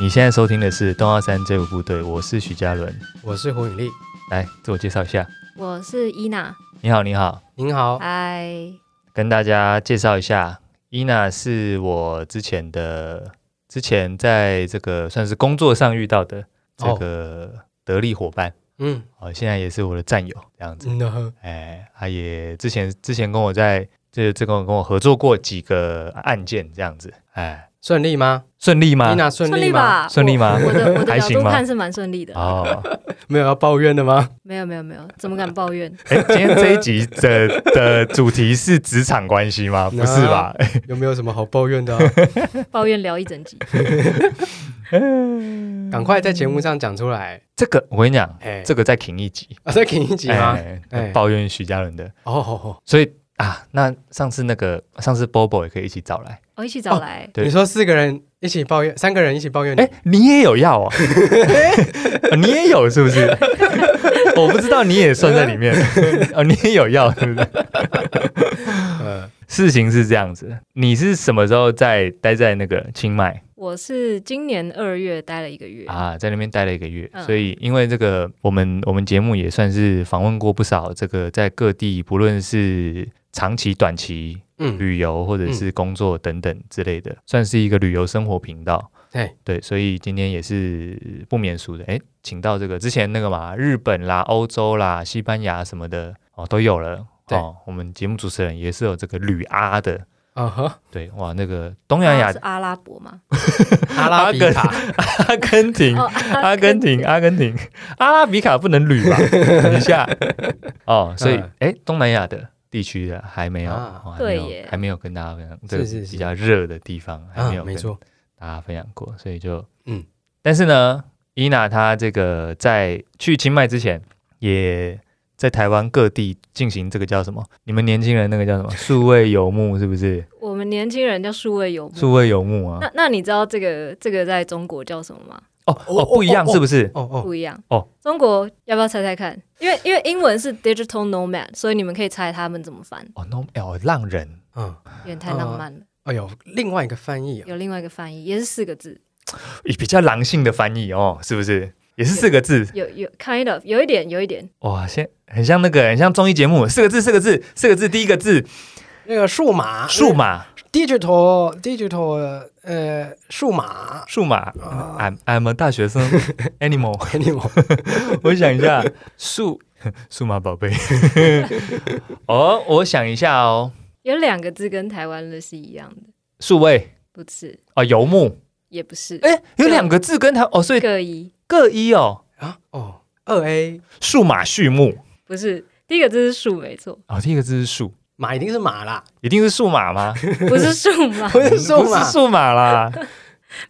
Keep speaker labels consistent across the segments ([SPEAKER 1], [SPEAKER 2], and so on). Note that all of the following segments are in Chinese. [SPEAKER 1] 你现在收听的是《动画三这个部队》，我是许嘉伦，
[SPEAKER 2] 我是胡永丽，
[SPEAKER 1] 来自我介绍一下。
[SPEAKER 3] 我是伊娜，
[SPEAKER 1] 你好，你好，
[SPEAKER 2] 您好，
[SPEAKER 3] 嗨，
[SPEAKER 1] 跟大家介绍一下，伊娜是我之前的，之前在这个算是工作上遇到的这
[SPEAKER 2] 哦
[SPEAKER 1] 个得力伙伴，
[SPEAKER 2] 嗯，
[SPEAKER 1] 哦，现在也是我的战友这样子。
[SPEAKER 2] 嗯呵
[SPEAKER 1] 哎，他也之前之前跟我在这这跟我跟我合作过几个案件这样子，哎，
[SPEAKER 2] 顺利吗？
[SPEAKER 1] 顺利吗
[SPEAKER 2] 妮？娜顺利吗？
[SPEAKER 3] 吧？
[SPEAKER 1] 顺利吗
[SPEAKER 3] 我我的我的
[SPEAKER 1] 还
[SPEAKER 3] 角
[SPEAKER 1] 行
[SPEAKER 3] 度
[SPEAKER 1] 吗
[SPEAKER 3] 看是蛮顺利的，
[SPEAKER 1] 哦，
[SPEAKER 2] 没有要抱怨的吗？
[SPEAKER 3] 没有没有没有，怎么敢抱怨？
[SPEAKER 1] 哎，今天这一集的的主题是职场关系 吗？不是吧？
[SPEAKER 2] 有没有什么好抱怨的啊、
[SPEAKER 3] 抱怨聊一整集，
[SPEAKER 2] 赶快在节目上讲出来。
[SPEAKER 1] 这个我跟你讲，
[SPEAKER 2] 哎，
[SPEAKER 1] 这个再停一集，
[SPEAKER 2] 啊，再给你几吗？
[SPEAKER 1] 哎
[SPEAKER 2] 哎
[SPEAKER 1] 抱怨徐嘉伦的，
[SPEAKER 2] 哦吼吼，
[SPEAKER 1] 所以啊，那上次那个上次 Bobo 也可以一起找来，
[SPEAKER 3] 我、哦一起找来，
[SPEAKER 1] 对
[SPEAKER 2] 你说四个人一起抱怨，三个人一起抱怨，
[SPEAKER 1] 哎，你也有要哦， 哦你也有是不 是？我不知道你也算在里面哦，你也有要是不是？
[SPEAKER 2] 呃，
[SPEAKER 1] 事情是这样子，你是什么时候在待在那个清迈
[SPEAKER 3] 我是今年二月待了一个
[SPEAKER 2] 嗯
[SPEAKER 3] 月，
[SPEAKER 1] 啊？在那边待了一个月，
[SPEAKER 3] 嗯
[SPEAKER 1] 所以因为这个，我们我们节目也算是访问过不少这个在各地，不论是长期、短期
[SPEAKER 2] 嗯，
[SPEAKER 1] 旅游或者是工作等等之类的，算是一个旅游生活频道。
[SPEAKER 2] 对
[SPEAKER 1] 对，所以今天也是不免俗的，哎，请到这个之前那个嘛，日本啦、欧洲啦、西班牙什么的哦都有了。
[SPEAKER 2] 对
[SPEAKER 1] 哦，我们节目主持人也是有这个旅阿的，
[SPEAKER 2] 啊哈，
[SPEAKER 1] 对，哇，那个东南亚
[SPEAKER 3] 啊是阿拉伯吗？
[SPEAKER 2] 阿拉比卡，
[SPEAKER 1] 阿根廷，
[SPEAKER 3] 哦，
[SPEAKER 1] 阿根廷，啊阿根廷，阿拉比卡不能捋 吧？等一下哦，所以
[SPEAKER 2] 嗯
[SPEAKER 1] 哎，东南亚的地区的还没有，
[SPEAKER 2] 啊
[SPEAKER 1] 哦还没有
[SPEAKER 3] 对耶
[SPEAKER 1] 还没有跟大家分享，这个
[SPEAKER 2] 是是是
[SPEAKER 1] 比较热的地方还啊没有
[SPEAKER 2] 嗯，没
[SPEAKER 1] 跟
[SPEAKER 2] 错，
[SPEAKER 1] 大家分享过，所以就嗯
[SPEAKER 2] 嗯，
[SPEAKER 1] 但是呢，伊娜她这个在去清迈之前，也在台湾各地进行这个叫什么？你们年轻人那个 叫什么？数位游牧是不是？
[SPEAKER 3] 我们年轻人叫数位游牧。
[SPEAKER 1] 数位游牧啊
[SPEAKER 3] 那？那你知道这个这个在中国叫什么吗？
[SPEAKER 1] 哦哦，不一样是不是？
[SPEAKER 2] 哦哦，
[SPEAKER 3] 不一样
[SPEAKER 1] 哦。
[SPEAKER 3] 中国要不要猜猜看？因为因为英文是 digital nomad，所以你们可以猜他们怎么翻，
[SPEAKER 1] 哦，no，哦，浪人
[SPEAKER 2] 嗯，
[SPEAKER 3] 有点太
[SPEAKER 1] 哦
[SPEAKER 3] 浪漫了。
[SPEAKER 2] 哎呦，另外一个翻译啊，
[SPEAKER 3] 有另外一个翻译，也是四个字，
[SPEAKER 1] 也比较狼性的翻译哦，是不是？也是四个字
[SPEAKER 3] 有有 kind of 有一点有一点，
[SPEAKER 1] 哇，现很像那个很像综艺节目，四个字，四个字，四个字，第一个字
[SPEAKER 2] 那个数码
[SPEAKER 1] 数码，
[SPEAKER 2] digital digital 呃数 码
[SPEAKER 1] 数码，I'm I'm a 大学 生 animal。
[SPEAKER 2] animal
[SPEAKER 1] 我想一下，数 数码宝贝。 哦，我想一下哦，
[SPEAKER 3] 有两个字跟台湾的是一样的，
[SPEAKER 1] 数位
[SPEAKER 3] 不是，
[SPEAKER 1] 哦，游牧。
[SPEAKER 3] 也不是，
[SPEAKER 1] 哎，有两个字跟它哦，所以
[SPEAKER 3] 各一，
[SPEAKER 1] 各一哦，
[SPEAKER 2] 啊哦二 A
[SPEAKER 1] 数码畜牧
[SPEAKER 3] 不是，第一个字是树，没错，
[SPEAKER 1] 哦，第一个字是数，
[SPEAKER 2] 马一定是马啦，
[SPEAKER 1] 一定是数码 吗？
[SPEAKER 3] 不是树 嘛，
[SPEAKER 2] 不是数
[SPEAKER 1] 不
[SPEAKER 2] 码
[SPEAKER 1] 是数码啦。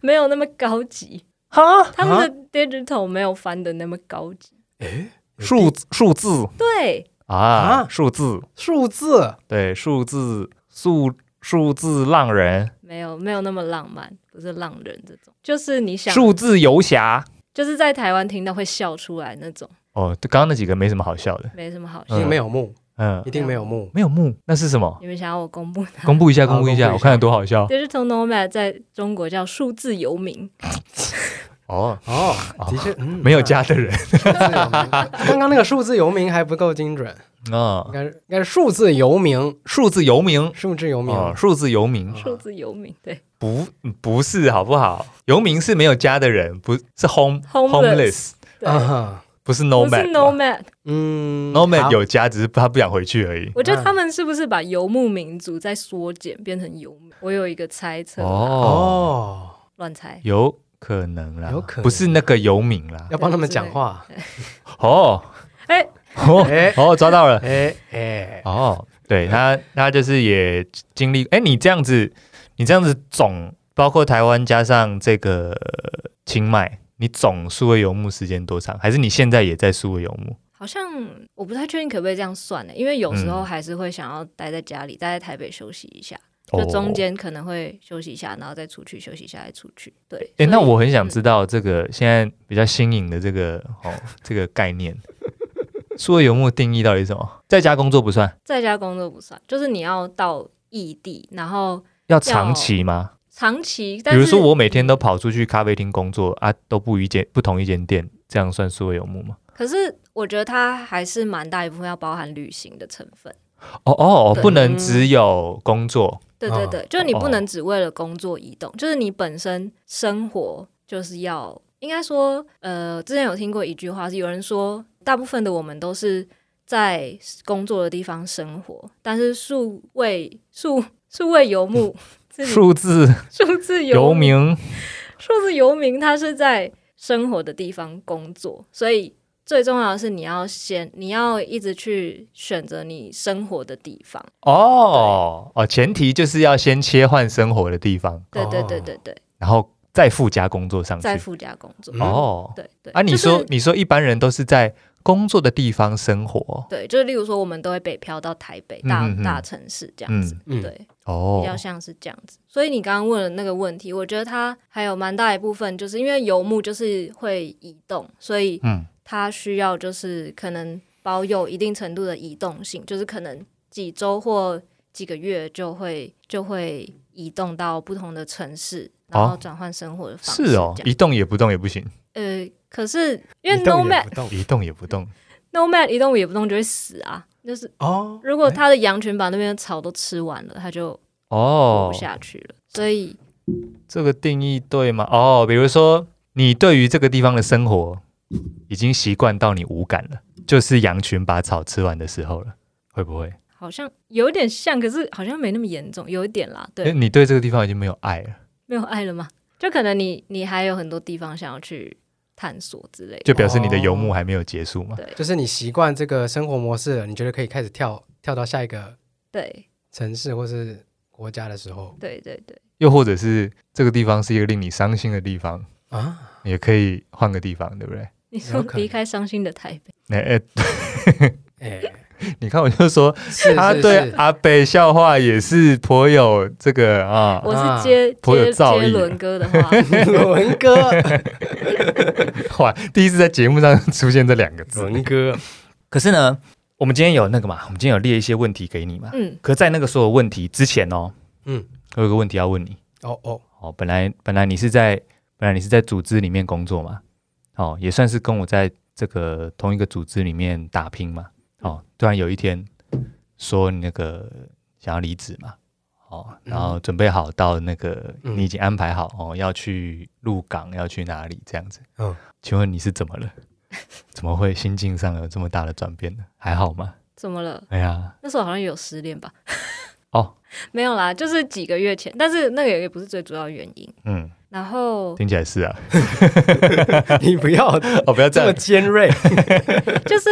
[SPEAKER 3] 没有那么高级，
[SPEAKER 1] 哈，啊
[SPEAKER 3] 他们的 digital 没有翻的那么高级，
[SPEAKER 2] 哎
[SPEAKER 1] 数数字
[SPEAKER 3] 对，
[SPEAKER 1] 啊，
[SPEAKER 2] 啊
[SPEAKER 1] 数字
[SPEAKER 2] 数字
[SPEAKER 1] 对，数字数数字浪人，
[SPEAKER 3] 没有没有那么浪漫，不是浪人这种，就是你想，
[SPEAKER 1] 数字游侠。
[SPEAKER 3] 就是在台湾听到会笑出来那种，
[SPEAKER 1] 哦，刚刚那几个没什么好笑的，
[SPEAKER 3] 没什么好
[SPEAKER 2] 一
[SPEAKER 3] 笑。
[SPEAKER 2] 定没有木，
[SPEAKER 1] 嗯
[SPEAKER 2] 一，定没有木，
[SPEAKER 1] 没有木，那是什 么？
[SPEAKER 3] 你们想要我公布它
[SPEAKER 1] 公布一下，
[SPEAKER 2] 好
[SPEAKER 1] 啊公布一
[SPEAKER 2] 公布一
[SPEAKER 1] 下，
[SPEAKER 2] 下
[SPEAKER 1] 我看有多好笑。
[SPEAKER 3] ？Digital nomad 在中国叫数字游民，
[SPEAKER 1] 啊哦，
[SPEAKER 2] 哦，的确，嗯，
[SPEAKER 1] 没有家的人
[SPEAKER 2] 数字游民。刚刚那个数字游民还不够精准，
[SPEAKER 1] 啊
[SPEAKER 2] 应，该是应该是数字游民，
[SPEAKER 1] 数字游民
[SPEAKER 2] 数字游民。
[SPEAKER 1] 哦，数字游民
[SPEAKER 2] 啊
[SPEAKER 3] 数字游民，对
[SPEAKER 1] 不不是好不好？游民是没有家的人，不是 home
[SPEAKER 3] Homeless 对。
[SPEAKER 2] 啊哈，
[SPEAKER 1] 不是
[SPEAKER 3] 不是
[SPEAKER 1] nomad 吧。
[SPEAKER 3] nomad，
[SPEAKER 2] 嗯
[SPEAKER 1] nomad
[SPEAKER 2] 好
[SPEAKER 1] 有家，只是他不想回去而已。
[SPEAKER 3] 我觉得他们是不是把游牧民族在缩减变成游牧？我有一个猜测，
[SPEAKER 1] 哦，
[SPEAKER 2] 哦，
[SPEAKER 3] 乱猜，
[SPEAKER 1] 有可能啦，
[SPEAKER 2] 有可能
[SPEAKER 1] 不是那个游民啦。
[SPEAKER 2] 要帮他们讲话。
[SPEAKER 1] 哦
[SPEAKER 3] 哎，
[SPEAKER 1] 哦
[SPEAKER 2] 哎
[SPEAKER 1] 哦，抓到了。
[SPEAKER 2] 哎哎，
[SPEAKER 1] 哦，对他，他就是也经历。哎，你这样子，你这样子总包括台湾加上这个呃清迈，你总数位游牧时间多长？还是你现在也在数位游牧？
[SPEAKER 3] 好像我不太确定可不可以这样算呢、欸因为有时候还是会想要待在家里，待在台北休息一下，
[SPEAKER 1] 哦
[SPEAKER 3] 就中间可能会休息一下，然后再出去休息一下，再出去。对，
[SPEAKER 1] 哎、
[SPEAKER 3] 所以嗯
[SPEAKER 1] 那我很想知道这个现在比较新颖的这个哦这个概念，数位游牧定义到底是什么？在家工作不算，
[SPEAKER 3] 在家工作不算，就是你要到异地，然后
[SPEAKER 1] 要长期吗？
[SPEAKER 3] 长期，但
[SPEAKER 1] 比
[SPEAKER 3] 是
[SPEAKER 1] 如说我每天都跑出去咖啡厅工作啊，都不一间不同一间店，这样算数位游牧吗？
[SPEAKER 3] 可是我觉得它还是蛮大一部分要包含旅行的成分。
[SPEAKER 1] 哦哦，
[SPEAKER 3] 对
[SPEAKER 1] 不能只有工作
[SPEAKER 3] 对对对，就是你不能只为了工作移动，就是你本身生活就是要，应该说，呃，之前有听过一句话是有人说，大部分的我们都是在工作的地方生活，但是数位数数位游牧自己
[SPEAKER 1] 数字
[SPEAKER 3] 数字
[SPEAKER 1] 游
[SPEAKER 3] 游民
[SPEAKER 1] 民
[SPEAKER 3] 数字游民，他是在生活的地方工作，所以最重要的是你要先，你要一直去选择你生活的地方。
[SPEAKER 1] 哦哦，前提就是要先切换生活的地方，
[SPEAKER 3] 对对
[SPEAKER 2] 哦
[SPEAKER 3] 对对对，
[SPEAKER 1] 然后再附加工作上去
[SPEAKER 3] 在。附加工作。
[SPEAKER 2] 嗯
[SPEAKER 1] 哦，
[SPEAKER 3] 对对
[SPEAKER 1] 啊，你
[SPEAKER 3] 就是
[SPEAKER 1] 说你说一般人都是在工作的地方生活，
[SPEAKER 3] 对，就是例如说，我们都会北漂到台北大、
[SPEAKER 1] 嗯嗯嗯
[SPEAKER 3] 大城市这样子，
[SPEAKER 2] 嗯嗯
[SPEAKER 3] 对，比
[SPEAKER 1] 哦
[SPEAKER 3] 较像是这样子。所以你刚刚问的那个问题，我觉得它还有蛮大一部分，就是因为游牧就是会移动，所以
[SPEAKER 1] 嗯
[SPEAKER 3] 它需要就是可能保有一定程度的移动性，就是可能几周或几个月就会就会移动到不同的城市，然后转换生活的方式、
[SPEAKER 1] 哦是哦
[SPEAKER 3] 这，样
[SPEAKER 1] 一动也不动也不行，
[SPEAKER 3] 呃，可是因为
[SPEAKER 2] 一
[SPEAKER 3] no
[SPEAKER 2] 动
[SPEAKER 3] man
[SPEAKER 2] 也不动
[SPEAKER 1] 一动也不动
[SPEAKER 3] no man 移动也不动就会死啊，就是
[SPEAKER 2] 哦，
[SPEAKER 3] 如果它的羊群把那边的草都吃完了，它就活
[SPEAKER 1] 哦
[SPEAKER 3] 不，下去了。所以
[SPEAKER 1] 这个定义对吗？哦，比如说你对于这个地方的生活已经习惯到你无感了，就是羊群把草吃完的时候了，会不会？
[SPEAKER 3] 好像有点像，可是好像没那么严重，有一点啦。
[SPEAKER 1] 因为
[SPEAKER 3] 对，
[SPEAKER 1] 你对这个地方已经没有爱了，
[SPEAKER 3] 没有爱了吗？就可能你你还有很多地方想要去探索之类的。
[SPEAKER 1] 就表示你的
[SPEAKER 2] 哦
[SPEAKER 1] 游牧还没有结束嘛。
[SPEAKER 3] 对
[SPEAKER 2] 就是你习惯这个生活模式了，你觉得可以开始跳跳到下一个
[SPEAKER 3] 对
[SPEAKER 2] 城市或是国家的时候
[SPEAKER 3] 对对对，
[SPEAKER 1] 又或者是这个地方是一个令你伤心的地方，
[SPEAKER 2] 啊，
[SPEAKER 1] 也可以换个地方，对不对？
[SPEAKER 3] 你说
[SPEAKER 2] 有可能
[SPEAKER 3] 离开伤心的台北，
[SPEAKER 1] 那、呃，
[SPEAKER 2] 哎，
[SPEAKER 1] 你看我就说
[SPEAKER 2] 是
[SPEAKER 1] 他
[SPEAKER 2] 是
[SPEAKER 1] 啊对
[SPEAKER 2] 是，
[SPEAKER 1] 阿北笑话也是颇有这个啊，
[SPEAKER 3] 我是接
[SPEAKER 1] 颇有
[SPEAKER 3] 接
[SPEAKER 1] 造诣
[SPEAKER 3] 接伦哥 的话，
[SPEAKER 2] 伦哥，
[SPEAKER 1] 哇，第一次在节目上出现这两个字。
[SPEAKER 2] 伦哥，
[SPEAKER 1] 哦可是呢，我们今天有那个嘛，我们今天有列一些问题给你嘛。
[SPEAKER 3] 嗯，
[SPEAKER 1] 可在那个所有问题之前哦，
[SPEAKER 2] 嗯，
[SPEAKER 1] 我有个问题要问你
[SPEAKER 2] 哦哦，
[SPEAKER 1] 哦。本来本来你是在本来你是在组织里面工作嘛，哦，也算是跟我在这个同一个组织里面打拼嘛。哦，突然有一天说你那个想要离职嘛，哦，然后准备好到那个、
[SPEAKER 2] 嗯
[SPEAKER 1] 你已经安排好哦，要去鹿港，要去哪里这样子。
[SPEAKER 2] 嗯，
[SPEAKER 1] 请问你是怎么了？怎么会心境上有这么大的转变呢？还好吗？
[SPEAKER 3] 怎么了？
[SPEAKER 1] 哎呀，
[SPEAKER 3] 那时候好像有失恋吧？
[SPEAKER 1] 哦，
[SPEAKER 3] 没有啦，就是几个月前，但是那个也不是最主要原因。
[SPEAKER 1] 嗯，
[SPEAKER 3] 然后
[SPEAKER 1] 听起来是啊，
[SPEAKER 2] 你不要
[SPEAKER 1] 哦，不要这
[SPEAKER 2] 这么
[SPEAKER 1] 样，
[SPEAKER 2] 尖锐，
[SPEAKER 3] 就是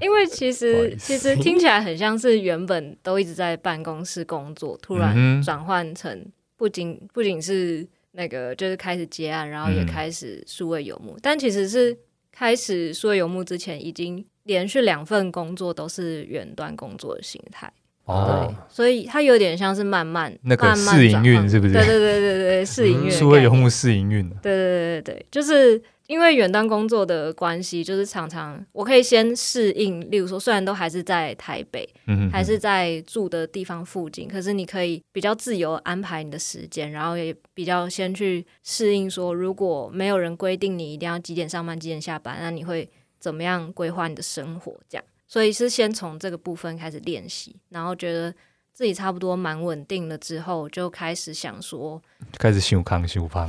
[SPEAKER 3] 因为其
[SPEAKER 1] 不好
[SPEAKER 3] 实
[SPEAKER 1] 意思
[SPEAKER 3] 其实听起来很像是原本都一直在办公室工作，突
[SPEAKER 1] 嗯
[SPEAKER 3] 然
[SPEAKER 1] 哼
[SPEAKER 3] 转换成不仅不仅是那个就是开始接案，然后也
[SPEAKER 1] 嗯
[SPEAKER 3] 开始数位游牧，但其实是开始数位游牧之前，已经连续两份工作都是远端工作的形态，
[SPEAKER 1] 哦
[SPEAKER 3] 对，，所以它有点像是慢慢
[SPEAKER 1] 那个
[SPEAKER 3] 慢慢
[SPEAKER 1] 试营
[SPEAKER 3] 转
[SPEAKER 1] 运
[SPEAKER 3] 换
[SPEAKER 1] 是不是嗯
[SPEAKER 3] 对对对对对，试营运的
[SPEAKER 1] 数位
[SPEAKER 3] 概
[SPEAKER 1] 游
[SPEAKER 3] 念
[SPEAKER 1] 牧是营运的，
[SPEAKER 3] 对对对对对，就是因为远端工作的关系，就是常常我可以先适应，例如说，虽然都还是在台北，
[SPEAKER 1] 嗯，
[SPEAKER 3] 还是在住的地方附近，可是你可以比较自由安排你的时间，然后也比较先去适应说，如果没有人规定你一定要几点上班、几点下班，那你会怎么样规划你的生活？这样，所以是先从这个部分开始练习，然后觉得自己差不多蛮稳定了之后，就开始想说，
[SPEAKER 1] 开始修康修 胖，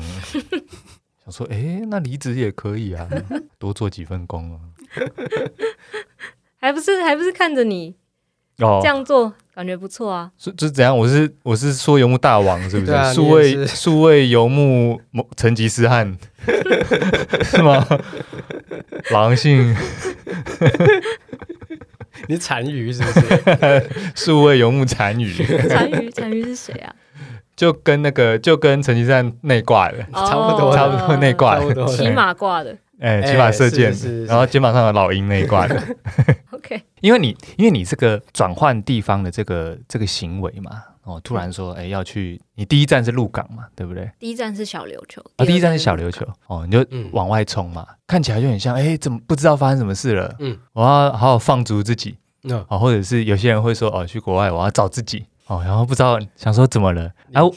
[SPEAKER 1] 想说，哎，那离职也可 以啊，多做几份工啊，
[SPEAKER 3] 还不是还不是看着你
[SPEAKER 1] 哦
[SPEAKER 3] 这，样做感觉不错啊。
[SPEAKER 1] 是是怎样？我是我是说游牧大王是不
[SPEAKER 2] 对啊
[SPEAKER 1] 是？数
[SPEAKER 2] 你
[SPEAKER 1] 位
[SPEAKER 2] 也是
[SPEAKER 1] 数位游牧某成吉思 汗是吗？狼性
[SPEAKER 2] 你单于是不是？
[SPEAKER 1] 数位游牧单于，
[SPEAKER 3] 单于单于是谁啊？
[SPEAKER 1] 就跟那个就跟成吉思汗内挂了，
[SPEAKER 2] 差不多
[SPEAKER 3] 哦
[SPEAKER 1] 差不多内挂
[SPEAKER 2] 差不多
[SPEAKER 1] 了，
[SPEAKER 2] 了
[SPEAKER 3] 骑马挂的。
[SPEAKER 1] 哎，
[SPEAKER 2] 哎
[SPEAKER 1] 骑马射箭
[SPEAKER 2] 是是是，
[SPEAKER 1] 然后肩膀上有老鹰那一挂的。
[SPEAKER 3] OK，
[SPEAKER 1] 因为你因为你这个转换地方的这个这个行为嘛，哦，突然说哎要去，你第一站是鹿港嘛，对不对？
[SPEAKER 3] 第一站是小琉球，
[SPEAKER 1] 啊，第一站是
[SPEAKER 3] 第
[SPEAKER 1] 小
[SPEAKER 3] 二
[SPEAKER 1] 琉球，哦，你就
[SPEAKER 2] 嗯
[SPEAKER 1] 往外冲嘛，看起来就很像哎，怎么不知道发生什么事了？
[SPEAKER 2] 嗯
[SPEAKER 1] 我要好好放逐自己，
[SPEAKER 2] 那
[SPEAKER 1] 哦哦，或者是有些人会说哦，去国外我要找自己，哦，然后不知道想说怎么了，然后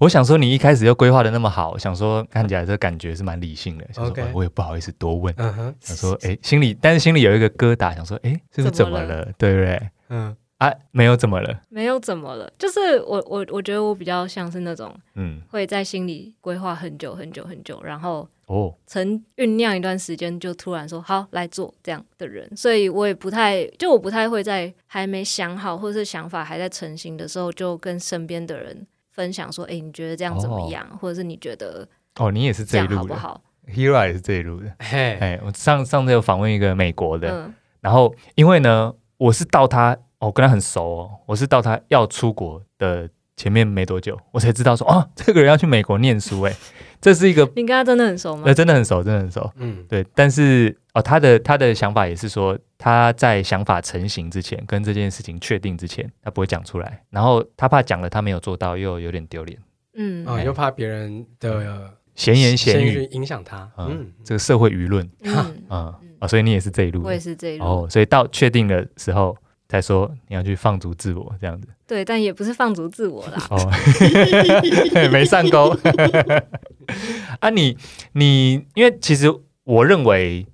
[SPEAKER 1] 我想说你一开始就规划的那么好，想说看起来这感觉是蛮理性的，想说
[SPEAKER 2] OK
[SPEAKER 1] 哎我也不好意思多问，
[SPEAKER 2] 嗯哼，
[SPEAKER 1] 想说哎心里但是心里有一个疙瘩，想说哎是不是怎么
[SPEAKER 3] 怎么
[SPEAKER 1] 了，对不对？
[SPEAKER 2] 嗯，
[SPEAKER 1] 啊，没有怎么了，
[SPEAKER 3] 没有怎么了，就是我我我觉得我比较像是那种
[SPEAKER 1] 嗯，
[SPEAKER 3] 会在心里规划很久很久很久，然后
[SPEAKER 1] 哦，
[SPEAKER 3] 曾酝酿一段时间就突然说好来做这样的人，所以我也不太就我不太会在还没想好或是想法还在成型的时候，就跟身边的人分享说，哎、你觉得这样怎么样，或者是你觉得
[SPEAKER 1] 哦，你也是这
[SPEAKER 3] 这
[SPEAKER 1] 一
[SPEAKER 3] 样
[SPEAKER 1] 路的
[SPEAKER 3] 好不好？
[SPEAKER 1] h e r a 也是这一路的。
[SPEAKER 2] 嘿，
[SPEAKER 1] 哎、我上上次有访问一个美国的，
[SPEAKER 3] 嗯
[SPEAKER 1] 然后因为呢，我是到他，哦，我跟他很熟哦，我是到他要出国的前面没多久，我才知道说，哦，这个人要去美国念书，哎，这是一 个，
[SPEAKER 3] 你跟他真的很熟吗
[SPEAKER 1] 呃，？真的很熟，真的很熟，
[SPEAKER 2] 嗯，
[SPEAKER 1] 对，但是哦，他的他的想法也是说，他在想法成型之前，跟这件事情确定之前，他不会讲出来，然后他怕讲了他没有做到，又有点丢脸，
[SPEAKER 3] 嗯，
[SPEAKER 2] 啊，
[SPEAKER 1] 哎嗯
[SPEAKER 2] 又怕别人的
[SPEAKER 1] 闲言闲语，
[SPEAKER 2] 影响他，
[SPEAKER 1] 嗯
[SPEAKER 2] 嗯，，
[SPEAKER 1] 这个社会舆论，
[SPEAKER 3] 嗯，
[SPEAKER 1] 嗯，哦，所以你也是这一路的，
[SPEAKER 3] 我也是这一路，
[SPEAKER 1] 哦，所以到确定的时候才说你要去放逐自我这样 子。
[SPEAKER 3] 对，但也不是放逐自我啦。
[SPEAKER 1] 哦，没上钩。 啊你，你因为其实我认为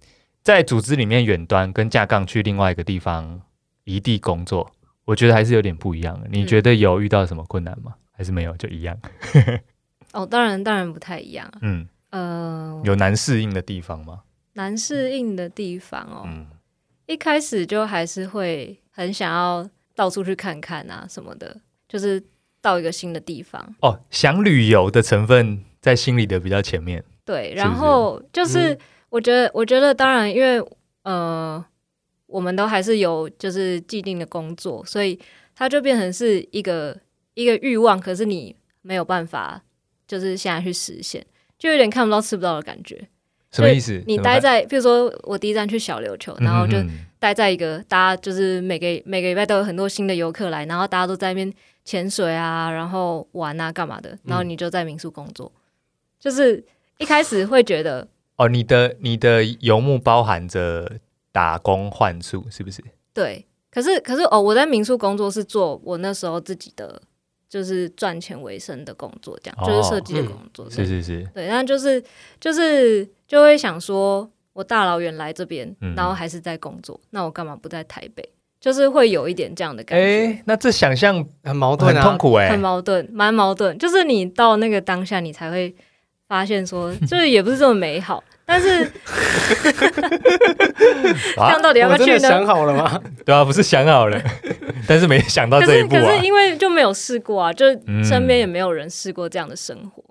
[SPEAKER 1] 在组织里面远端跟架杠去另外一个地方异地工作，我觉得还是有点不一样的。你
[SPEAKER 3] 嗯
[SPEAKER 1] 觉得有遇到什么困难吗？还是没有就一样？
[SPEAKER 3] 哦，当然，当然不太一样。啊
[SPEAKER 1] 嗯，
[SPEAKER 3] 呃，
[SPEAKER 1] 有难适应的地方吗？
[SPEAKER 3] 难适应的地方哦，
[SPEAKER 1] 嗯，
[SPEAKER 3] 一开始就还是会很想要到处去看看啊什么的，就是到一个新的地方。
[SPEAKER 1] 哦，想旅游的成分在心里的比较前面。
[SPEAKER 3] 对，
[SPEAKER 1] 是嗯
[SPEAKER 3] 然后就是我觉得，我觉得当然，因为呃，我们都还是有就是既定的工作，所以它就变成是一个一个欲望，可是你没有办法就是现在去实现，就有点看不到吃不到的感觉。
[SPEAKER 1] 什么意思？
[SPEAKER 3] 你
[SPEAKER 1] 怎么
[SPEAKER 3] 待
[SPEAKER 1] 办，
[SPEAKER 3] 在，比如说我第一站去小琉球，然后就
[SPEAKER 1] 嗯哼哼
[SPEAKER 3] 待在一个大家就是每个每个礼拜都有很多新的游客来，然后大家都在那边潜水啊，然后玩啊干嘛的，然后
[SPEAKER 1] 嗯
[SPEAKER 3] 你就在民宿工作，就是一开始会觉得
[SPEAKER 1] 哦，你的你的游牧包含着打工换宿，是不是？
[SPEAKER 3] 对，可是可是哦，我在民宿工作是做我那时候自己的就是赚钱为生的工作，这样、
[SPEAKER 1] 哦
[SPEAKER 3] 就是设计的工作，
[SPEAKER 1] 是是是，
[SPEAKER 3] 对，那就是就是就会想说，我大老远来这边，
[SPEAKER 1] 嗯
[SPEAKER 3] 然后还是在工作，那我干嘛不在台北？就是会有一点这样的感觉。
[SPEAKER 1] 哎，那这想象
[SPEAKER 2] 很矛
[SPEAKER 1] 很
[SPEAKER 2] 盾啊，
[SPEAKER 1] 痛苦哎
[SPEAKER 3] 很，矛盾，蛮矛盾。就是你到那个当下，你才会发现说，就是也不是这么美好。但是这样
[SPEAKER 1] 啊，
[SPEAKER 3] 到底要
[SPEAKER 2] 我
[SPEAKER 3] 不
[SPEAKER 2] 真
[SPEAKER 3] 要去
[SPEAKER 2] 的
[SPEAKER 3] 呢？
[SPEAKER 2] 想好了吗？
[SPEAKER 1] 对啊，不是想好 了，但是没想到
[SPEAKER 3] 可
[SPEAKER 1] 这一
[SPEAKER 3] 是
[SPEAKER 1] 步
[SPEAKER 3] 可
[SPEAKER 1] 啊
[SPEAKER 3] 是。因为就没有试过啊，就是
[SPEAKER 1] 嗯
[SPEAKER 3] 身边也没有人试过这样的生活，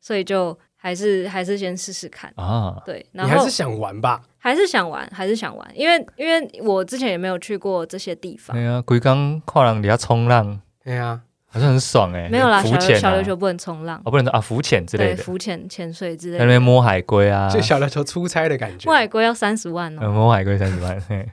[SPEAKER 3] 所以就还是还是先试试看。
[SPEAKER 1] 啊，
[SPEAKER 3] 对，
[SPEAKER 2] 你
[SPEAKER 3] 然
[SPEAKER 2] 还
[SPEAKER 3] 后
[SPEAKER 2] 是想玩吧？
[SPEAKER 3] 还是想玩，还是想玩，因为因为我之前也没有去过这些地方，
[SPEAKER 1] 对啊，鬼刚跨浪底下冲浪，
[SPEAKER 2] 对哎呀，
[SPEAKER 1] 好像很爽哎，
[SPEAKER 3] 没有啦，小
[SPEAKER 1] 浮
[SPEAKER 3] 琉
[SPEAKER 1] 潜
[SPEAKER 3] 小
[SPEAKER 1] 啊
[SPEAKER 3] 琉，球不能冲浪，
[SPEAKER 1] 哦，不能说啊，浮潜之类
[SPEAKER 3] 对，
[SPEAKER 1] 的，
[SPEAKER 3] 浮潜、潜水之类
[SPEAKER 1] 在那边
[SPEAKER 3] 的。
[SPEAKER 1] 摸海龟啊，
[SPEAKER 2] 就小琉球出差的感觉。
[SPEAKER 3] 外国要三十万哦，
[SPEAKER 1] 嗯，摸海龟三十万，嘿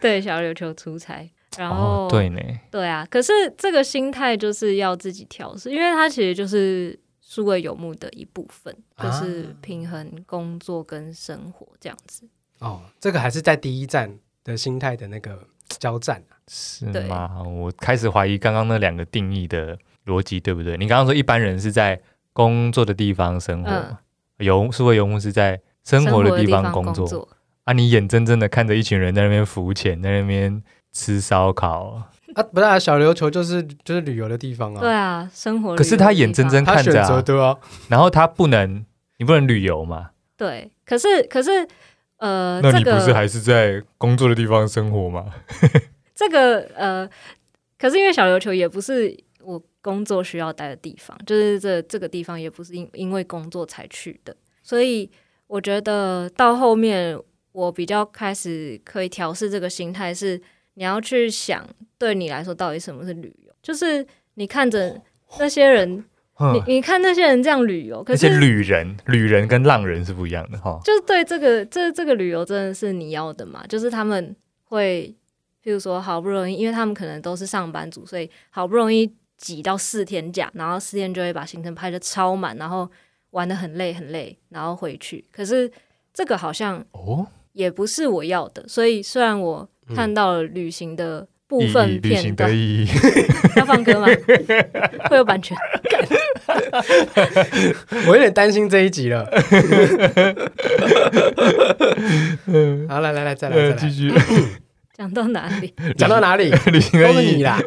[SPEAKER 3] 对，小琉球出差，然后
[SPEAKER 1] 哦，对呢，
[SPEAKER 3] 对啊，可是这个心态就是要自己调试，因为它其实就是数位游牧的一部分，就
[SPEAKER 2] 啊
[SPEAKER 3] 是平衡工作跟生活这样子。
[SPEAKER 2] 哦，这个还是在第一站的心态的那个交战啊。
[SPEAKER 1] 是
[SPEAKER 3] 对
[SPEAKER 1] 吗？我开始怀疑刚刚那两个定义的逻辑对不对？你刚刚说一般人是在工作的地方生活
[SPEAKER 3] 嗯，
[SPEAKER 1] 游是会游牧是在生活的地方工作啊！你眼睁睁的看着一群人在那边浮潜，在那边吃烧烤，
[SPEAKER 2] 啊，不是啊，小琉球就是就是旅游的地方
[SPEAKER 3] 对
[SPEAKER 2] 啊。
[SPEAKER 3] 啊，生活。
[SPEAKER 1] 可是他眼睁睁
[SPEAKER 2] 他
[SPEAKER 1] 看
[SPEAKER 2] 选
[SPEAKER 1] 着
[SPEAKER 2] 择
[SPEAKER 1] 啊，
[SPEAKER 2] 对啊，
[SPEAKER 1] 然后他不能，你不能旅游嘛？
[SPEAKER 3] 对，可是可是呃，
[SPEAKER 1] 那
[SPEAKER 3] 这
[SPEAKER 1] 你不是
[SPEAKER 3] 个
[SPEAKER 1] 还是在工作的地方生活吗？
[SPEAKER 3] 这个呃，可是因为小琉球也不是我工作需要待的地方，就是这这个地方也不是因因为工作才去的，所以我觉得到后面我比较开始可以调试这个心态，是你要去想对你来说到底什么是旅游，就是你看着那些人，
[SPEAKER 1] 哼，
[SPEAKER 3] 你你看那些人这样旅游，可
[SPEAKER 1] 而且
[SPEAKER 3] 是
[SPEAKER 1] 旅人、旅人跟浪人是不一样的哈。
[SPEAKER 3] 就是对这个这这个旅游真的是你要的嘛？就是他们会，譬如说好不容易，因为他们可能都是上班族，所以好不容易挤到四天假，然后四天就会把行程排的超满，然后玩的很累很累，然后回去。可是这个好像
[SPEAKER 1] 哦，
[SPEAKER 3] 也不是我要的，所以虽然我看到了旅行的部
[SPEAKER 1] 意义
[SPEAKER 3] 分
[SPEAKER 1] 旅
[SPEAKER 3] 片
[SPEAKER 1] 行的
[SPEAKER 3] 段。
[SPEAKER 1] 意义，
[SPEAKER 3] 要放歌吗？ 会有版权。
[SPEAKER 2] 我有点担心这一集了。好，来来来，再来
[SPEAKER 1] 呃
[SPEAKER 2] 再
[SPEAKER 1] 继
[SPEAKER 2] 来，
[SPEAKER 1] 续
[SPEAKER 3] 讲到哪里？
[SPEAKER 2] 讲到哪里？
[SPEAKER 1] 旅行
[SPEAKER 2] 都
[SPEAKER 1] 的
[SPEAKER 2] 是
[SPEAKER 1] 意
[SPEAKER 2] 你
[SPEAKER 1] 义。
[SPEAKER 2] 啦，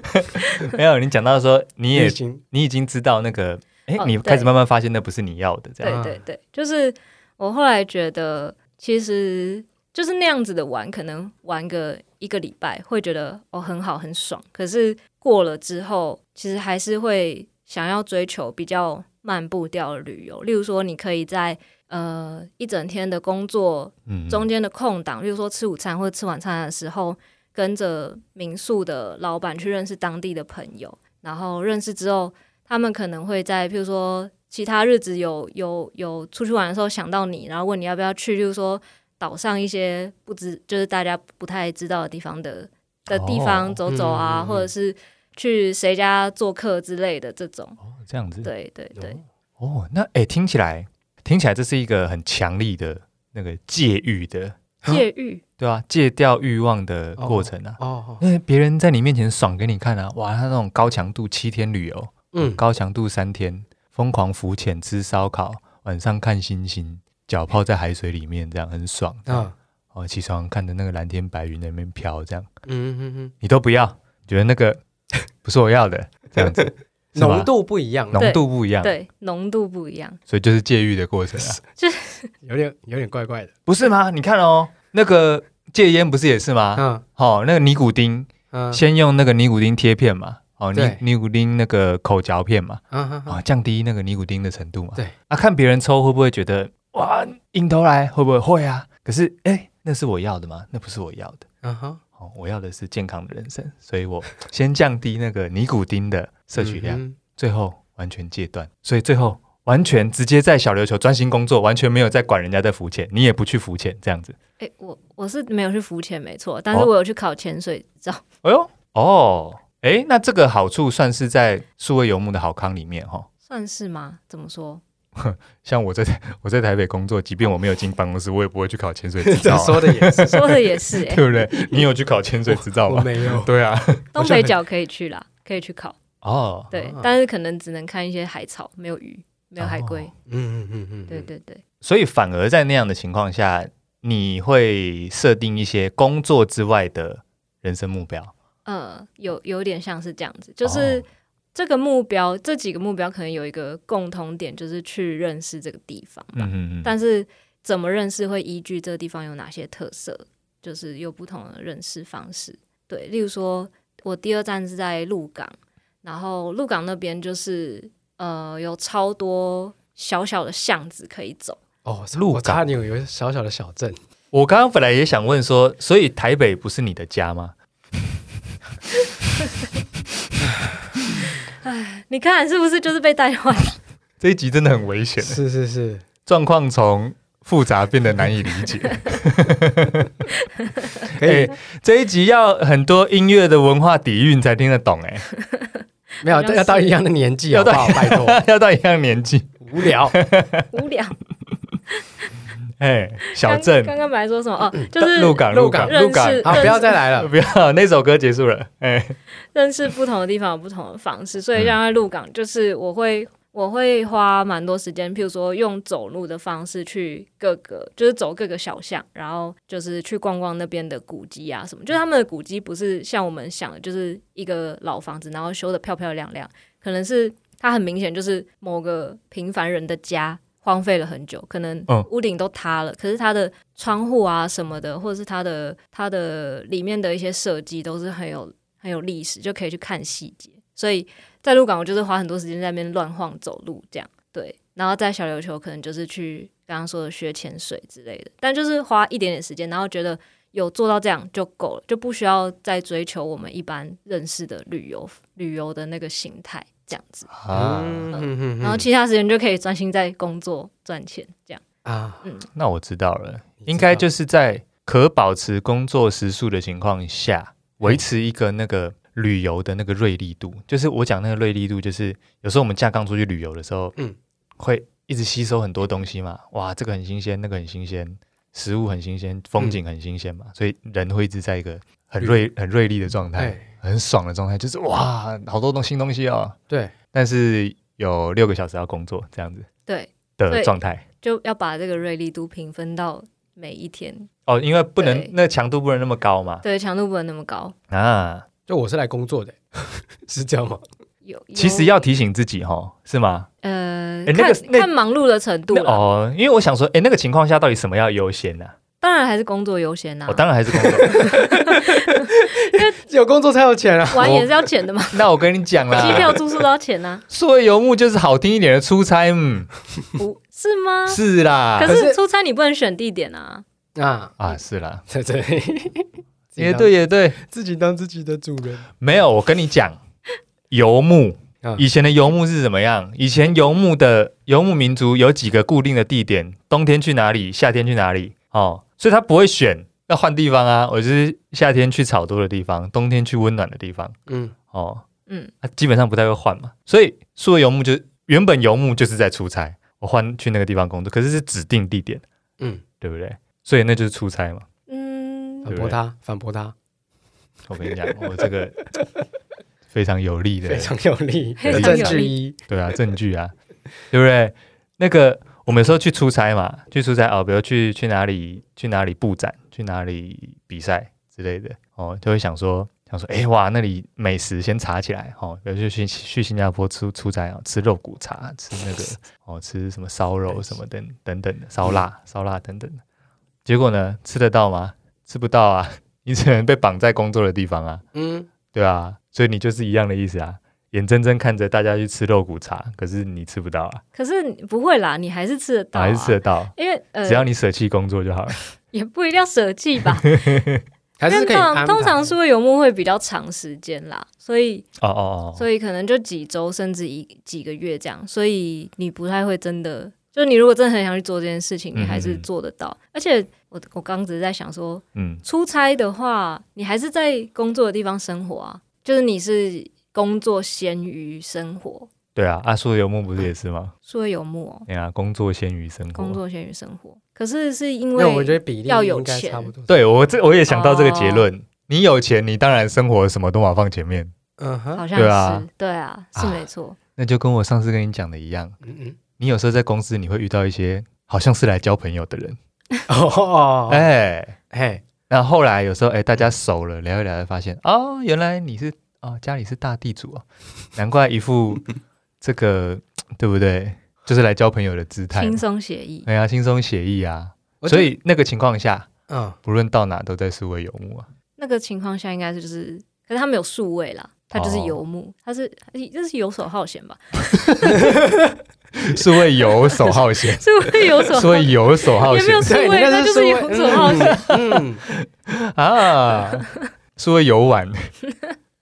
[SPEAKER 1] 没有，你讲到说你
[SPEAKER 2] 旅
[SPEAKER 1] 也
[SPEAKER 2] 行
[SPEAKER 1] 你已经知道那个，哎，
[SPEAKER 3] 哦
[SPEAKER 1] 你
[SPEAKER 3] 对
[SPEAKER 1] 开始慢慢发现那不是你要的，这样
[SPEAKER 3] 对对对，就是我后来觉得，其实就是那样子的玩，可能玩个一个礼拜会觉得哦很好很爽，可是过了之后，其实还是会想要追求比较慢步调的旅游，例如说你可以在。呃，一整天的工作
[SPEAKER 1] 嗯，
[SPEAKER 3] 中间的空档，例如说吃午餐或者吃晚餐的时候，跟着民宿的老板去认识当地的朋友，然后认识之后，他们可能会在譬如说其他日子有有有出去玩的时候想到你，然后问你要不要去，例如说岛上一些不知就是大家不太知道的地方的的地
[SPEAKER 1] 哦
[SPEAKER 3] 方走走
[SPEAKER 2] 嗯嗯
[SPEAKER 3] 啊，
[SPEAKER 2] 嗯
[SPEAKER 3] 或者是去谁家做客之类的这种。
[SPEAKER 1] 哦这样子，
[SPEAKER 3] 对对对，
[SPEAKER 1] 哦，那哎，听起来听起来这是一个很强力的那个戒欲的，
[SPEAKER 3] 戒欲
[SPEAKER 1] 对啊，戒掉欲望的过程啊。
[SPEAKER 2] 哦，
[SPEAKER 1] 因为别人在你面前爽给你看啊，哇，他那种高强度七天旅游，
[SPEAKER 2] 嗯，
[SPEAKER 1] 高强度三天，疯狂浮潜、吃烧烤，晚上看星星，脚泡在海水里面，这样很爽。
[SPEAKER 2] 啊，
[SPEAKER 1] 哦，起床看着那个蓝天白云在那边飘，这样
[SPEAKER 2] 嗯嗯嗯，
[SPEAKER 1] 你都不要，觉得那个 不是我要的，这 样子是吧
[SPEAKER 2] 浓度不一样，
[SPEAKER 1] 浓度不一样，
[SPEAKER 3] 对浓度不一样，
[SPEAKER 1] 所以就是戒欲的过程啊，
[SPEAKER 2] 有点有点怪怪的，
[SPEAKER 1] 不是吗？你看哦，那个戒烟不是也是吗？
[SPEAKER 2] 嗯
[SPEAKER 1] 哦，那个尼古丁，
[SPEAKER 2] 嗯
[SPEAKER 1] 先用那个尼古丁贴片嘛，哦，尼
[SPEAKER 2] 对
[SPEAKER 1] 尼古丁那个口嚼片嘛，
[SPEAKER 2] 嗯
[SPEAKER 1] 啊、
[SPEAKER 2] 嗯，
[SPEAKER 1] 降低那个尼古丁的程度嘛。
[SPEAKER 2] 对
[SPEAKER 1] 啊，看别人抽会不会觉得哇，硬头来会不会会啊？可是哎、那是我要的吗？那不是我要的。
[SPEAKER 2] 嗯哼，
[SPEAKER 1] 哦，我要的是健康的人生，所以我先降低那个尼古丁的摄取量，
[SPEAKER 2] 嗯
[SPEAKER 1] 最后完全戒断。所以最后完全直接在小琉球专心工作，完全没有在管人家在浮潜，你也不去浮潜这样子。
[SPEAKER 3] 诶，我我是没有去浮潜，没错，但是
[SPEAKER 1] 哦
[SPEAKER 3] 我有去考潜水照。
[SPEAKER 1] 哎呦，哦，哎，那这个好处算是在数位游牧的好康里面哈、哦。
[SPEAKER 3] 算是吗？怎么说？
[SPEAKER 1] 像我在 台我在台北工作，即便我没有进办公室，我也不会去考潜水执
[SPEAKER 2] 嗯 这
[SPEAKER 1] 照、啊，
[SPEAKER 2] 说的也是，
[SPEAKER 3] 说的也是、欸，
[SPEAKER 1] 对不对？你有去考潜水执照
[SPEAKER 2] 我
[SPEAKER 1] 吗？
[SPEAKER 2] 没有，
[SPEAKER 1] 对啊，
[SPEAKER 3] 东北角可以去啦，可以去考，
[SPEAKER 1] 哦，
[SPEAKER 3] 对
[SPEAKER 2] 啊，
[SPEAKER 3] 但是可能只能看一些海草，没有鱼，没有海龟
[SPEAKER 1] 哦，
[SPEAKER 2] 嗯嗯嗯嗯，
[SPEAKER 3] 对对对，
[SPEAKER 1] 所以反而在那样的情况下，你会设定一些工作之外的人生目标，
[SPEAKER 3] 呃，有有点像是这样子，
[SPEAKER 1] 哦
[SPEAKER 3] 就是这个目标，这几个目标可能有一个共同点，就是去认识这个地方吧，
[SPEAKER 1] 嗯嗯嗯，
[SPEAKER 3] 但是怎么认识会依据这个地方有哪些特色，就是有不同的认识方式。对，例如说我第二站是在鹿港，然后鹿港那边就是呃有超多小小的巷子可以走，
[SPEAKER 2] 哦，
[SPEAKER 1] 鹿
[SPEAKER 2] 我差点有一个小小的小镇，
[SPEAKER 1] 我刚刚本来也想问说，所以台北不是你的家吗？
[SPEAKER 3] 你看是不是就是被带坏？
[SPEAKER 1] 这一集真的很危险，
[SPEAKER 2] 是是是，
[SPEAKER 1] 状况从复杂变得难以理解。
[SPEAKER 2] 可以，
[SPEAKER 1] 哎这一集要很多音乐的文化底蕴才听得懂、哎，
[SPEAKER 2] 没有
[SPEAKER 3] 好像是
[SPEAKER 2] 要到一样的年纪好不好？拜托，
[SPEAKER 1] 要到一样年纪，
[SPEAKER 2] 无 聊，
[SPEAKER 3] 无聊。
[SPEAKER 1] 哎、小
[SPEAKER 3] 刚
[SPEAKER 1] 镇
[SPEAKER 3] 刚刚本来说什么？哦，就 是
[SPEAKER 1] 鹿港，
[SPEAKER 2] 鹿港
[SPEAKER 1] 鹿港
[SPEAKER 3] 认，识
[SPEAKER 2] 好，不要再来了，
[SPEAKER 1] 不要，那首歌结束了，哎、
[SPEAKER 3] 认识不同的地方有不同的方式，所以像在鹿港，就是我会我会花蛮多时间，譬如说用走路的方式去各个，就是走各个小巷，然后就是去逛逛那边的古迹啊什么。就是他们的古迹不是像我们想的，就是一个老房子，然后修的漂漂亮亮，可能是它很明显就是某个平凡人的家。荒废了很久，可能
[SPEAKER 1] 嗯
[SPEAKER 3] 屋顶都塌了，可是它的窗户啊什么的，或者是它的它的里面的一些设计都是很有很有历史，就可以去看细节。所以在鹿港，我就是花很多时间在那边乱晃走路这样。对，然后在小琉球可能就是去刚刚说的学潜水之类的，但就是花一点点时间，然后觉得有做到这样就够了，就不需要再追求我们一般认识的旅游旅游的那个形态这样子。
[SPEAKER 1] 啊。
[SPEAKER 2] 嗯嗯嗯
[SPEAKER 3] 然后其他时间就可以专心在工作赚钱这样。嗯
[SPEAKER 2] 啊，
[SPEAKER 1] 那我知道了，
[SPEAKER 2] 你知道
[SPEAKER 1] 应该就是在可保持工作时数的情况下，维持一个那个旅游的那个锐利度。就是我讲那个锐利度，就是有时候我们架杠出去旅游的时候，嗯
[SPEAKER 2] 嗯，
[SPEAKER 1] 会一直吸收很多东西嘛。哇，这个很新鲜，那个很新鲜，
[SPEAKER 2] 嗯
[SPEAKER 1] 食物很新鲜，风景很新鲜嘛，所以人会一直在一个很锐、很锐利的状态，
[SPEAKER 2] 哎，
[SPEAKER 1] 很爽的状态，就是哇，好多东新东西哦。
[SPEAKER 2] 对，
[SPEAKER 1] 但是有六个小时要工作这样子
[SPEAKER 3] 对，
[SPEAKER 1] 的
[SPEAKER 3] 对
[SPEAKER 1] 状态
[SPEAKER 3] 就要把这个锐利度平分到每一天，
[SPEAKER 1] 哦，因为不能
[SPEAKER 3] 对
[SPEAKER 1] 那强度不能那么高嘛
[SPEAKER 3] 对，强度不能那么高。
[SPEAKER 1] 啊。
[SPEAKER 2] 就我是来工作的， 是这样吗？
[SPEAKER 3] 有有
[SPEAKER 1] 其实要提醒自己哦，是吗？
[SPEAKER 3] 呃，
[SPEAKER 1] 哎诶那
[SPEAKER 3] 看
[SPEAKER 1] 个那
[SPEAKER 3] 看忙碌的程度
[SPEAKER 1] 那
[SPEAKER 3] 了，
[SPEAKER 1] 哦，因为我想说，哎，那个情况下到底什么要优先呢？
[SPEAKER 3] 当然还是工作优先呐、啊
[SPEAKER 1] 我哦当然还是工作。
[SPEAKER 2] 有工作才有钱啊！
[SPEAKER 3] 玩也是要钱的嘛，
[SPEAKER 1] 那我跟你讲啦，
[SPEAKER 3] 机票、住宿都要钱啊 呐、
[SPEAKER 1] 数位游牧就是好听一点的出差，嗯，
[SPEAKER 3] 不是吗？
[SPEAKER 1] 是啊啦，
[SPEAKER 3] 啊可
[SPEAKER 2] 可
[SPEAKER 3] 是
[SPEAKER 2] 是
[SPEAKER 3] 出差你不能选地点啊，
[SPEAKER 2] 啊，
[SPEAKER 1] 啊，是啦，
[SPEAKER 2] 对 对，自己
[SPEAKER 1] 也
[SPEAKER 2] 当
[SPEAKER 1] 对，也对，
[SPEAKER 2] 自己当自己的主人。
[SPEAKER 1] 没有，我跟你讲，游牧
[SPEAKER 2] 嗯
[SPEAKER 1] 以前的游牧是怎么样？以前游牧的游牧民族有几个固定的地点，冬天去哪里，夏天去哪里，哦，所以他不会选要换地方啊，我就是夏天去草多的地方，冬天去温暖的地方，
[SPEAKER 2] 嗯，
[SPEAKER 1] 哦，
[SPEAKER 3] 嗯，
[SPEAKER 1] 啊、基本上不太会换嘛，所以数位游牧就原本游牧就是在出差，我换去那个地方工作，可是是指定地点，
[SPEAKER 2] 嗯，
[SPEAKER 1] 对不对？所以那就是出差嘛。
[SPEAKER 3] 嗯，
[SPEAKER 2] 反驳他，反驳他，
[SPEAKER 1] 我跟你讲，我这个非常有力的
[SPEAKER 2] 非，常有 力，
[SPEAKER 3] 非
[SPEAKER 1] 常
[SPEAKER 2] 证
[SPEAKER 1] 有
[SPEAKER 2] 据
[SPEAKER 3] 力
[SPEAKER 2] 一，
[SPEAKER 1] 对啊，证据啊，对不对？那个我们有时候去出差嘛，去出差哦，比如去去哪里去哪里布展，去哪里比赛之类的哦，就会想说想说，哎哇，那里美食先查起来哦，比如就去去新加坡出出差哦，吃肉骨茶，吃那个哦，吃什么烧肉什么等等等的，烧腊烧腊等等的，结果呢，吃得到吗？吃不到啊，你只能被绑在工作的地方啊。
[SPEAKER 2] 嗯，
[SPEAKER 1] 对啊，所以你就是一样的意思啊，眼睁睁看着大家去吃肉骨茶，可是你吃不到啊，
[SPEAKER 3] 可是你不会啦，你还是吃得到、啊，
[SPEAKER 1] 还是吃得到，
[SPEAKER 3] 因为呃
[SPEAKER 1] 只要你舍弃工作就好了。
[SPEAKER 3] 也不一定要舍 弃吧，
[SPEAKER 2] 还
[SPEAKER 3] 因
[SPEAKER 2] 是
[SPEAKER 3] 为
[SPEAKER 2] 可以
[SPEAKER 3] 通
[SPEAKER 2] 安排
[SPEAKER 3] 常通常是会游牧会比较长时间啦，所以
[SPEAKER 1] 哦哦哦，
[SPEAKER 3] 所以可能就几周甚至一几个月这样，所以你不太会真的，就是你如果真的很想去做这件事情，你还
[SPEAKER 1] 嗯
[SPEAKER 3] 是
[SPEAKER 1] 嗯嗯
[SPEAKER 3] 做得到。而且我我刚只是在想说，
[SPEAKER 1] 嗯，
[SPEAKER 3] 出差的话，你还是在工作的地方生活啊，就是你是工作先于生活，
[SPEAKER 1] 对啊，阿树游牧不是也是吗？
[SPEAKER 3] 数位游牧哦，
[SPEAKER 1] 哎呀、工作先于生活。
[SPEAKER 3] 工作先于生活。可是是因
[SPEAKER 2] 没有，我觉
[SPEAKER 3] 为
[SPEAKER 2] 得比例
[SPEAKER 3] 要有
[SPEAKER 2] 应该
[SPEAKER 3] 钱
[SPEAKER 2] 差不多。，
[SPEAKER 1] 对我这我也想到这个结
[SPEAKER 3] 哦
[SPEAKER 1] 论，你有钱，你当然生活什么都往放前面，
[SPEAKER 2] 嗯哼，
[SPEAKER 3] 好像是
[SPEAKER 1] 对啊
[SPEAKER 3] 对啊，是没错，
[SPEAKER 1] 那就跟我上次跟你讲的一样，
[SPEAKER 2] 嗯嗯，
[SPEAKER 1] 你有时候在公司你会遇到一些好像是来交朋友的人，
[SPEAKER 2] 哦，哎
[SPEAKER 1] 哎、
[SPEAKER 2] 嘿，
[SPEAKER 1] 然后后来有时候，哎，大家熟了，聊一聊，发现哦，原来你是哦，家里是大地主哦， 难怪一副这个对不对，就是来交朋友的姿态
[SPEAKER 3] 轻
[SPEAKER 1] 嘛，
[SPEAKER 3] 松写意。
[SPEAKER 1] 哎呀，轻松写意啊。
[SPEAKER 2] 我觉
[SPEAKER 1] 所
[SPEAKER 2] 得
[SPEAKER 1] 以那个情况下，
[SPEAKER 2] 嗯，
[SPEAKER 1] 不论到哪都在数位游牧啊。
[SPEAKER 3] 那个情况下应该是就是，可是他没有数位啦，他就是
[SPEAKER 1] 哦
[SPEAKER 3] 游牧，他是这是游手好闲吧？，
[SPEAKER 1] 数位游手好闲
[SPEAKER 3] 是会游手好
[SPEAKER 1] 数位
[SPEAKER 3] 闲，
[SPEAKER 1] 游手好
[SPEAKER 3] 也没
[SPEAKER 1] 闲
[SPEAKER 3] 有数位，他 就是游手好闲。
[SPEAKER 2] 闲。 嗯，
[SPEAKER 1] 啊，数位游 玩。哦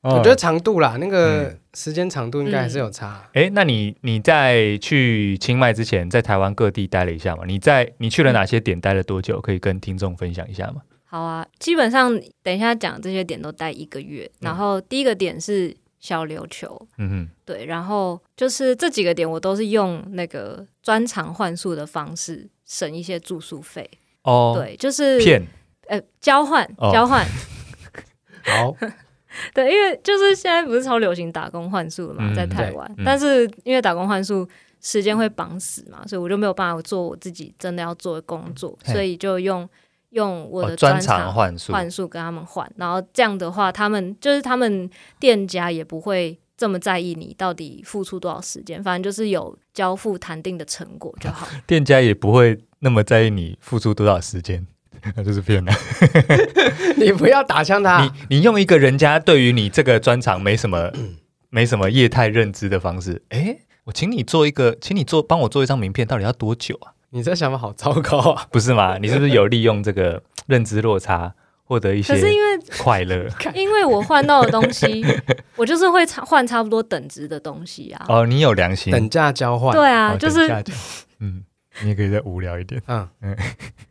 [SPEAKER 2] 我
[SPEAKER 1] 我
[SPEAKER 2] 觉得，长度啦，那个
[SPEAKER 1] 嗯
[SPEAKER 2] 时间长度应该还是有差。
[SPEAKER 1] 哎，那你你在去清迈之前，在台湾各地待了一下嘛？你在你去了哪些点？待了多久？可以跟听众分享一下吗？
[SPEAKER 3] 好啊，基本上等一下讲这些点都待一个月，然后第一个点是小琉球，
[SPEAKER 1] 嗯哼。
[SPEAKER 3] 对，然后就是这几个点我都是用那个专场换宿的方式省一些住宿费，
[SPEAKER 1] 哦，
[SPEAKER 3] 对，就是
[SPEAKER 1] 骗
[SPEAKER 3] 呃交换
[SPEAKER 1] 哦
[SPEAKER 3] 交换，
[SPEAKER 2] 好，
[SPEAKER 3] 对，因为就是现在不是超流行打工换宿了嘛，
[SPEAKER 1] 嗯
[SPEAKER 3] 在台湾，
[SPEAKER 1] 对嗯
[SPEAKER 3] 但是因为打工换宿时间会绑死嘛，所以我就没有办法做我自己真的要做的工作，
[SPEAKER 1] 嘿
[SPEAKER 3] 所以就用用我
[SPEAKER 1] 哦
[SPEAKER 3] 的
[SPEAKER 1] 专
[SPEAKER 3] 长
[SPEAKER 1] 长幻术，
[SPEAKER 3] 换数跟他们换，然后这样的话，他们就是他们店家也不会这么在意你到底付出多少时间，反正就是有交付谈定的成果就 好。
[SPEAKER 1] 店家也不会那么在意你付出多少时间， 那就是骗人。
[SPEAKER 2] 你不要打枪
[SPEAKER 3] 啊
[SPEAKER 2] 他。
[SPEAKER 1] 你你用一个人家对于你这个专长没什 么没什么业态认知的方式，诶，我请你做一个，请你做帮我做一张名片，到底要多久啊？
[SPEAKER 2] 你这想法好糟糕啊！
[SPEAKER 1] 不是吗？你是不是有利用这个认知落差，获得一
[SPEAKER 3] 可
[SPEAKER 1] 些
[SPEAKER 3] 是因为
[SPEAKER 1] 快乐？
[SPEAKER 3] 因为我换到的东西，我就是会差换差不多等值的东西啊。
[SPEAKER 1] 哦，你有良心，
[SPEAKER 2] 等价交换，
[SPEAKER 3] 对
[SPEAKER 1] 哦
[SPEAKER 3] 啊，就
[SPEAKER 1] 等
[SPEAKER 3] 是
[SPEAKER 1] 价交嗯，你也可以再无聊一点，
[SPEAKER 2] 嗯
[SPEAKER 1] 嗯，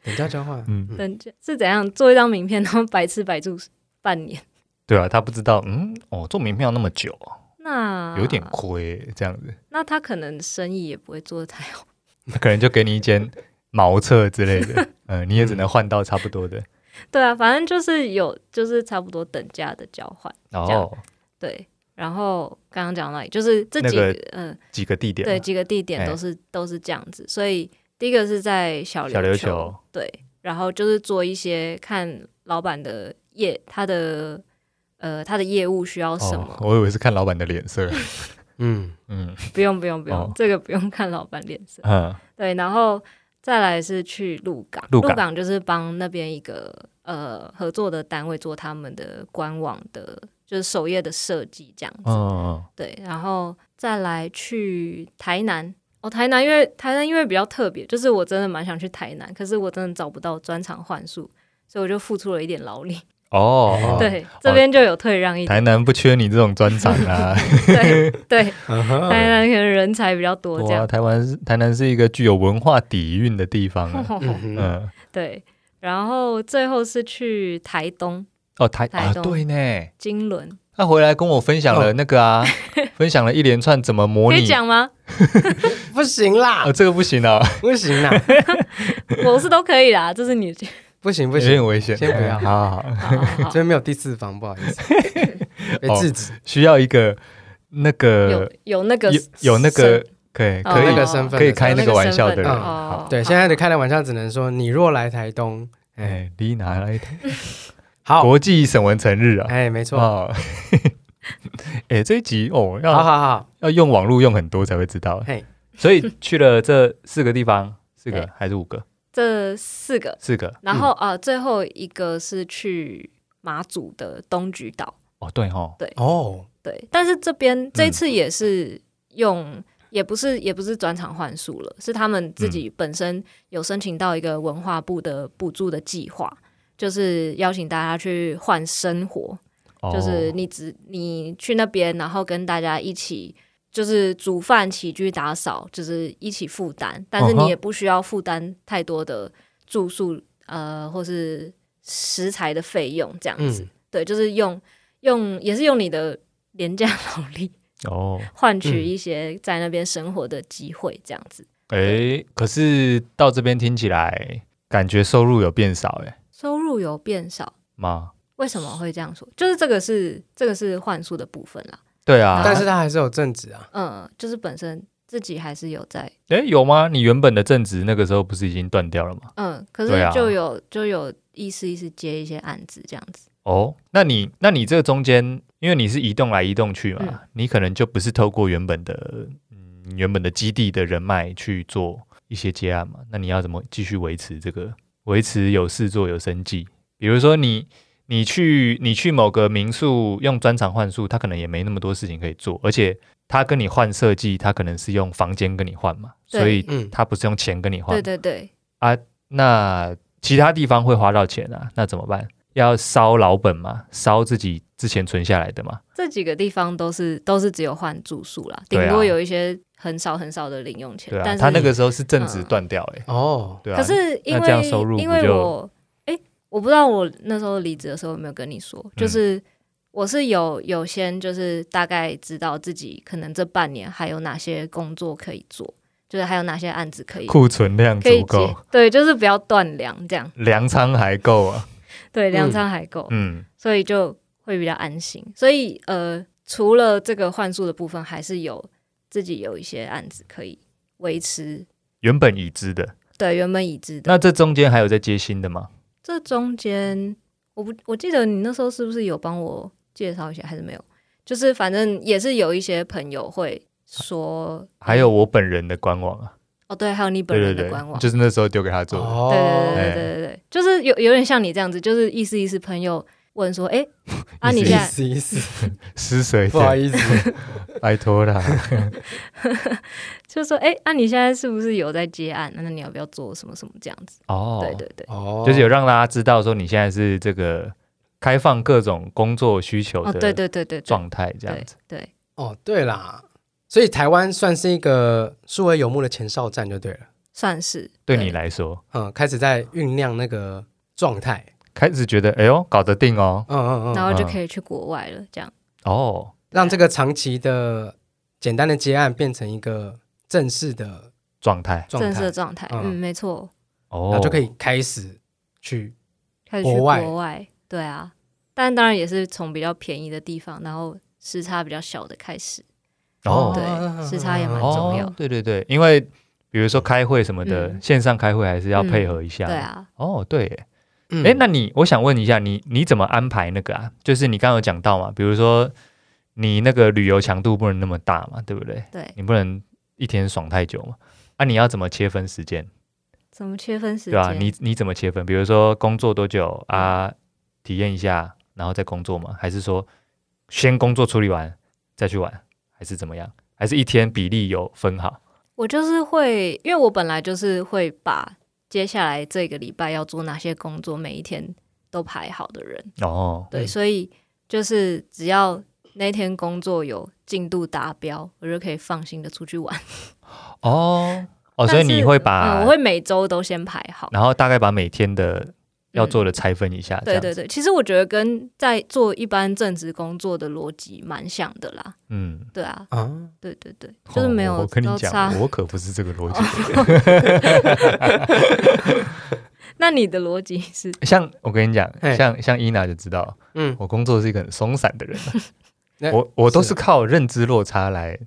[SPEAKER 2] 等价交换，
[SPEAKER 1] 嗯，
[SPEAKER 3] 等是怎样做一张名片，然后白吃白住半年，
[SPEAKER 1] 对啊，他不知道，嗯，哦，做名片要那么久，
[SPEAKER 3] 那
[SPEAKER 1] 有点亏，这样子。
[SPEAKER 3] 那他可能生意也不会做得太好。
[SPEAKER 1] 可能就给你一间茅厕之类的，嗯、你也只能换到差不多的。
[SPEAKER 3] 对啊，反正就是有就是差不多等价的交换，
[SPEAKER 1] 然
[SPEAKER 3] 这样
[SPEAKER 1] 后
[SPEAKER 3] 对。然后刚刚讲到哪里，就是这
[SPEAKER 1] 那
[SPEAKER 3] 几
[SPEAKER 1] 个
[SPEAKER 3] 嗯、
[SPEAKER 1] 几个地点
[SPEAKER 3] 对
[SPEAKER 1] 嘛，
[SPEAKER 3] 几个地点
[SPEAKER 1] 哎
[SPEAKER 3] 都是都是这样子，所以第一个是在小
[SPEAKER 1] 小琉
[SPEAKER 3] 球，
[SPEAKER 1] 球
[SPEAKER 3] 对，然后就是做一些看老板的业他的呃他的业务需要什么，
[SPEAKER 1] 哦，我以为是看老板的脸色，
[SPEAKER 2] 嗯，
[SPEAKER 1] 嗯
[SPEAKER 3] 不用不用不用，
[SPEAKER 1] 哦
[SPEAKER 3] 这个不用看老板脸色。
[SPEAKER 1] 嗯，
[SPEAKER 3] 对，然后再来是去鹿港，
[SPEAKER 1] 鹿
[SPEAKER 3] 鹿
[SPEAKER 1] 港
[SPEAKER 3] 就是帮那边一个呃合作的单位做他们的官网的，就是首页的设计这样子。
[SPEAKER 1] 嗯，
[SPEAKER 3] 对，然后再来去台南。哦，台南因为台南因为比较特别，就是我真的蛮想去台南，可是我真的找不到专场幻术，所以我就付出了一点劳力。
[SPEAKER 1] 哦，
[SPEAKER 3] 对，这边就有退让一点。
[SPEAKER 1] 台南不缺你这种专场 啊，
[SPEAKER 3] 对对，
[SPEAKER 2] 嗯哼
[SPEAKER 3] 台南可能人才比较多这
[SPEAKER 1] 对啊，
[SPEAKER 3] 样。
[SPEAKER 1] 台湾是台南是一个具有文化底蕴的地方 啊，
[SPEAKER 2] 嗯哼，
[SPEAKER 1] 嗯，
[SPEAKER 3] 对，然后最后是去台东
[SPEAKER 1] 哦台啊
[SPEAKER 3] 台东
[SPEAKER 1] 对呢，
[SPEAKER 3] 金轮，
[SPEAKER 1] 他回来跟我分享了那个 啊，分享了一连串怎么模
[SPEAKER 3] 哦可以
[SPEAKER 1] 拟，
[SPEAKER 3] 讲吗？
[SPEAKER 2] 不行啦
[SPEAKER 1] 呃，，这个不行啊，
[SPEAKER 2] 不行啦，
[SPEAKER 3] 我是都可以啦，这是你的。
[SPEAKER 2] 不行不
[SPEAKER 1] 有
[SPEAKER 2] 行，
[SPEAKER 1] 点危险，
[SPEAKER 2] 先不要
[SPEAKER 1] 嗯好好好，
[SPEAKER 3] 好好好
[SPEAKER 2] 这边没有第四方，不好意 思，被制止，
[SPEAKER 1] 需要一个那
[SPEAKER 3] 有
[SPEAKER 1] 个
[SPEAKER 3] 有那个
[SPEAKER 1] 有有那个可以
[SPEAKER 3] 哦
[SPEAKER 1] 可
[SPEAKER 2] 那
[SPEAKER 1] 以
[SPEAKER 2] 个身份
[SPEAKER 1] 可以开那个玩笑的
[SPEAKER 3] 身份
[SPEAKER 1] 人，
[SPEAKER 2] 嗯
[SPEAKER 1] 好
[SPEAKER 3] 哦，
[SPEAKER 2] 对，
[SPEAKER 3] 好
[SPEAKER 2] 现在的开的玩笑只能说你若来台东，哎，
[SPEAKER 1] 哎，丽娜来
[SPEAKER 2] 好，
[SPEAKER 1] 国际沈文成日啊，
[SPEAKER 2] 哎，没错，
[SPEAKER 1] 哦， 哎，这一集哦
[SPEAKER 2] 好
[SPEAKER 1] 要
[SPEAKER 2] 好好，
[SPEAKER 1] 要用网络用很多才会知道
[SPEAKER 2] 嘿，
[SPEAKER 1] 所以去了这四个地方，四个
[SPEAKER 3] 对
[SPEAKER 1] 还是五个？
[SPEAKER 3] 这四个，
[SPEAKER 1] 四个
[SPEAKER 3] 然后啊，最后一个是去马祖的东莒岛，
[SPEAKER 1] 哦，对哈，
[SPEAKER 2] 哦，
[SPEAKER 3] 对，但是这边这次也是用。也不是，也不是转场换术了，是他们自己本身有申请到一个文化部的补助的计划，就是邀请大家去换生活，
[SPEAKER 1] 哦
[SPEAKER 3] 就是你只你去那边，然后跟大家一起就是煮饭、起居、打扫，就是一起负担，但是
[SPEAKER 1] 嗯哼
[SPEAKER 3] 你也不需要负担太多的住宿呃或是食材的费用这样子。
[SPEAKER 2] 嗯
[SPEAKER 3] 对，就是用用也是用你的廉价劳力
[SPEAKER 1] 哦，
[SPEAKER 3] 换取
[SPEAKER 2] 嗯
[SPEAKER 3] 一些在那边生活的机会，这样子。
[SPEAKER 1] 哎，可是到这边听起来感觉收入有变少哎
[SPEAKER 3] 收入有变少，
[SPEAKER 1] 吗？
[SPEAKER 3] 为什么会这样说？就是这个是这个是幻术的部分啦，
[SPEAKER 1] 对啊，
[SPEAKER 2] 但是他还是有正职啊，
[SPEAKER 3] 嗯，就是本身自己还是有在
[SPEAKER 1] 哎有吗？你原本的正职那个时候不是已经断掉了吗？
[SPEAKER 3] 嗯，可
[SPEAKER 1] 对
[SPEAKER 3] 是
[SPEAKER 1] 啊
[SPEAKER 3] 就有、就有意思意思接一些案子这样子，
[SPEAKER 1] 哦，那你那你这个中间，因为你是移动来移动去嘛，
[SPEAKER 3] 嗯
[SPEAKER 1] 你可能就不是透过原本的嗯原本的基地的人脉去做一些接案嘛，那你要怎么继续维持这个维持有事做有生计？比如说你你去你去某个民宿用专场换宿，他可能也没那么多事情可以做，而且他跟你换设计，他可能是用房间跟你换嘛，
[SPEAKER 3] 对
[SPEAKER 1] 所以
[SPEAKER 2] 嗯，
[SPEAKER 1] 他不是用钱跟你换
[SPEAKER 3] 对，对对，
[SPEAKER 1] 那其他地方会花到钱啊，那怎么办？要烧老本嘛，烧自己之前存下来的嘛。
[SPEAKER 3] 这几个地方都是都是只有换住宿啦，
[SPEAKER 1] 对啊
[SPEAKER 3] 顶多有一些很少很少的零用钱，
[SPEAKER 1] 对啊
[SPEAKER 3] 但，是嗯
[SPEAKER 1] 他那个时候是正值断掉哎、
[SPEAKER 2] 哦，
[SPEAKER 1] 对啊。
[SPEAKER 3] 可是因
[SPEAKER 1] 那
[SPEAKER 3] 为
[SPEAKER 1] 这样收入不
[SPEAKER 3] 因为
[SPEAKER 1] 就
[SPEAKER 3] 我哎、我不知道我那时候离职的时候有没有跟你说，
[SPEAKER 1] 嗯
[SPEAKER 3] 就是。我是有有先就是大概知道自己可能这半年还有哪些工作可以做，就是还有哪些案子可以
[SPEAKER 1] 库存量
[SPEAKER 3] 可以
[SPEAKER 1] 足
[SPEAKER 3] 接
[SPEAKER 1] 够，，
[SPEAKER 3] 对，就是不要断粮这样，
[SPEAKER 1] 粮仓还够 啊。
[SPEAKER 3] 对，粮
[SPEAKER 2] 嗯
[SPEAKER 3] 仓还够，
[SPEAKER 1] 嗯，
[SPEAKER 3] 所以就会比较安心。所以呃，除了这个幻术的部分，还是有自己有一些案子可以维持
[SPEAKER 1] 原本已知的，
[SPEAKER 3] 对原本已知的。
[SPEAKER 1] 那这中间还有在接新的吗？
[SPEAKER 3] 这中间，我不我记得你那时候是不是有帮我介绍一下，还是没有？就是反正也是有一些朋友会说，
[SPEAKER 1] 还有我本人的官网啊，
[SPEAKER 3] 哦对，还有你本
[SPEAKER 1] 对对
[SPEAKER 3] 人的
[SPEAKER 1] 对
[SPEAKER 3] 官，网。
[SPEAKER 1] 就是那时候丢给他做的。
[SPEAKER 2] 哦
[SPEAKER 3] 对对
[SPEAKER 1] 哎
[SPEAKER 3] 对对对对对，就是有有点像你这样子，就是意思意思朋友问说，哎，啊你
[SPEAKER 1] 意
[SPEAKER 3] 现
[SPEAKER 2] 意
[SPEAKER 3] 在
[SPEAKER 2] 思 意思，
[SPEAKER 1] 施舍一
[SPEAKER 2] 不好
[SPEAKER 1] 点，
[SPEAKER 2] 意思，
[SPEAKER 1] 拜托 啦。
[SPEAKER 3] 就说，哎，啊你现在是不是有在接案？那你要不要做什么什么这样子？
[SPEAKER 1] 哦，
[SPEAKER 3] 对对对。
[SPEAKER 2] 哦，
[SPEAKER 1] 就是有让大家知道说你现在是这个开放各种工作需求
[SPEAKER 3] 哦，对
[SPEAKER 1] 的
[SPEAKER 3] 对对对，对
[SPEAKER 1] 状态，这样子。
[SPEAKER 3] 对对
[SPEAKER 2] 哦，对啦，所以台湾算是一个数位游牧的前哨站就对了，
[SPEAKER 3] 算是
[SPEAKER 1] 对你，来说，
[SPEAKER 2] 嗯，开始在酝酿那个状态，
[SPEAKER 1] 开始觉得，哎呦，搞得定哦，
[SPEAKER 2] 嗯嗯
[SPEAKER 3] 然
[SPEAKER 2] 嗯，
[SPEAKER 3] 后就可以去国外了，这样
[SPEAKER 1] 哦，
[SPEAKER 2] 让这个长期的简单的结案变成一个正式的
[SPEAKER 1] 状态
[SPEAKER 2] 状
[SPEAKER 3] 正式
[SPEAKER 2] 态
[SPEAKER 3] 的，状态，
[SPEAKER 2] 嗯
[SPEAKER 3] 嗯，没错，
[SPEAKER 1] 哦
[SPEAKER 2] 然后，就可以开始去
[SPEAKER 3] 开始去
[SPEAKER 2] 国
[SPEAKER 3] 国
[SPEAKER 2] 外
[SPEAKER 3] 外，对啊，但当然也是从比较便宜的地方，然后时差比较小的开始，
[SPEAKER 1] 哦
[SPEAKER 3] 对，时差也蛮重要
[SPEAKER 1] 哦，对对对，因为比如说开会什么的，
[SPEAKER 3] 嗯
[SPEAKER 1] 线上开会还是要配合一下。
[SPEAKER 3] 对啊，
[SPEAKER 1] 哦，对耶，
[SPEAKER 2] 嗯
[SPEAKER 1] 哎、那你我想问一下，你你怎么安排那个啊？就是你刚刚有讲到嘛，比如说你那个旅游强度不能那么大嘛，对不对？
[SPEAKER 3] 对，
[SPEAKER 1] 你不能一天爽太久嘛。啊，你要怎么切分时间，
[SPEAKER 3] 怎么切分时
[SPEAKER 1] 对
[SPEAKER 3] 间？
[SPEAKER 1] 吧、你你怎么切分？比如说工作多久
[SPEAKER 3] 嗯
[SPEAKER 1] 啊？体验一下，然后再工作吗？还是说先工作处理完再去玩，还是怎么样？还是一天比例有分好？
[SPEAKER 3] 我就是会，因为我本来就是会把接下来这个礼拜要做哪些工作，每一天都排好的人，
[SPEAKER 1] 哦，
[SPEAKER 3] 对，
[SPEAKER 2] 嗯
[SPEAKER 3] 所以就是只要那天工作有进度达标，我就可以放心的出去玩。
[SPEAKER 1] 哦，哦，
[SPEAKER 3] 但
[SPEAKER 1] 所以
[SPEAKER 3] 是
[SPEAKER 1] 你会
[SPEAKER 3] 嗯
[SPEAKER 1] 把，
[SPEAKER 3] 我会每周都先排好。
[SPEAKER 1] 然后大概把每天的要做的拆分一下，这
[SPEAKER 3] 对
[SPEAKER 1] 样
[SPEAKER 3] 对
[SPEAKER 1] 子，
[SPEAKER 3] 对，其实我觉得跟在做一般正职工作的逻辑蛮像的啦。
[SPEAKER 1] 嗯，
[SPEAKER 3] 对啊，
[SPEAKER 2] 啊，
[SPEAKER 3] 对对对，就是没有
[SPEAKER 1] 哦我跟你
[SPEAKER 3] 都差哦
[SPEAKER 1] 讲，。我可不是这个逻辑。
[SPEAKER 3] 那你的逻辑是
[SPEAKER 1] 像我跟你讲，
[SPEAKER 2] 嘿
[SPEAKER 1] 像像伊娜就知道，
[SPEAKER 2] 嗯，
[SPEAKER 1] 我工作是一个很松散的人啊
[SPEAKER 2] 那
[SPEAKER 1] 我我都
[SPEAKER 2] 是
[SPEAKER 1] 是靠认知落差来，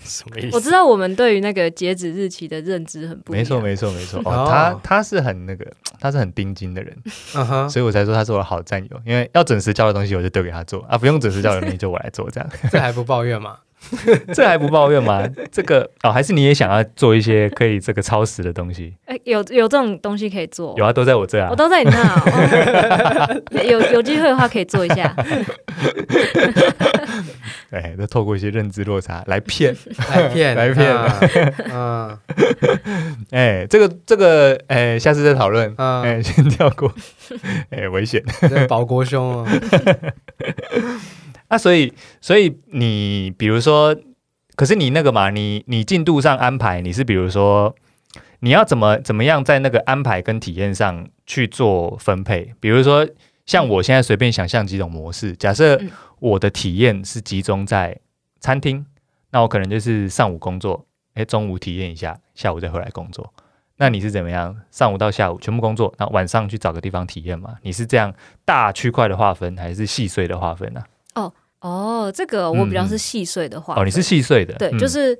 [SPEAKER 2] 什么意
[SPEAKER 3] 我
[SPEAKER 2] 思？
[SPEAKER 3] 知道我们对于那个截止日期的认知很不一样。
[SPEAKER 1] 没错没错没 错。哦
[SPEAKER 2] 哦，
[SPEAKER 1] 他他是很那个，他是很钉钉的人，
[SPEAKER 2] 嗯 哼，
[SPEAKER 1] 所以我才说他是我的好战友，因为要准时交的东西我就丢给他做啊，不用准时交的东西就我来做， 这样
[SPEAKER 2] 这还不抱怨 吗？
[SPEAKER 1] 这还不抱怨吗？这个哦，还是你也想要做一些可以这个超时的东西？
[SPEAKER 3] 哎，有有这种东西可以做，
[SPEAKER 1] 有啊，都在我这啊
[SPEAKER 3] 哦我。都在你那哦。 有有机会的话可以做一下，
[SPEAKER 1] 哎，都透过一些认知落差来骗。
[SPEAKER 2] 来骗
[SPEAKER 1] 来骗
[SPEAKER 2] 啊，
[SPEAKER 1] 哎，这个这个，哎，下次再讨论。
[SPEAKER 2] 嗯
[SPEAKER 1] 哎，先跳 过。哎，危险。
[SPEAKER 2] 嗯这保国兄哦，
[SPEAKER 1] 啊，所以所以你比如说，可是你那个嘛，你你进度上安排，你是比如说你要怎么怎么样在那个安排跟体验上去做分配，比如说。像我现在随便想象几种模式，假设
[SPEAKER 3] 嗯
[SPEAKER 1] 我的体验是集中在餐厅，那我可能就是上午工作，哎，中午体验一下，下午再回来工作。那你是怎么样？上午到下午全部工作，那晚上去找个地方体验嘛？你是这样大区块的划分，还是细碎的划分呢、啊
[SPEAKER 3] 哦，这个我比较是细碎的话、
[SPEAKER 1] 嗯哦，你是细碎的，
[SPEAKER 3] 对，
[SPEAKER 1] 嗯
[SPEAKER 3] 就是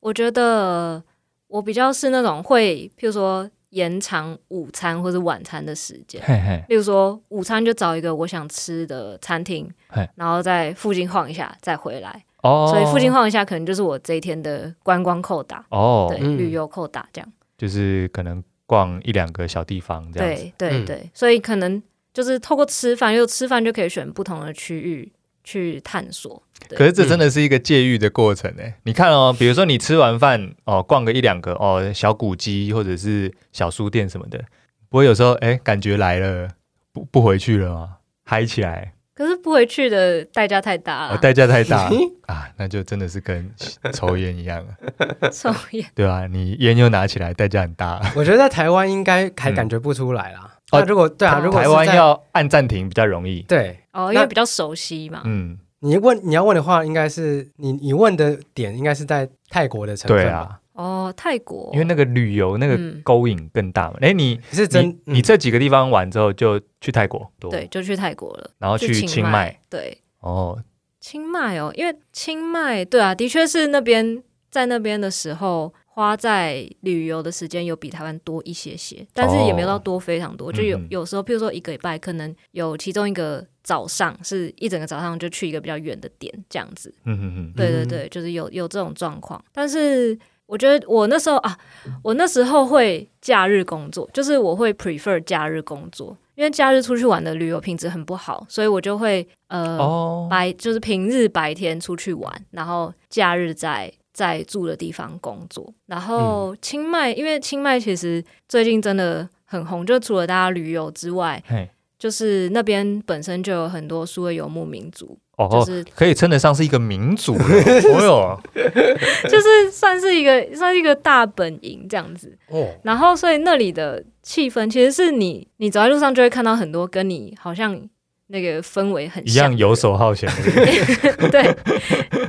[SPEAKER 3] 我觉得我比较是那种会，譬如说延长午餐或者晚餐的时间。
[SPEAKER 1] 嘿嘿，
[SPEAKER 3] 例如说，午餐就找一个我想吃的餐厅
[SPEAKER 1] 嘿，
[SPEAKER 3] 然后在附近晃一下，再回来。
[SPEAKER 1] 哦，
[SPEAKER 3] 所以附近晃一下，可能就是我这一天的观光扣打，
[SPEAKER 1] 哦
[SPEAKER 3] 对，，
[SPEAKER 2] 嗯
[SPEAKER 3] 旅游扣打这样。
[SPEAKER 1] 就是可能逛一两个小地方这样子，
[SPEAKER 3] 对对
[SPEAKER 2] 嗯
[SPEAKER 3] 对，所以可能就是透过吃饭，又吃饭就可以选不同的区域去探索。对嗯
[SPEAKER 1] 可是这真的是一个戒欲的过程哎、你看哦，比如说你吃完饭哦，逛个一两个哦小古迹或者是小书店什么的，不会有时候哎感觉来了不不回去了吗？嗨起来，
[SPEAKER 3] 可是不回去的代价太大
[SPEAKER 1] 哦、
[SPEAKER 3] 了，
[SPEAKER 1] 代价太 大啊，那就真的是跟抽烟一样了，啊
[SPEAKER 3] 抽 烟。
[SPEAKER 1] 对啊，你烟又拿起来，代价很大。
[SPEAKER 2] 我觉得在台湾应该还感觉不出来啦。
[SPEAKER 1] 嗯
[SPEAKER 2] 那如果对啊，
[SPEAKER 3] 哦
[SPEAKER 2] 如果是
[SPEAKER 1] 台湾
[SPEAKER 2] 在
[SPEAKER 1] 要按暂停比较容易，
[SPEAKER 2] 对
[SPEAKER 3] 哦，因为
[SPEAKER 2] 那
[SPEAKER 3] 比较熟悉嘛。
[SPEAKER 1] 嗯，
[SPEAKER 2] 你问你要问的话，应该是你你问的点应该是在泰国的成分
[SPEAKER 1] 对
[SPEAKER 2] 吧？
[SPEAKER 1] 啊，
[SPEAKER 3] 哦，泰国，
[SPEAKER 1] 因为那个旅游那个
[SPEAKER 3] 嗯
[SPEAKER 1] 勾引更大嘛。哎、你
[SPEAKER 2] 是真
[SPEAKER 1] 你你这几个地方玩之后就去泰国，
[SPEAKER 3] 对，，就去泰国了，
[SPEAKER 1] 然后哦去
[SPEAKER 3] 去
[SPEAKER 1] 清迈
[SPEAKER 3] 迈，，对，
[SPEAKER 1] 哦，
[SPEAKER 3] 清迈哦，因为清迈，对啊，的确是那边在那边的时候。花在旅游的时间有比台湾多一些些，但是也没有到多非常多，就有
[SPEAKER 1] 哦嗯嗯
[SPEAKER 3] 有时候，譬如说一个礼拜，可能有其中一个早上是一整个早上就去一个比较远的点这样子。
[SPEAKER 1] 嗯嗯嗯，
[SPEAKER 3] 对对
[SPEAKER 2] 嗯
[SPEAKER 3] 对，就是有有这种状况。但是我觉得我那时候啊，我那时候会假日工作，就是我会 prefer 假日工作，因为假日出去玩的旅游品质很不好，所以我就会呃、
[SPEAKER 1] 哦，
[SPEAKER 3] 白就是平日白天出去玩，然后假日在在住的地方工作。然
[SPEAKER 1] 嗯
[SPEAKER 3] 后清迈，因为清迈其实最近真的很红，就除了大家旅游之外，
[SPEAKER 1] 嘿，
[SPEAKER 3] 就是那边本身就有很多苏维游牧民族，
[SPEAKER 1] 哦，
[SPEAKER 3] 就是
[SPEAKER 1] 可以称得上是一个民族 了，哦哟，
[SPEAKER 3] 就是算是一个算是一个大本营这样子。
[SPEAKER 2] 哦，
[SPEAKER 3] 然后，所以那里的气氛其实是你你走在路上就会看到很多跟你好像那个氛围很
[SPEAKER 1] 一样
[SPEAKER 3] 像
[SPEAKER 1] 游手好 闲的人，
[SPEAKER 3] 对，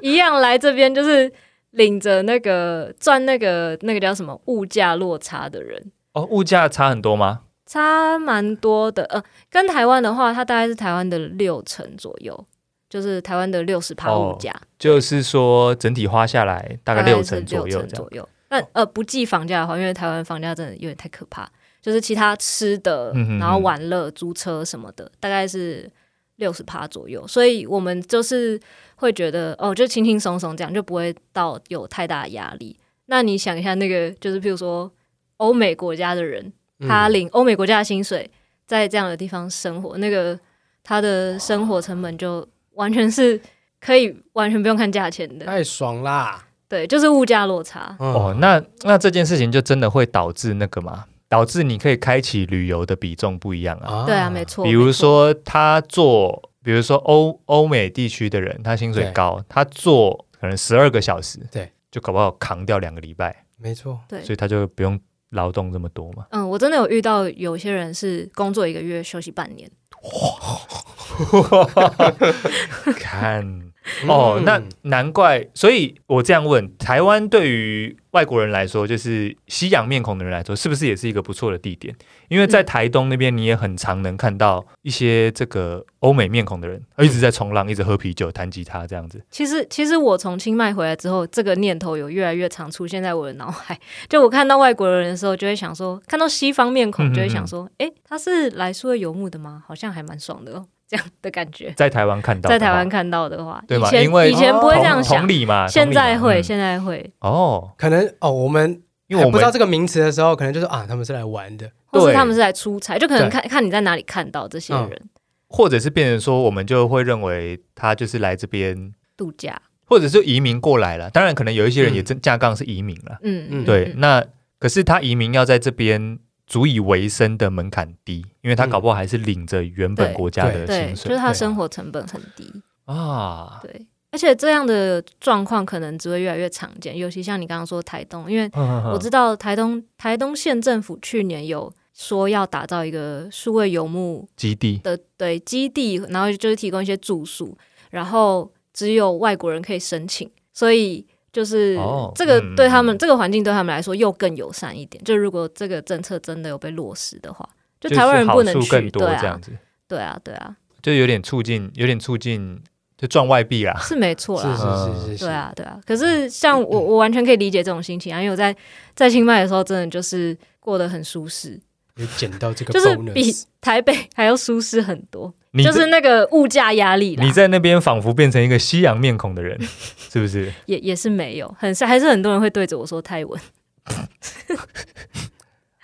[SPEAKER 3] 一样来这边就是领着那个赚那个那个叫什么物价落差的人，
[SPEAKER 1] 哦，物价差很多吗？
[SPEAKER 3] 差蛮多的。呃，跟台湾的话，它大概是台湾的六成左右，就是台湾的六十趴
[SPEAKER 1] 哦
[SPEAKER 3] 物价，
[SPEAKER 1] 就是说整体花下来大概六成左右
[SPEAKER 3] 大概是
[SPEAKER 1] 这样
[SPEAKER 3] 六
[SPEAKER 1] 哦
[SPEAKER 3] 左。右。那呃，不计房价的话，因为台湾房价真的有点太可怕，就是其他吃的
[SPEAKER 1] 嗯哼，
[SPEAKER 3] 然后玩乐、租车什么的，大概是六十趴左右。所以我们就是会觉得，哦，就轻轻松松这样，就不会到有太大的压力。那你想一下，那个就是譬如说欧美国家的人，他
[SPEAKER 2] 嗯
[SPEAKER 3] 领欧美国家的薪水，在这样的地方生活，那个他的生活成本就完全是可以完全不用看价钱的，
[SPEAKER 2] 太爽啦！
[SPEAKER 3] 对，就是物价落差。
[SPEAKER 1] 哦，那那这件事情就真的会导致那个嘛，导致你可以开启旅游的比重不一样啊。
[SPEAKER 3] 对啊，没错。
[SPEAKER 1] 比如
[SPEAKER 3] 没错，
[SPEAKER 1] 说他做，比如说欧欧美地区的人，他薪水
[SPEAKER 2] 对
[SPEAKER 1] 高，他做可能十二个小时，
[SPEAKER 2] 对，
[SPEAKER 1] 就搞不好扛掉两个礼拜，
[SPEAKER 2] 没错，
[SPEAKER 3] 对
[SPEAKER 1] 所以他就不用劳动这么多 嘛。
[SPEAKER 3] 嗯，我真的有遇到有些人是工作一个月休息半年，
[SPEAKER 1] 看哦
[SPEAKER 2] 嗯，
[SPEAKER 1] 那难怪。所以我这样问，台湾对于外国人来说，就是西洋面孔的人来说，是不是也是一个不错的地点？因为在
[SPEAKER 3] 嗯
[SPEAKER 1] 台东那边，你也很常能看到一些这个欧美面孔的人，一直在冲浪，一直喝啤酒、弹吉他这样子。
[SPEAKER 3] 其实，其实我从清迈回来之后，这个念头有越来越常出现在我的脑海。 就我看到外国人的时候，就会想说，看到西方面
[SPEAKER 1] 嗯嗯
[SPEAKER 3] 孔，
[SPEAKER 1] 嗯
[SPEAKER 3] 就会想说，诶，他是来苏维游牧的吗？好像还蛮爽的哦，这样的感觉。
[SPEAKER 1] 在台湾看到的
[SPEAKER 3] 在
[SPEAKER 1] 话，
[SPEAKER 3] 台湾看到的话，
[SPEAKER 1] 对
[SPEAKER 3] 以
[SPEAKER 1] 嘛？
[SPEAKER 3] 前
[SPEAKER 1] 因为
[SPEAKER 3] 以前不会这样
[SPEAKER 1] 同
[SPEAKER 3] 想
[SPEAKER 1] 同，理嘛，
[SPEAKER 3] 现
[SPEAKER 1] 同
[SPEAKER 3] 在
[SPEAKER 1] 理嘛
[SPEAKER 3] 会，
[SPEAKER 1] 嗯
[SPEAKER 3] 现在会，
[SPEAKER 1] 哦，
[SPEAKER 2] 可能哦，我们
[SPEAKER 1] 因为我
[SPEAKER 2] 还不知道
[SPEAKER 1] 们
[SPEAKER 2] 这个名词的时候，可能就是啊，他们是来玩的，
[SPEAKER 3] 或
[SPEAKER 1] 对
[SPEAKER 3] 是他们是来出差，就可能
[SPEAKER 2] 对
[SPEAKER 3] 看看你在哪里看到这些
[SPEAKER 2] 嗯
[SPEAKER 3] 人
[SPEAKER 1] 或者是变成说，我们就会认为他就是来这边，
[SPEAKER 3] 度假。
[SPEAKER 1] 或者是移民过来了。当然，可能有一些人也
[SPEAKER 2] 嗯
[SPEAKER 1] 真架杠是移民了。
[SPEAKER 3] 嗯，嗯
[SPEAKER 1] 对，
[SPEAKER 3] 嗯
[SPEAKER 1] 那可是他移民要在这边足以为生的门槛低，因为他
[SPEAKER 2] 嗯
[SPEAKER 1] 搞不好还是领着原本
[SPEAKER 3] 对
[SPEAKER 1] 国家的
[SPEAKER 3] 对，
[SPEAKER 1] 薪
[SPEAKER 3] 就是
[SPEAKER 1] 水
[SPEAKER 3] 他
[SPEAKER 2] 对啊
[SPEAKER 3] 生活成本很低。
[SPEAKER 1] 啊。
[SPEAKER 3] 对，而且这样的状况可能只会越来越常见，尤其像你刚刚说台东，因为我
[SPEAKER 1] 我
[SPEAKER 3] 知道台东台东县政府去年有说要打造一个数位游牧
[SPEAKER 1] 基地
[SPEAKER 3] 的对基地，然后就是提供一些住宿，然后只有外国人可以申请，所以。就是
[SPEAKER 1] 哦
[SPEAKER 3] 这个
[SPEAKER 1] 嗯
[SPEAKER 3] 对他
[SPEAKER 1] 嗯
[SPEAKER 3] 们、这个环境对他们来说又更友善一点。就如果这个政策真的有被落实的话，就
[SPEAKER 1] 就
[SPEAKER 3] 台湾人
[SPEAKER 1] 是
[SPEAKER 3] 不能
[SPEAKER 1] 好
[SPEAKER 3] 去
[SPEAKER 1] 处，更多
[SPEAKER 3] 对
[SPEAKER 1] 这样
[SPEAKER 3] 啊，
[SPEAKER 1] 子，
[SPEAKER 3] 对啊，对啊，
[SPEAKER 1] 就有点促进，有点促进就赚外币啦。
[SPEAKER 3] 是没错啦。
[SPEAKER 2] 是是是是是，
[SPEAKER 3] 对啊，对啊。可是
[SPEAKER 1] 嗯
[SPEAKER 3] 像我，我完全可以理解这种心情啊，因为我在在清迈的时候，真的就是过得很舒适，
[SPEAKER 2] 有捡到这个
[SPEAKER 3] 就是比
[SPEAKER 2] bonus，
[SPEAKER 3] 台北还要舒适很多，
[SPEAKER 1] 你
[SPEAKER 3] 就
[SPEAKER 1] 在
[SPEAKER 3] 是那个物价压力啦
[SPEAKER 1] 你，在那边仿佛变成一个西洋面孔的 人，是不是？
[SPEAKER 3] 也也是没有，很是还是很多人会对着我说泰文，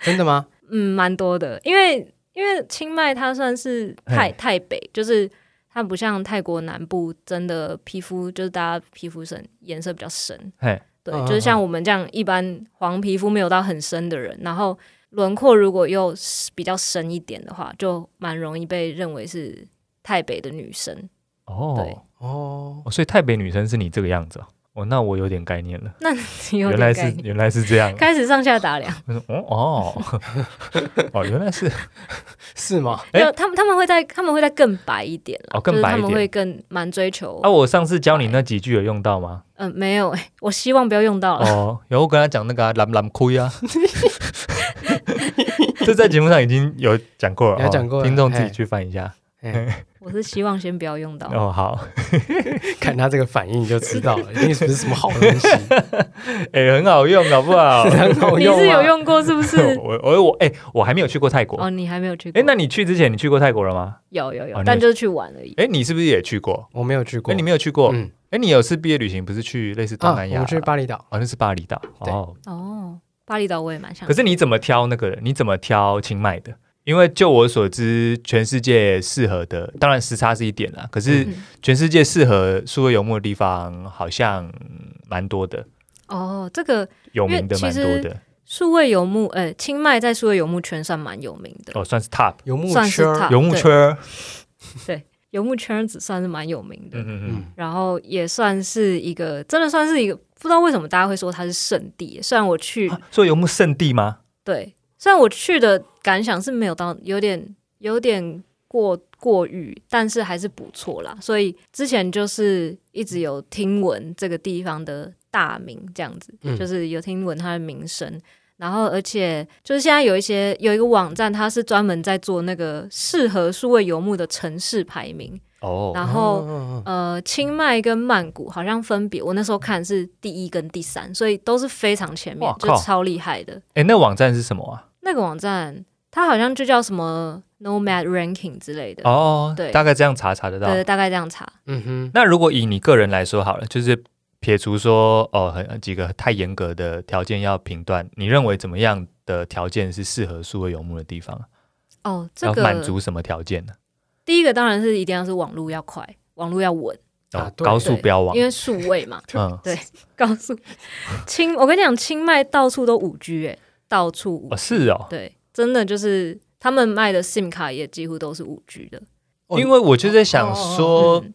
[SPEAKER 2] 真的吗？
[SPEAKER 3] 嗯，蛮多的，因为因为清迈它算是泰
[SPEAKER 1] 嘿
[SPEAKER 3] 泰北，就是。它不像泰国南部，真的皮肤就是大家皮肤深颜色比较深，
[SPEAKER 1] 嘿，
[SPEAKER 3] 对，
[SPEAKER 2] 嗯
[SPEAKER 3] 就是像我们这样一般黄皮肤没有到很深的人，然后轮廓如果又是比较深一点的话，就蛮容易被认为是台北的女生。 对
[SPEAKER 1] 哦，
[SPEAKER 2] 哦，
[SPEAKER 1] 哦所以台北女生是你这个样子哦，哦，那我有点概念了，
[SPEAKER 3] 那你有
[SPEAKER 1] 原
[SPEAKER 3] 点
[SPEAKER 1] 来
[SPEAKER 3] 概
[SPEAKER 1] 是
[SPEAKER 3] 念？
[SPEAKER 1] 原来是这 样，
[SPEAKER 3] 开始上下打量，
[SPEAKER 1] 我说 哦哦哦，原来是
[SPEAKER 2] 是吗？
[SPEAKER 1] 哎
[SPEAKER 3] 就他们他们会在他们会在更白一点啦，
[SPEAKER 1] 哦更白一点
[SPEAKER 3] 就是他们会更蛮追求。
[SPEAKER 1] 啊，我上次教你那几句有用到吗？
[SPEAKER 3] 嗯、没有哎、我希望不要用到了。
[SPEAKER 1] 哦，有我跟他讲那个啊蓝蓝亏啊， 这在节目上已经有讲过了，
[SPEAKER 2] 有讲过
[SPEAKER 1] 哦
[SPEAKER 2] 了
[SPEAKER 1] 听众自己去翻一下。
[SPEAKER 2] 哎
[SPEAKER 3] 我是希望先不要用到。
[SPEAKER 1] 哦，好，
[SPEAKER 2] 看他这个反应就知道了，一定不是什么 好东西，
[SPEAKER 1] 哎，很好用，好不 好？
[SPEAKER 2] 很好
[SPEAKER 3] 你
[SPEAKER 2] 用
[SPEAKER 3] 是有
[SPEAKER 2] 吗？
[SPEAKER 3] 用过是不是？
[SPEAKER 1] 我我我，哎，我还没有去过泰国
[SPEAKER 3] 哦，。你还没有去过？
[SPEAKER 1] 哎，那你去之前你去过泰国了吗？
[SPEAKER 3] 有有有，
[SPEAKER 1] 哦你
[SPEAKER 3] 但就是去玩而已。
[SPEAKER 1] 哎，你是不是也去过？
[SPEAKER 2] 我没有去过
[SPEAKER 1] 哎，你，没有去过？
[SPEAKER 2] 嗯
[SPEAKER 1] 哎，你有次毕业旅行不是去类似
[SPEAKER 2] 啊，
[SPEAKER 1] 东南
[SPEAKER 2] 我
[SPEAKER 1] 亚
[SPEAKER 2] 们去
[SPEAKER 1] 了？
[SPEAKER 2] 巴厘岛，
[SPEAKER 1] 哦，那是巴厘岛。
[SPEAKER 2] 对
[SPEAKER 1] 哦，
[SPEAKER 3] 哦，巴厘岛我也蛮想
[SPEAKER 1] 可。是你怎么挑那个？你怎么挑清迈的？因为就我所知，全世界适合的，当然时差是一点啦。可是
[SPEAKER 3] 嗯
[SPEAKER 1] 全世界适合数位游牧的地方好像蛮多的，
[SPEAKER 3] 哦，这个
[SPEAKER 1] 有名的
[SPEAKER 3] 因为
[SPEAKER 1] 蛮
[SPEAKER 3] 其实
[SPEAKER 1] 多的，
[SPEAKER 3] 数位游牧，呃，清迈在数位游牧圈算蛮有名的，
[SPEAKER 1] 哦，算是 top
[SPEAKER 2] 游牧
[SPEAKER 3] 算是
[SPEAKER 2] 圈儿，
[SPEAKER 3] top
[SPEAKER 1] 游牧圈儿。
[SPEAKER 3] 游牧圈子算是蛮有名的，
[SPEAKER 1] 嗯嗯嗯，
[SPEAKER 2] 嗯，
[SPEAKER 3] 然后也算是一个，真的算是一个，不知道为什么大家会说它是圣地。虽然我去，
[SPEAKER 1] 啊所以游牧圣地吗？
[SPEAKER 3] 对，虽然我去的感想是没有到，有点有点过过誉，但是还是不错啦。所以之前就是一直有听闻这个地方的大名，这样子，
[SPEAKER 2] 嗯
[SPEAKER 3] 就是有听闻它的名声。然后，而且就是现在有一些有一个网站，它是专门在做那个适合数位游牧的城市排名。
[SPEAKER 1] 哦，
[SPEAKER 3] 然后，
[SPEAKER 2] 哦
[SPEAKER 3] 呃，清迈跟曼谷好像分别，我那时候看是第一跟第三，所以都是非常前面
[SPEAKER 1] 哇，
[SPEAKER 3] 就
[SPEAKER 1] 靠
[SPEAKER 3] 超厉害的。
[SPEAKER 1] 哎，那网站是什么啊？
[SPEAKER 3] 那个网站它好像就叫什么 Nomad Ranking 之类的，
[SPEAKER 1] 哦，
[SPEAKER 3] 对
[SPEAKER 1] 大概这样查查得到。
[SPEAKER 3] 对，大概这样查。
[SPEAKER 2] 嗯哼，
[SPEAKER 1] 那如果以你个人来说好了，就是撇除说哦很几个太严格的条件要评断，你认为怎么样的条件是适合数位游牧的地方啊？
[SPEAKER 3] 哦，这
[SPEAKER 1] 要
[SPEAKER 3] 个
[SPEAKER 1] 满足什么条件呢？
[SPEAKER 3] 第一个当然是一定要是网络要快，网络要稳，
[SPEAKER 1] 哦
[SPEAKER 2] 啊，对
[SPEAKER 1] 高速
[SPEAKER 3] 对
[SPEAKER 1] 标网
[SPEAKER 3] 因，为数位嘛，
[SPEAKER 1] 嗯，
[SPEAKER 3] 高速。清，我跟你讲，清迈到处都五 G 哎、到处五、
[SPEAKER 1] 哦是哦，
[SPEAKER 3] 对，真的就是他们卖的 SIM 卡也几乎都是五 G 的。
[SPEAKER 2] 哦
[SPEAKER 1] 因为我就在想说，
[SPEAKER 3] 嗯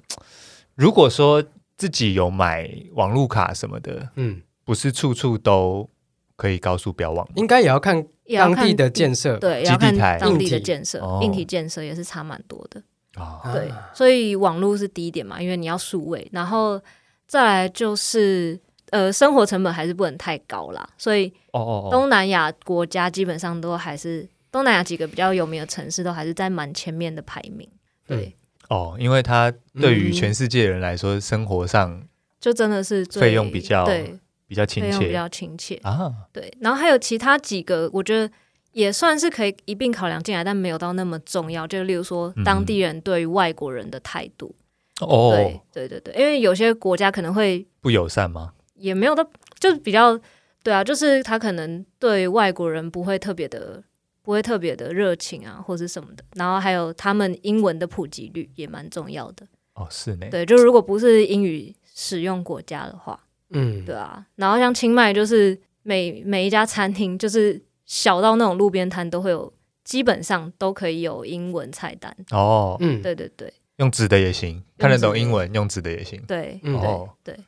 [SPEAKER 1] 如果说自己有买网路卡什么的，
[SPEAKER 2] 嗯，
[SPEAKER 1] 不是处处都可以高速标网吗
[SPEAKER 2] 应该也要看
[SPEAKER 3] 也要
[SPEAKER 2] 当地
[SPEAKER 3] 看
[SPEAKER 2] 的建设，
[SPEAKER 3] 对，也
[SPEAKER 1] 基
[SPEAKER 3] 要
[SPEAKER 1] 地
[SPEAKER 3] 看
[SPEAKER 1] 台
[SPEAKER 3] 当地的
[SPEAKER 2] 硬体
[SPEAKER 3] 建设
[SPEAKER 1] 哦，
[SPEAKER 3] 硬体建设也是差蛮多的。
[SPEAKER 1] 啊
[SPEAKER 2] 啊
[SPEAKER 3] 对，所以网络是第一点嘛，因为你要数位，然后再来就是呃，生活成本还是不能太高啦。所以
[SPEAKER 1] 哦哦哦，
[SPEAKER 3] 东南亚国家基本上都还是东南亚几个比较有名的城市都还是在蛮前面的排名。对，
[SPEAKER 1] 哦，因为它对于
[SPEAKER 2] 嗯
[SPEAKER 1] 全世界人来说，生活上
[SPEAKER 3] 就真的是最
[SPEAKER 1] 费用比较
[SPEAKER 3] 对，
[SPEAKER 1] 比较
[SPEAKER 3] 费
[SPEAKER 1] 亲
[SPEAKER 3] 用比
[SPEAKER 1] 切
[SPEAKER 3] 较亲切。
[SPEAKER 1] 啊。
[SPEAKER 3] 对，然后还有其他几个，我觉得也算是可以一并考量进来，但没有到那么重要。就例如说
[SPEAKER 1] 嗯
[SPEAKER 3] 当地人对于外国人的态度，
[SPEAKER 1] 哦
[SPEAKER 3] 对，对对对，因为有些国家可能会
[SPEAKER 1] 不友善吗？
[SPEAKER 3] 也没有到，就是比较对啊，就是他可能对外国人不会特别的。不会特别的热情啊，或是什么的，然后还有他们英文的普及率也蛮重要的。
[SPEAKER 1] 哦，是呢。
[SPEAKER 3] 对，就如果不是英语使用国家的话，
[SPEAKER 2] 嗯，
[SPEAKER 3] 对啊，然后像清迈就是每每一家餐厅，就是小到那种路边摊都会有，基本上都可以有英文菜单。
[SPEAKER 1] 哦，
[SPEAKER 2] 嗯，
[SPEAKER 3] 对对对
[SPEAKER 1] 用纸的也行，看得懂
[SPEAKER 3] 纸的
[SPEAKER 1] 英文，用纸的也行。
[SPEAKER 3] 对，
[SPEAKER 2] 嗯
[SPEAKER 1] 哦，
[SPEAKER 3] 对对。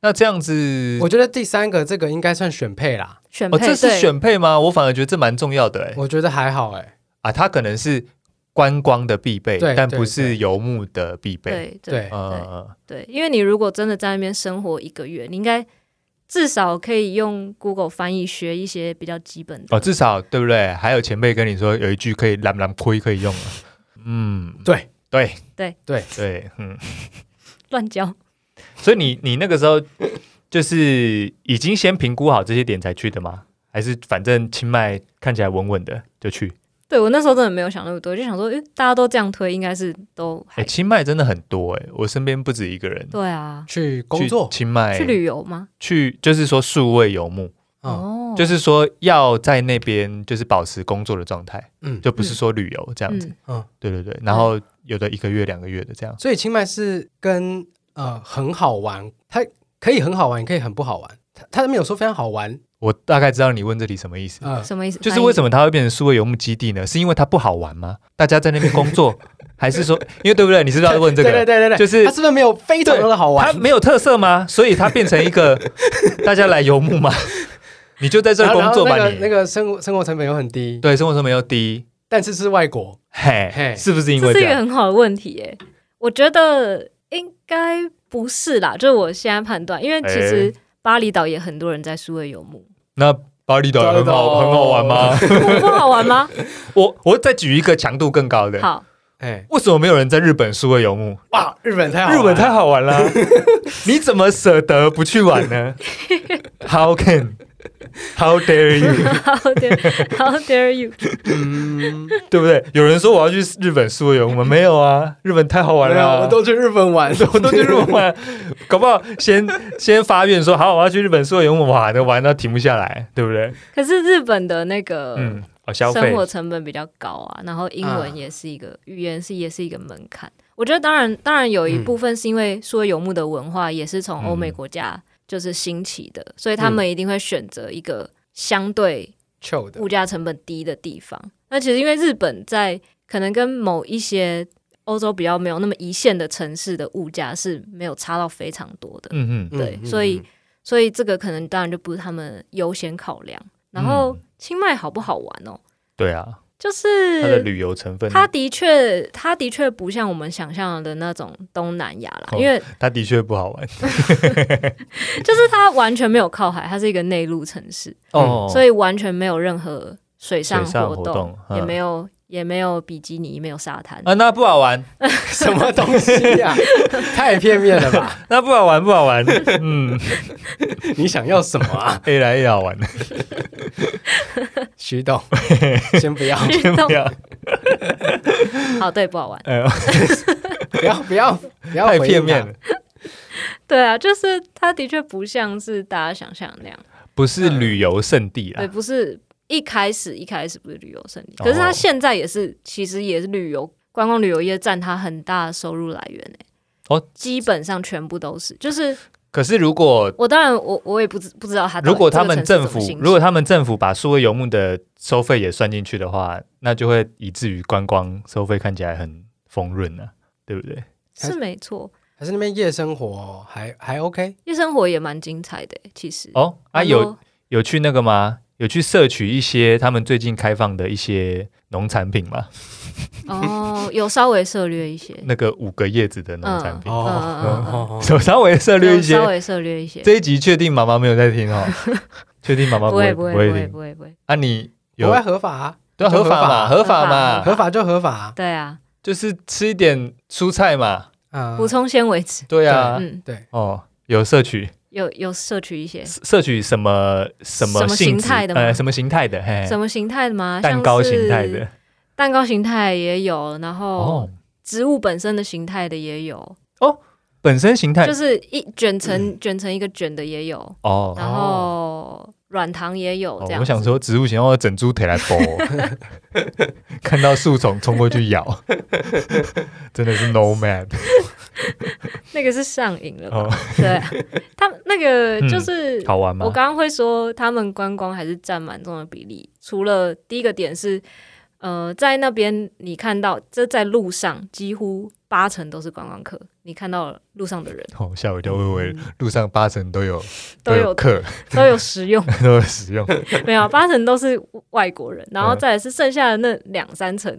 [SPEAKER 1] 那这样子，
[SPEAKER 2] 我觉得第三个这个应该算选配啦，
[SPEAKER 3] 选
[SPEAKER 1] 哦，
[SPEAKER 3] 配
[SPEAKER 1] 这是
[SPEAKER 3] 对
[SPEAKER 1] 选配吗？我反而觉得这蛮重要的哎。
[SPEAKER 2] 我觉得还好哎，
[SPEAKER 1] 啊，它可能是观光的必备，
[SPEAKER 2] 对
[SPEAKER 1] 但
[SPEAKER 2] 对
[SPEAKER 1] 不
[SPEAKER 2] 对
[SPEAKER 1] 是游牧的必备。
[SPEAKER 3] 对
[SPEAKER 2] 对
[SPEAKER 3] 对
[SPEAKER 1] 呃，
[SPEAKER 3] 对，因为你如果真的在那边生活一个月，你应该至少可以用 Google 翻译学一些比较基本的。
[SPEAKER 1] 哦，至少对不对？还有前辈跟你说有一句可以“蓝蓝亏”可以用了。啊嗯，
[SPEAKER 2] 对
[SPEAKER 1] 对
[SPEAKER 3] 对
[SPEAKER 2] 对
[SPEAKER 1] 对，嗯。
[SPEAKER 3] 乱教。
[SPEAKER 1] 所以你你那个时候就是已经先评估好这些点才去的吗？还是反正清迈看起来稳稳的就去？
[SPEAKER 3] 对我那时候真的没有想那么多，就想说，诶，大家都这样推，应该是都
[SPEAKER 1] 哎、
[SPEAKER 3] 还、
[SPEAKER 1] 清迈真的很多哎、我身边不止一个人
[SPEAKER 3] 对啊。
[SPEAKER 2] 去工
[SPEAKER 1] 去
[SPEAKER 2] 作，
[SPEAKER 1] 清迈
[SPEAKER 3] 去旅游吗？
[SPEAKER 1] 去就是说数位游牧，
[SPEAKER 2] 嗯
[SPEAKER 3] 哦，
[SPEAKER 1] 就是是说要在那边就是保持工作的状态，
[SPEAKER 2] 嗯，
[SPEAKER 1] 就不是说旅游这样子。
[SPEAKER 3] 嗯，
[SPEAKER 2] 嗯，
[SPEAKER 1] 对对对，然后有的一个月、两个月的这样。
[SPEAKER 2] 所以清迈是跟呃很好玩，它可以很好玩，也可以很不好玩，它它没有说非常好玩，
[SPEAKER 1] 我大概知道你问这里什么意思，
[SPEAKER 2] 嗯，
[SPEAKER 3] 什么意 思？
[SPEAKER 1] 就是为什
[SPEAKER 3] 么？
[SPEAKER 1] 么它会变成数位游牧基地呢？是因为它不好玩吗？大家在那边工 作，还是说，因为对不对？你是不是要问这个？
[SPEAKER 2] 对对对对对，
[SPEAKER 1] 就是
[SPEAKER 2] 它是不是没有非常的好
[SPEAKER 1] 它
[SPEAKER 2] 玩？
[SPEAKER 1] 没有特色吗？所以它变成一 个大家来游牧嘛，你就在这
[SPEAKER 2] 然
[SPEAKER 1] 儿
[SPEAKER 2] 后然
[SPEAKER 1] 工
[SPEAKER 2] 后
[SPEAKER 1] 作吧
[SPEAKER 2] 那个
[SPEAKER 1] 你。
[SPEAKER 2] 那个生活生活成本又很低，
[SPEAKER 1] 对，生活成本又低，
[SPEAKER 2] 但是是外国，
[SPEAKER 1] 嘿，
[SPEAKER 2] 嘿
[SPEAKER 1] 是不是因
[SPEAKER 3] 这
[SPEAKER 1] 为
[SPEAKER 3] 是
[SPEAKER 1] 这
[SPEAKER 3] 一个
[SPEAKER 1] 样？
[SPEAKER 3] 很好的问题耶，我觉得应该不是啦，就是我现在判断，因为其实
[SPEAKER 1] 哎
[SPEAKER 3] 巴厘岛也很多人在数位游牧，
[SPEAKER 1] 那巴厘岛有很好
[SPEAKER 2] 巴厘岛
[SPEAKER 1] 很好玩吗？
[SPEAKER 2] 哦
[SPEAKER 3] 不好 玩吗？
[SPEAKER 1] 我我再举一个强度更高的，
[SPEAKER 3] 好，
[SPEAKER 2] 哎，
[SPEAKER 1] 为什么没有人在日本数位游牧？
[SPEAKER 2] 哇，日本太好玩啊
[SPEAKER 1] 日
[SPEAKER 2] 了，
[SPEAKER 1] 本太好玩 啦，你怎么舍得不去玩呢？How can? How dare you？
[SPEAKER 3] how dare how dare you？
[SPEAKER 2] 嗯，
[SPEAKER 1] 对不对？有人说我要去日本数位游牧，没有啊，日本太好玩
[SPEAKER 2] 没
[SPEAKER 1] 了
[SPEAKER 2] 有
[SPEAKER 1] 啊，
[SPEAKER 2] 我都去日本玩，
[SPEAKER 1] 我都去日本玩，搞不好先先发愿说好，我要去日本所有游泳玩的玩到停不下来，对不对？
[SPEAKER 3] 可是日本的那个。
[SPEAKER 1] 嗯，好消费
[SPEAKER 3] 生活成本比较高啊，然后英文也是一个、语言是也是一个门槛。我觉得当然当然有一部分是因为说游牧的文化也是从欧美国家就是兴起的，所以他
[SPEAKER 1] 嗯
[SPEAKER 3] 们一定会选择一个相对
[SPEAKER 2] 臭的
[SPEAKER 3] 物，价成本低的地方。那其实因为日本在可能跟某一些欧洲比较没有那么一线的城市的物价是没有差到非常多的，
[SPEAKER 1] 嗯嗯，
[SPEAKER 2] 嗯
[SPEAKER 3] 对
[SPEAKER 2] 嗯
[SPEAKER 3] 所以
[SPEAKER 2] 嗯
[SPEAKER 3] 所以这个可能当然就不是他们优先考量。然后
[SPEAKER 1] 嗯
[SPEAKER 3] 清迈好不好玩哦？
[SPEAKER 1] 对啊，
[SPEAKER 3] 就
[SPEAKER 1] 它的
[SPEAKER 3] 是
[SPEAKER 1] 旅游成分，
[SPEAKER 3] 它的确，它的确不像我们想象的那种东南亚啦，
[SPEAKER 1] 哦
[SPEAKER 3] 因为
[SPEAKER 1] 它的确不好玩
[SPEAKER 3] 就是它完全没有靠海，它是一个内陆城市，
[SPEAKER 1] 哦
[SPEAKER 3] 嗯所
[SPEAKER 1] 以
[SPEAKER 3] 以完全没有任何水上
[SPEAKER 1] 水上
[SPEAKER 3] 活
[SPEAKER 1] 活
[SPEAKER 3] 动，
[SPEAKER 1] 动
[SPEAKER 3] 也
[SPEAKER 1] 嗯
[SPEAKER 3] 没有也没有比基尼，没有沙滩。
[SPEAKER 1] 啊，那不好玩，
[SPEAKER 2] 什么东西 呀、太片面了吧？
[SPEAKER 1] 那不好玩，不好玩，嗯，
[SPEAKER 2] 你想要什么啊，
[SPEAKER 1] 越来越好玩，
[SPEAKER 2] 徐董？先不要，
[SPEAKER 3] 运动
[SPEAKER 1] 不要，
[SPEAKER 3] 好对不好玩，
[SPEAKER 1] 呃，
[SPEAKER 2] 不要，不要，不要
[SPEAKER 1] 太
[SPEAKER 2] 回应
[SPEAKER 1] 片
[SPEAKER 2] 他
[SPEAKER 1] 面了，，
[SPEAKER 3] 对啊，就是它的确不像是大家想象的那样，
[SPEAKER 1] 不是旅游胜地
[SPEAKER 3] 对，
[SPEAKER 1] 啦，
[SPEAKER 3] 不是一开始一开始不是旅游胜地，
[SPEAKER 1] 啊哦
[SPEAKER 3] 可是它现在也是，其实也是旅游观光旅游业占它很大的收入来源诶、
[SPEAKER 1] 哦，
[SPEAKER 3] 基本上全部都是，就是
[SPEAKER 1] 可是如果
[SPEAKER 3] 我当然我我也不知不知道啊它到底
[SPEAKER 1] 如果他
[SPEAKER 3] 这
[SPEAKER 1] 们
[SPEAKER 3] 个城市
[SPEAKER 1] 政
[SPEAKER 3] 怎么
[SPEAKER 1] 府
[SPEAKER 3] 兴起
[SPEAKER 1] 如果他们政府把数位游牧的收费也算进去的话，那就会以至于观光收费看起来很丰润啊，对不对？
[SPEAKER 3] 是没错，
[SPEAKER 2] 还是那边夜生活还还 OK？
[SPEAKER 3] 夜生活也蛮精彩的欸、其实。
[SPEAKER 1] 哦，啊
[SPEAKER 3] 然后
[SPEAKER 1] 有有去那个吗？有去摄取一些他们最近开放的一些农产品吗？
[SPEAKER 3] 哦， 有稍微涉略一些，
[SPEAKER 1] 那个五个叶子的农产品，
[SPEAKER 3] 嗯嗯
[SPEAKER 2] 哦，
[SPEAKER 1] 手 稍微涉 略
[SPEAKER 3] 有
[SPEAKER 1] 一些
[SPEAKER 3] 稍。微涉略一些，
[SPEAKER 1] 这一集确定妈妈没有在 听哦，确定妈妈
[SPEAKER 3] 不
[SPEAKER 1] 会
[SPEAKER 3] 会
[SPEAKER 1] 不
[SPEAKER 3] 不会不会
[SPEAKER 1] 听
[SPEAKER 3] 不会不会，
[SPEAKER 1] 啊？你
[SPEAKER 2] 国
[SPEAKER 1] 有
[SPEAKER 2] 外合法啊，
[SPEAKER 1] 对啊
[SPEAKER 2] 就
[SPEAKER 1] 合法嘛？合法
[SPEAKER 3] 合
[SPEAKER 1] 嘛？
[SPEAKER 2] 合法就合法啊。
[SPEAKER 3] 对啊，
[SPEAKER 1] 就是吃一点蔬菜嘛？
[SPEAKER 2] 啊
[SPEAKER 3] 补充纤维质，
[SPEAKER 1] 对啊，
[SPEAKER 3] 嗯，
[SPEAKER 1] 哦，有摄取
[SPEAKER 3] 有有摄取一些
[SPEAKER 1] 摄取什么什么
[SPEAKER 3] 什么
[SPEAKER 1] 性
[SPEAKER 3] 形
[SPEAKER 1] 质
[SPEAKER 3] 态的吗
[SPEAKER 1] 呃，什么形态的？嘿，
[SPEAKER 3] 什么形态的吗？
[SPEAKER 1] 蛋糕
[SPEAKER 3] 像是
[SPEAKER 1] 形态的
[SPEAKER 3] 蛋糕形态也有，然后
[SPEAKER 1] 哦，
[SPEAKER 3] 植物本身的形态的也有，
[SPEAKER 1] 本身形态
[SPEAKER 3] 就是一卷成卷成一个卷的也有，
[SPEAKER 1] 嗯哦
[SPEAKER 3] 然后软糖也有
[SPEAKER 1] 哦
[SPEAKER 3] 这样。
[SPEAKER 1] 我想，说植物形要整株腿来剥 哦，看到树丛冲过去咬， 真的是 no man
[SPEAKER 3] 那个是上瘾了吧？
[SPEAKER 1] 哦，嗯
[SPEAKER 3] 对， 他们那个就是
[SPEAKER 1] 好玩吗
[SPEAKER 3] 我？刚刚会说，他们观光还是占蛮重的比例。除了第一个点是，呃，在那边你看到这在路上几乎八成都是观光客，你看到了路上的人
[SPEAKER 1] 哦，吓我一跳，我以为路上八成都有
[SPEAKER 3] 都有嗯
[SPEAKER 1] 有客，
[SPEAKER 3] 都有食用，
[SPEAKER 1] 都有使用，
[SPEAKER 3] 没有八成都是外国人，然后
[SPEAKER 1] 嗯
[SPEAKER 3] 再来是剩下的那两三成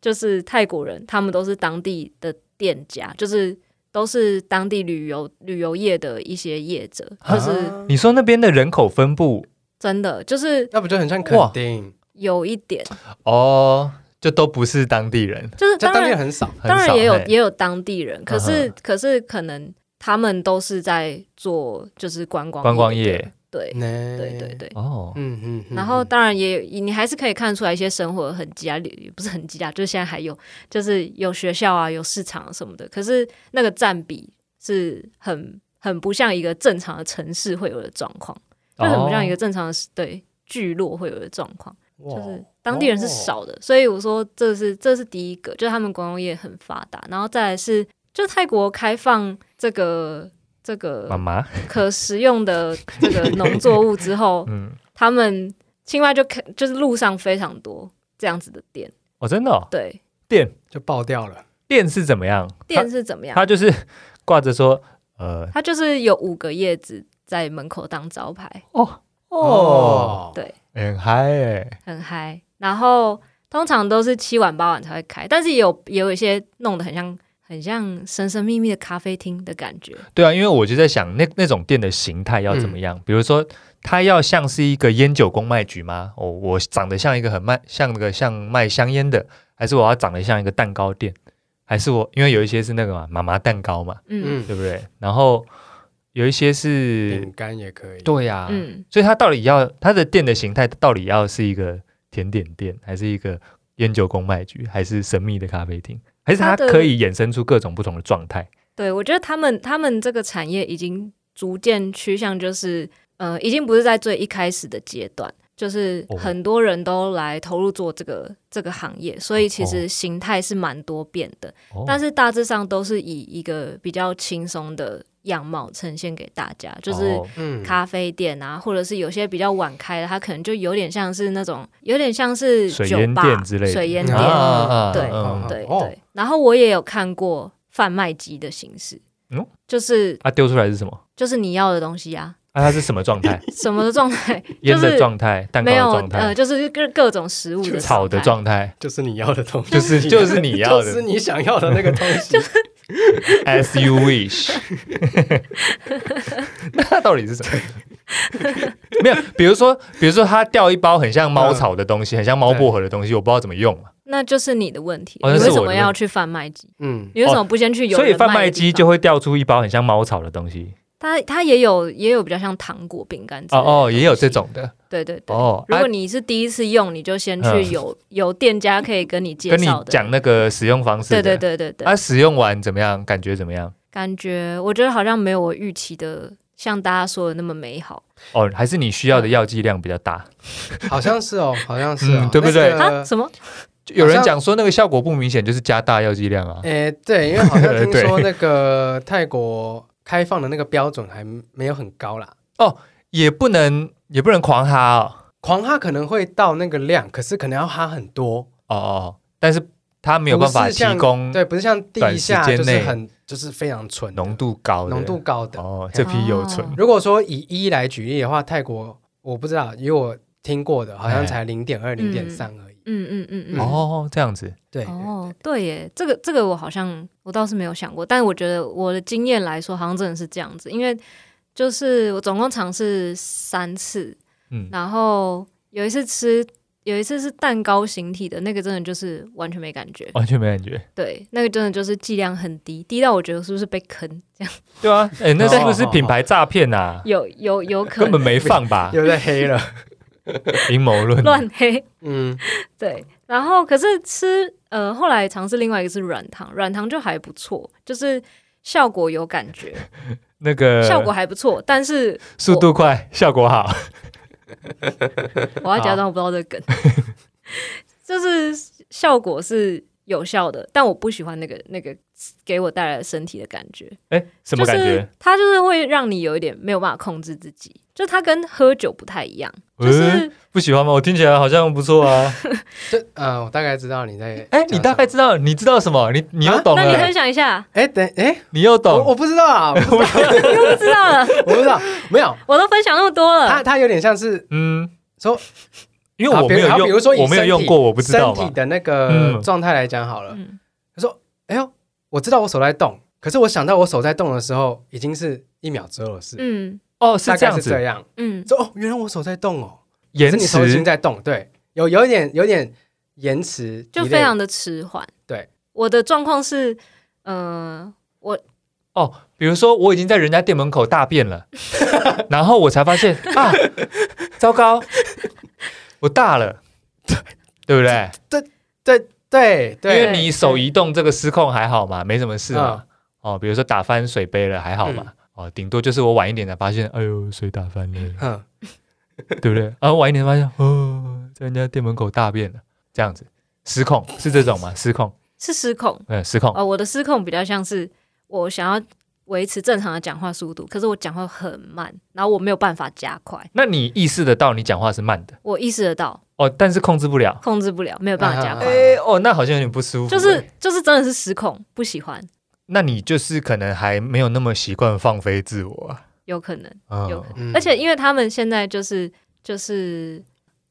[SPEAKER 3] 就是泰国人，他们都是当地的店家，就是。都是当地旅游旅游业的一些业者，就是
[SPEAKER 2] 啊
[SPEAKER 1] 你说那边的人口分布
[SPEAKER 3] 真的，就是
[SPEAKER 2] 那不就很像垦丁？
[SPEAKER 3] 有一点，
[SPEAKER 1] 哦，就都不是当地人，
[SPEAKER 3] 就是
[SPEAKER 2] 这
[SPEAKER 3] 当
[SPEAKER 2] 当
[SPEAKER 3] 然
[SPEAKER 2] 地很少，
[SPEAKER 1] 很
[SPEAKER 3] 当然
[SPEAKER 1] 少
[SPEAKER 3] 也有
[SPEAKER 1] 嘿
[SPEAKER 3] 也有当地人，可是
[SPEAKER 1] 嗯
[SPEAKER 3] 可是可能他们都是在做就是观光
[SPEAKER 1] 观光
[SPEAKER 3] 业的
[SPEAKER 1] 业，
[SPEAKER 3] 对对
[SPEAKER 2] 对
[SPEAKER 3] 对，对。
[SPEAKER 1] 哦，
[SPEAKER 2] 嗯嗯嗯
[SPEAKER 3] 然后当然也有你还是可以看出来一些生活的痕迹啊，也不是痕迹啊，就是现在还有就是有学校啊，有市场什么的，可是那个占比是很很不像一个正常的城市会有的状况，就很不像一个
[SPEAKER 1] 哦
[SPEAKER 3] 正常的对聚落会有的状况。
[SPEAKER 2] 哇哦
[SPEAKER 3] 就是当地人是少的，所以我说这是这是第一个，就是他们观光业很发达，然后再来是就泰国开放这个这
[SPEAKER 1] 妈
[SPEAKER 3] 个
[SPEAKER 1] 妈，，
[SPEAKER 3] 可食用的这个农作物 之后
[SPEAKER 1] 嗯，
[SPEAKER 3] 他们青蛙就开就是路上非常多这样子的店，
[SPEAKER 1] 哦，真的、哦，
[SPEAKER 3] 对，
[SPEAKER 1] 店
[SPEAKER 2] 就爆掉了。
[SPEAKER 1] 店是怎么样？
[SPEAKER 3] 店是怎么
[SPEAKER 1] 它
[SPEAKER 3] 样？
[SPEAKER 1] 它就是 挂着说，呃，
[SPEAKER 3] 它就是有五个叶子在门口当招牌，
[SPEAKER 1] 哦，
[SPEAKER 2] 哦
[SPEAKER 3] 对
[SPEAKER 1] 很嗨哎，
[SPEAKER 3] 很嗨，然后通常都是七晚八晚才会开，但是也有也有一些弄得很像。很像神神秘秘的咖啡厅的感觉，
[SPEAKER 1] 对啊，因为我就在想那那种店的形态要怎么样，比如说。它要像是一个烟酒公卖局吗？哦，我长得像一个很卖像那个像卖香烟的，还是我要长得像一个蛋糕店？还是我因为有一些是那个嘛妈妈蛋糕嘛，
[SPEAKER 3] 嗯
[SPEAKER 2] 嗯
[SPEAKER 1] 对，不对？然后有一些是
[SPEAKER 2] 饼，干也可以。
[SPEAKER 1] 对啊呀、
[SPEAKER 3] 嗯，
[SPEAKER 1] 所以它到底要它的店的形态到底要是一个甜点店，还是一个烟酒公卖局，还是神秘的咖啡厅，还是它
[SPEAKER 3] 它的
[SPEAKER 1] 可以衍生出各种不同的状态？
[SPEAKER 3] 对，我觉得他们他们这个产业已经逐渐趋向，就是呃，已经不是在最一开始的阶段，就是
[SPEAKER 1] 哦
[SPEAKER 3] 很多人都来投入做这个这个行业，所以其
[SPEAKER 1] 哦
[SPEAKER 3] 实形态是蛮多变的，
[SPEAKER 1] 哦
[SPEAKER 3] 但是大致上都是以一个比较轻松的样貌呈现给大家，就是
[SPEAKER 1] 哦
[SPEAKER 2] 嗯，
[SPEAKER 3] 咖啡店啊，或者是有些比较晚开的，它可能就有点像是那种，有点像是
[SPEAKER 1] 水
[SPEAKER 3] 酒
[SPEAKER 1] 烟
[SPEAKER 3] 吧
[SPEAKER 1] 店之类的
[SPEAKER 3] 水烟
[SPEAKER 2] 啊
[SPEAKER 3] 店，对
[SPEAKER 1] 嗯
[SPEAKER 3] 对
[SPEAKER 2] 哦
[SPEAKER 3] 对，然后我也有看过贩卖机的形式
[SPEAKER 1] 嗯，
[SPEAKER 3] 就是
[SPEAKER 1] 啊，丢出来是什么？
[SPEAKER 3] 就是你要的东西啊，
[SPEAKER 1] 那、它是什么状态？，
[SPEAKER 3] 什么的状态
[SPEAKER 1] 腌
[SPEAKER 3] 就是
[SPEAKER 1] 的状态、蛋糕
[SPEAKER 3] 没有
[SPEAKER 1] 的状态
[SPEAKER 3] 呃，、就是各各种食物的
[SPEAKER 1] 炒的
[SPEAKER 3] 状
[SPEAKER 1] 状
[SPEAKER 3] 态。
[SPEAKER 1] 态
[SPEAKER 2] 就是你要的东西，
[SPEAKER 1] 就是就是你要的
[SPEAKER 2] 就是你想要的那个东 西。
[SPEAKER 1] ，as you wish。那它到底是什么？没有，比如说，比如说，它掉一包很像猫草的东
[SPEAKER 3] 嗯
[SPEAKER 1] 西，很像猫薄荷的东西，我不知道怎么用嘛。
[SPEAKER 3] 那就是你的问题，
[SPEAKER 1] 哦那
[SPEAKER 3] 你
[SPEAKER 1] 是
[SPEAKER 3] 为什
[SPEAKER 1] 我的
[SPEAKER 3] 么
[SPEAKER 1] 问哦
[SPEAKER 3] 要去贩卖机？
[SPEAKER 2] 嗯，
[SPEAKER 3] 你为什么不先去有
[SPEAKER 1] 所以
[SPEAKER 3] 人
[SPEAKER 1] 贩
[SPEAKER 3] 卖
[SPEAKER 1] 卖
[SPEAKER 3] 的地
[SPEAKER 1] 机
[SPEAKER 3] 方
[SPEAKER 1] 就会掉出一包很像猫草的东西。
[SPEAKER 3] 它它也有也有比较像糖果、饼干之类
[SPEAKER 1] 哦
[SPEAKER 3] 的
[SPEAKER 1] 哦，也有这
[SPEAKER 3] 东西，
[SPEAKER 1] 种的
[SPEAKER 3] 对对对。
[SPEAKER 1] 哦。
[SPEAKER 3] 如
[SPEAKER 1] 啊
[SPEAKER 3] 果你是第一次用，你就先去
[SPEAKER 1] 嗯
[SPEAKER 3] 有有店家可以跟你介
[SPEAKER 1] 跟你
[SPEAKER 3] 绍的，
[SPEAKER 1] 讲那啊个使用方式
[SPEAKER 3] 对
[SPEAKER 1] 的，
[SPEAKER 3] 对对对对
[SPEAKER 1] 它、，使用完怎么样？感觉怎么样？
[SPEAKER 3] 感觉我觉得好像没有我预期的像大家说的那么美好。
[SPEAKER 1] 哦，还是你需要的药剂量比较大。
[SPEAKER 3] 嗯
[SPEAKER 2] 好像是哦，好像是哦
[SPEAKER 1] 嗯，对不对
[SPEAKER 2] 那
[SPEAKER 3] 啊？
[SPEAKER 2] 个
[SPEAKER 3] 什么？
[SPEAKER 1] 就有人讲说那个效果不明显，就是加大药剂量啊。
[SPEAKER 2] 诶，对，因为好像听
[SPEAKER 1] 对
[SPEAKER 2] 说那个泰国开放的那个标准还没有很高啦，
[SPEAKER 1] 也不能也不能狂哈哦
[SPEAKER 2] 狂哈可能会到那个量，可是可能要哈很多，
[SPEAKER 1] 哦哦，但是它没有办法
[SPEAKER 2] 不是
[SPEAKER 1] 提
[SPEAKER 2] 像
[SPEAKER 1] 供
[SPEAKER 2] 对，不是像地下
[SPEAKER 1] 短时间
[SPEAKER 2] 就是
[SPEAKER 1] 内
[SPEAKER 2] 很就是非常纯的
[SPEAKER 1] 浓度高的
[SPEAKER 2] 浓度高的。
[SPEAKER 1] 哦，这批有存
[SPEAKER 3] 哦
[SPEAKER 2] 如果说以一来举例的话，泰国我不知道，以我听过的，
[SPEAKER 1] 哎
[SPEAKER 2] 好像才零点二、零点三而已。
[SPEAKER 3] 嗯嗯
[SPEAKER 2] 啊
[SPEAKER 3] 嗯嗯。
[SPEAKER 1] 哦，这样子
[SPEAKER 2] 对，
[SPEAKER 3] 哦，对耶，这个这个我好像我倒是没有想过，但我觉得我的经验来说，好像真的是这样子，因为就是我总共尝试三次，
[SPEAKER 1] 嗯
[SPEAKER 3] 然后有一次吃，有一次是蛋糕形体的那个，真的就是完全没感觉，
[SPEAKER 1] 完全没感觉。
[SPEAKER 3] 对，那个真的就是剂量很低，低到我觉得是不是被坑，这样
[SPEAKER 1] 对啊，哎，那是不是
[SPEAKER 2] 哦
[SPEAKER 1] 品牌诈骗 啊？
[SPEAKER 3] 有有有可
[SPEAKER 1] 根本
[SPEAKER 3] 能
[SPEAKER 1] 没放吧？
[SPEAKER 2] 又在黑了。
[SPEAKER 1] 阴谋论，
[SPEAKER 3] 乱黑，
[SPEAKER 2] 嗯，
[SPEAKER 3] 对，然后可是吃呃，后来尝试另外一个是软糖，软糖就还不错，就是效果有感觉，
[SPEAKER 1] 那个
[SPEAKER 3] 效果还不错，但是
[SPEAKER 1] 速度快，效果好。
[SPEAKER 3] 我要假装我不知道这个
[SPEAKER 1] 啊
[SPEAKER 3] 梗，就是效果是有效的，但我不喜欢那个那个给我带来的身体的感觉，
[SPEAKER 1] 哎，什么感
[SPEAKER 3] 就
[SPEAKER 1] 觉
[SPEAKER 3] 是？它就是会让你有一点没有办法控制自己，就它跟喝酒不太一样，就是、
[SPEAKER 1] 嗯不喜欢吗？我听起来好像不错 啊。
[SPEAKER 2] 这呃，我大概知道你在。
[SPEAKER 1] 哎，你大概知道，你知道什么？你你又
[SPEAKER 2] 啊
[SPEAKER 1] 懂
[SPEAKER 3] 那你分
[SPEAKER 1] 了，
[SPEAKER 3] 享一下，
[SPEAKER 2] 哎，等哎，
[SPEAKER 1] 你又
[SPEAKER 2] 我
[SPEAKER 1] 懂
[SPEAKER 2] 我不知道啊，我不知道，
[SPEAKER 3] 不知道了，
[SPEAKER 2] 我不知道，没有。
[SPEAKER 3] 我都分享那么多
[SPEAKER 2] 它
[SPEAKER 3] 了，
[SPEAKER 2] 它有点像是
[SPEAKER 1] 嗯，
[SPEAKER 2] 说，
[SPEAKER 1] 因为我
[SPEAKER 2] 好比
[SPEAKER 1] 没
[SPEAKER 2] 如
[SPEAKER 1] 有
[SPEAKER 2] 好
[SPEAKER 1] 用，
[SPEAKER 2] 比如说以
[SPEAKER 1] 我没有
[SPEAKER 2] 身
[SPEAKER 1] 用
[SPEAKER 2] 体
[SPEAKER 1] 过，我不知道
[SPEAKER 2] 身体
[SPEAKER 1] 嘛。
[SPEAKER 2] 的那个
[SPEAKER 1] 嗯
[SPEAKER 2] 状态来讲好了。
[SPEAKER 3] 嗯，
[SPEAKER 2] 他说：“哎呦，我知道我手在动，可是我想到我手在动的时候，已经是一秒之后的事。
[SPEAKER 3] 嗯
[SPEAKER 1] 哦，是
[SPEAKER 2] 大
[SPEAKER 1] 这
[SPEAKER 2] 概
[SPEAKER 1] 样
[SPEAKER 2] 是这
[SPEAKER 1] 子，
[SPEAKER 2] 样。
[SPEAKER 3] 嗯，
[SPEAKER 2] 说哦，原来我手在动哦，可
[SPEAKER 1] 延
[SPEAKER 2] 是你手已经
[SPEAKER 1] 迟
[SPEAKER 2] 在动，对，有有一点有一点延迟，
[SPEAKER 3] 就非常的迟缓。
[SPEAKER 2] 对，
[SPEAKER 3] 我的状况是，呃，
[SPEAKER 1] 哦。比如说，我已经在人家店门口大便了，然后我才发现啊，糟糕，我大了，对不对？
[SPEAKER 2] 对
[SPEAKER 1] 因为
[SPEAKER 2] 对，
[SPEAKER 1] 你手移动这个失控还好嘛，没什么事嘛。哦，比如说打翻水杯了还好嘛。哦，顶多就是我晚一点才发现，哎呦，水打翻了，
[SPEAKER 2] 嗯，
[SPEAKER 1] 对不对？ 然后晚一点发现，哦，在人家店门口大便了，这样子失控是这种吗？失控，
[SPEAKER 3] 是失控。
[SPEAKER 1] 嗯，失控。
[SPEAKER 3] 呃，我的失控比较像是我想要维持正常的讲话速度，可是我讲话很慢，然后我没有办法加快，
[SPEAKER 1] 那你意识得到你讲话是慢的
[SPEAKER 3] 我意识得到，
[SPEAKER 1] 哦，但是控制不了。
[SPEAKER 3] 控制不了，没有办法加
[SPEAKER 2] 啊
[SPEAKER 3] 快，
[SPEAKER 1] 哎、哦，那好像有点不舒服。
[SPEAKER 3] 嗯就是就是真的是失控，不喜欢，
[SPEAKER 1] 那你就是可能还没有那么习惯放飞自我啊。
[SPEAKER 3] 有可能。
[SPEAKER 1] 嗯
[SPEAKER 3] 有可
[SPEAKER 2] 嗯
[SPEAKER 3] 而且因为他们现在就是就是，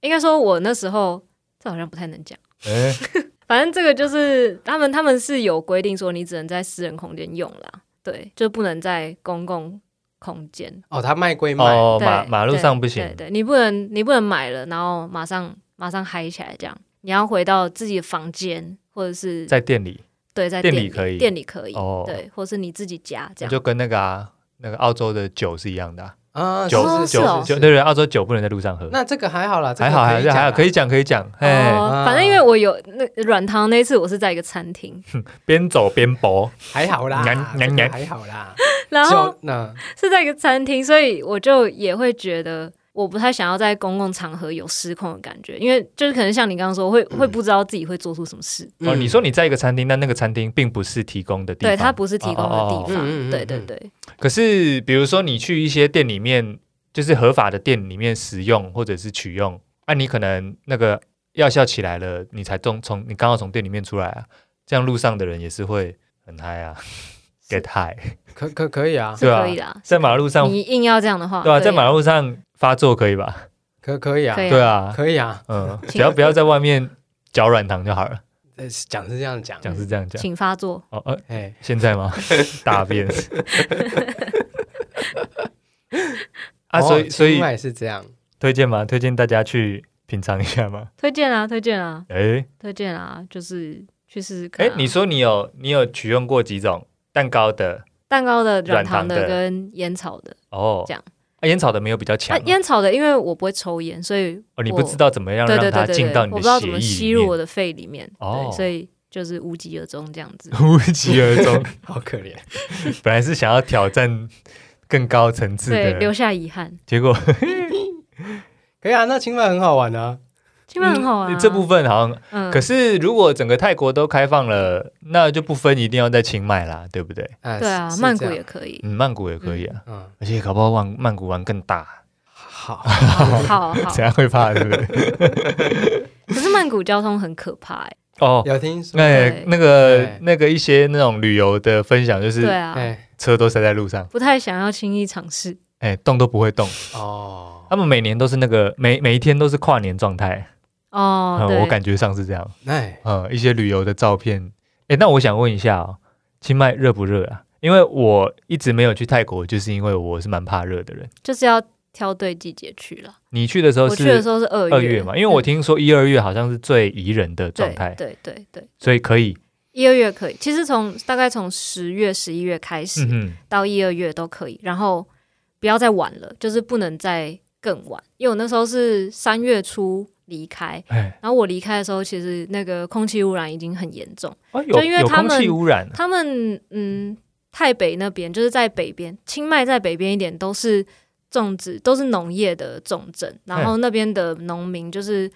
[SPEAKER 3] 应该说我那时候这好像不太能讲。
[SPEAKER 1] 哎、
[SPEAKER 3] 反正这个就是他们，他们是有规定说你只能在私人空间用啦，对，就不能在公共空间。
[SPEAKER 2] 哦，他卖归卖，
[SPEAKER 1] 哦，
[SPEAKER 3] 对
[SPEAKER 1] 马马路上不
[SPEAKER 3] 对
[SPEAKER 1] 行，
[SPEAKER 3] 对，你不能你不能买了，然后马上马上嗨起来这样，你要回到自己的房间，或者是
[SPEAKER 1] 在店里
[SPEAKER 3] 对在
[SPEAKER 1] 店里
[SPEAKER 3] 里
[SPEAKER 1] 可以
[SPEAKER 3] 店里可以，
[SPEAKER 1] 哦
[SPEAKER 3] 对，或是你自己家这
[SPEAKER 1] 就
[SPEAKER 3] 样。
[SPEAKER 1] 跟那个啊，那个澳洲的酒是一样的啊、
[SPEAKER 2] 啊，
[SPEAKER 1] 酒、
[SPEAKER 3] 哦
[SPEAKER 2] 是
[SPEAKER 3] 是
[SPEAKER 1] 酒、
[SPEAKER 3] 哦
[SPEAKER 1] 酒，对对，澳洲酒不能在路上喝。
[SPEAKER 2] 那这个还好啦，这个
[SPEAKER 1] 还好，还
[SPEAKER 2] 以讲
[SPEAKER 1] 好，还好，
[SPEAKER 2] 啦
[SPEAKER 1] 可以讲，可以讲。哎、
[SPEAKER 3] 哦，反正因为我有那软糖那一次，我是在一个餐厅，
[SPEAKER 1] 边走边哦搏。
[SPEAKER 2] 还好啦，
[SPEAKER 1] 娘
[SPEAKER 2] 这个
[SPEAKER 1] 娘娘
[SPEAKER 2] 还好啦，
[SPEAKER 3] 然后
[SPEAKER 2] 就那
[SPEAKER 3] 是在一个餐厅，所以我就也会觉得我不太想要在公共场合有失控的感觉，因为就是可能像你刚刚说，会
[SPEAKER 1] 嗯
[SPEAKER 3] 会不知道自己会做出什么事，
[SPEAKER 1] 哦，
[SPEAKER 2] 嗯
[SPEAKER 1] 你说你在一个餐厅，但那个餐厅并不是提供的地方。
[SPEAKER 3] 对，它不是提供的
[SPEAKER 1] 哦哦哦
[SPEAKER 3] 地方，
[SPEAKER 2] 嗯嗯嗯
[SPEAKER 3] 对对
[SPEAKER 2] 嗯
[SPEAKER 3] 对，
[SPEAKER 1] 可是，比如说你去一些店里面，就是合法的店里面食用或者是取用，啊，你可能那个药效起来了，你才从从你刚好从店里面出来啊，这样路上的人也是会很嗨啊， get high，
[SPEAKER 2] 可可可以啊，
[SPEAKER 3] 是
[SPEAKER 1] 对啊
[SPEAKER 3] 可以的啊。
[SPEAKER 1] 在马路上
[SPEAKER 3] 你硬要这样的话，
[SPEAKER 1] 对啊，
[SPEAKER 3] 可以
[SPEAKER 1] 在马路上发作可以吧？
[SPEAKER 2] 可可以啊
[SPEAKER 3] 可，以
[SPEAKER 1] 对啊，
[SPEAKER 2] 可以啊，
[SPEAKER 1] 嗯，只要不要在外面嚼软糖就好了，
[SPEAKER 2] 呃讲是这样讲，
[SPEAKER 1] 讲是这样讲。
[SPEAKER 3] 请发作。
[SPEAKER 1] 哦，呃，
[SPEAKER 2] 哎，
[SPEAKER 1] 现在 吗？大便。啊，所以
[SPEAKER 2] 哦
[SPEAKER 1] 所以
[SPEAKER 2] 清迈是这样，
[SPEAKER 1] 推荐吗？推荐大家去品尝一下 吗？
[SPEAKER 3] 推荐啊，推荐啊，
[SPEAKER 1] 哎
[SPEAKER 3] 推荐啊，就是去试试看
[SPEAKER 1] 哎
[SPEAKER 3] 啊、，
[SPEAKER 1] 你说你有你有取用过几种蛋糕的？
[SPEAKER 3] 蛋糕的软
[SPEAKER 1] 软
[SPEAKER 3] 糖的
[SPEAKER 1] 糖的
[SPEAKER 3] 跟烟草的，
[SPEAKER 1] 哦，
[SPEAKER 3] 这样
[SPEAKER 1] 啊烟草的没有比较强
[SPEAKER 3] 啊
[SPEAKER 1] 吗，
[SPEAKER 3] 烟草的，因为我不会抽烟，所以
[SPEAKER 1] 哦，你
[SPEAKER 3] 我
[SPEAKER 1] 不知道怎么样
[SPEAKER 3] 对对
[SPEAKER 1] 让
[SPEAKER 3] 对
[SPEAKER 1] 它
[SPEAKER 3] 对
[SPEAKER 1] 进
[SPEAKER 3] 对，
[SPEAKER 1] 到
[SPEAKER 3] 我
[SPEAKER 1] 你
[SPEAKER 3] 不
[SPEAKER 1] 的
[SPEAKER 3] 知道
[SPEAKER 1] 血
[SPEAKER 3] 怎么吸
[SPEAKER 1] 液
[SPEAKER 3] 入
[SPEAKER 1] 里
[SPEAKER 3] 我
[SPEAKER 1] 面，
[SPEAKER 3] 的肺里面，
[SPEAKER 1] 哦。
[SPEAKER 3] 对，所以就是无疾而终这样子
[SPEAKER 1] 无疾而 终。
[SPEAKER 2] 好可怜，
[SPEAKER 1] 本来是想要挑战更高层次
[SPEAKER 3] 对，留
[SPEAKER 1] 的，
[SPEAKER 3] 下遗憾，
[SPEAKER 1] 结果
[SPEAKER 2] 可以啊，那清迈很好玩啊，
[SPEAKER 3] 基本很好玩、啊
[SPEAKER 1] 这部分好像。
[SPEAKER 3] 嗯
[SPEAKER 1] 可，是如果整个泰国都开放了，那就不分一定要在清迈啦，对不对？
[SPEAKER 2] 哎，
[SPEAKER 3] 对啊
[SPEAKER 2] 是，
[SPEAKER 3] 曼谷，
[SPEAKER 2] 是这
[SPEAKER 3] 也
[SPEAKER 2] 样
[SPEAKER 3] 可以，
[SPEAKER 1] 嗯，曼谷也可以啊，
[SPEAKER 2] 嗯，
[SPEAKER 1] 而且搞不好曼曼谷玩更大，
[SPEAKER 2] 好，
[SPEAKER 3] 好好 好。
[SPEAKER 1] 哦怎样会怕，对不对？
[SPEAKER 3] 可是曼谷交通很可怕、欸，
[SPEAKER 1] 哦。
[SPEAKER 2] 有听说，
[SPEAKER 1] 那
[SPEAKER 3] 对
[SPEAKER 1] 那个
[SPEAKER 2] 对
[SPEAKER 1] 那个一些那种旅游的分享，就
[SPEAKER 3] 对
[SPEAKER 1] 是
[SPEAKER 3] 啊，
[SPEAKER 2] 哎，
[SPEAKER 1] 车都塞在路上，
[SPEAKER 3] 不太想要轻易尝试。
[SPEAKER 1] 哎，动都不会动。
[SPEAKER 2] 哦
[SPEAKER 1] 他，们每年都是那个每每一天都是跨年状态，
[SPEAKER 3] 哦，
[SPEAKER 1] 嗯，
[SPEAKER 3] 对，
[SPEAKER 1] 我感觉上是这样。
[SPEAKER 2] 哎，
[SPEAKER 1] 嗯，一些旅游的照片。哎，那我想问一下哦，清迈热不热啊？因为我一直没有去泰国，就是因为我是蛮怕热的人。
[SPEAKER 3] 就是要挑对季节去了。
[SPEAKER 1] 你去的时候
[SPEAKER 3] 我去的
[SPEAKER 1] 是
[SPEAKER 3] 时候是二
[SPEAKER 1] 二月嘛？因为我
[SPEAKER 3] 嗯
[SPEAKER 1] 听说一二月好像是最宜人的状
[SPEAKER 3] 对
[SPEAKER 1] 态，
[SPEAKER 3] 对对对，
[SPEAKER 1] 所以可以。
[SPEAKER 3] 一二月可以。其实从大概从十月、十一月开始、
[SPEAKER 1] 嗯
[SPEAKER 3] 到一二月都可以，然后不要再晚了，就是不能再更晚。因为我那时候是三月初离开，
[SPEAKER 1] 哼，哎，
[SPEAKER 3] 然后我离开的时候，其实那个空气污染已经很严重。
[SPEAKER 1] 哦，有
[SPEAKER 3] 因为
[SPEAKER 1] 有
[SPEAKER 3] 他
[SPEAKER 1] 空气
[SPEAKER 3] 们
[SPEAKER 1] 污染啊，
[SPEAKER 3] 他们嗯，太北那边就是在北边，清迈在北边一点都是种植都是农业的重镇，然后那边的农民就是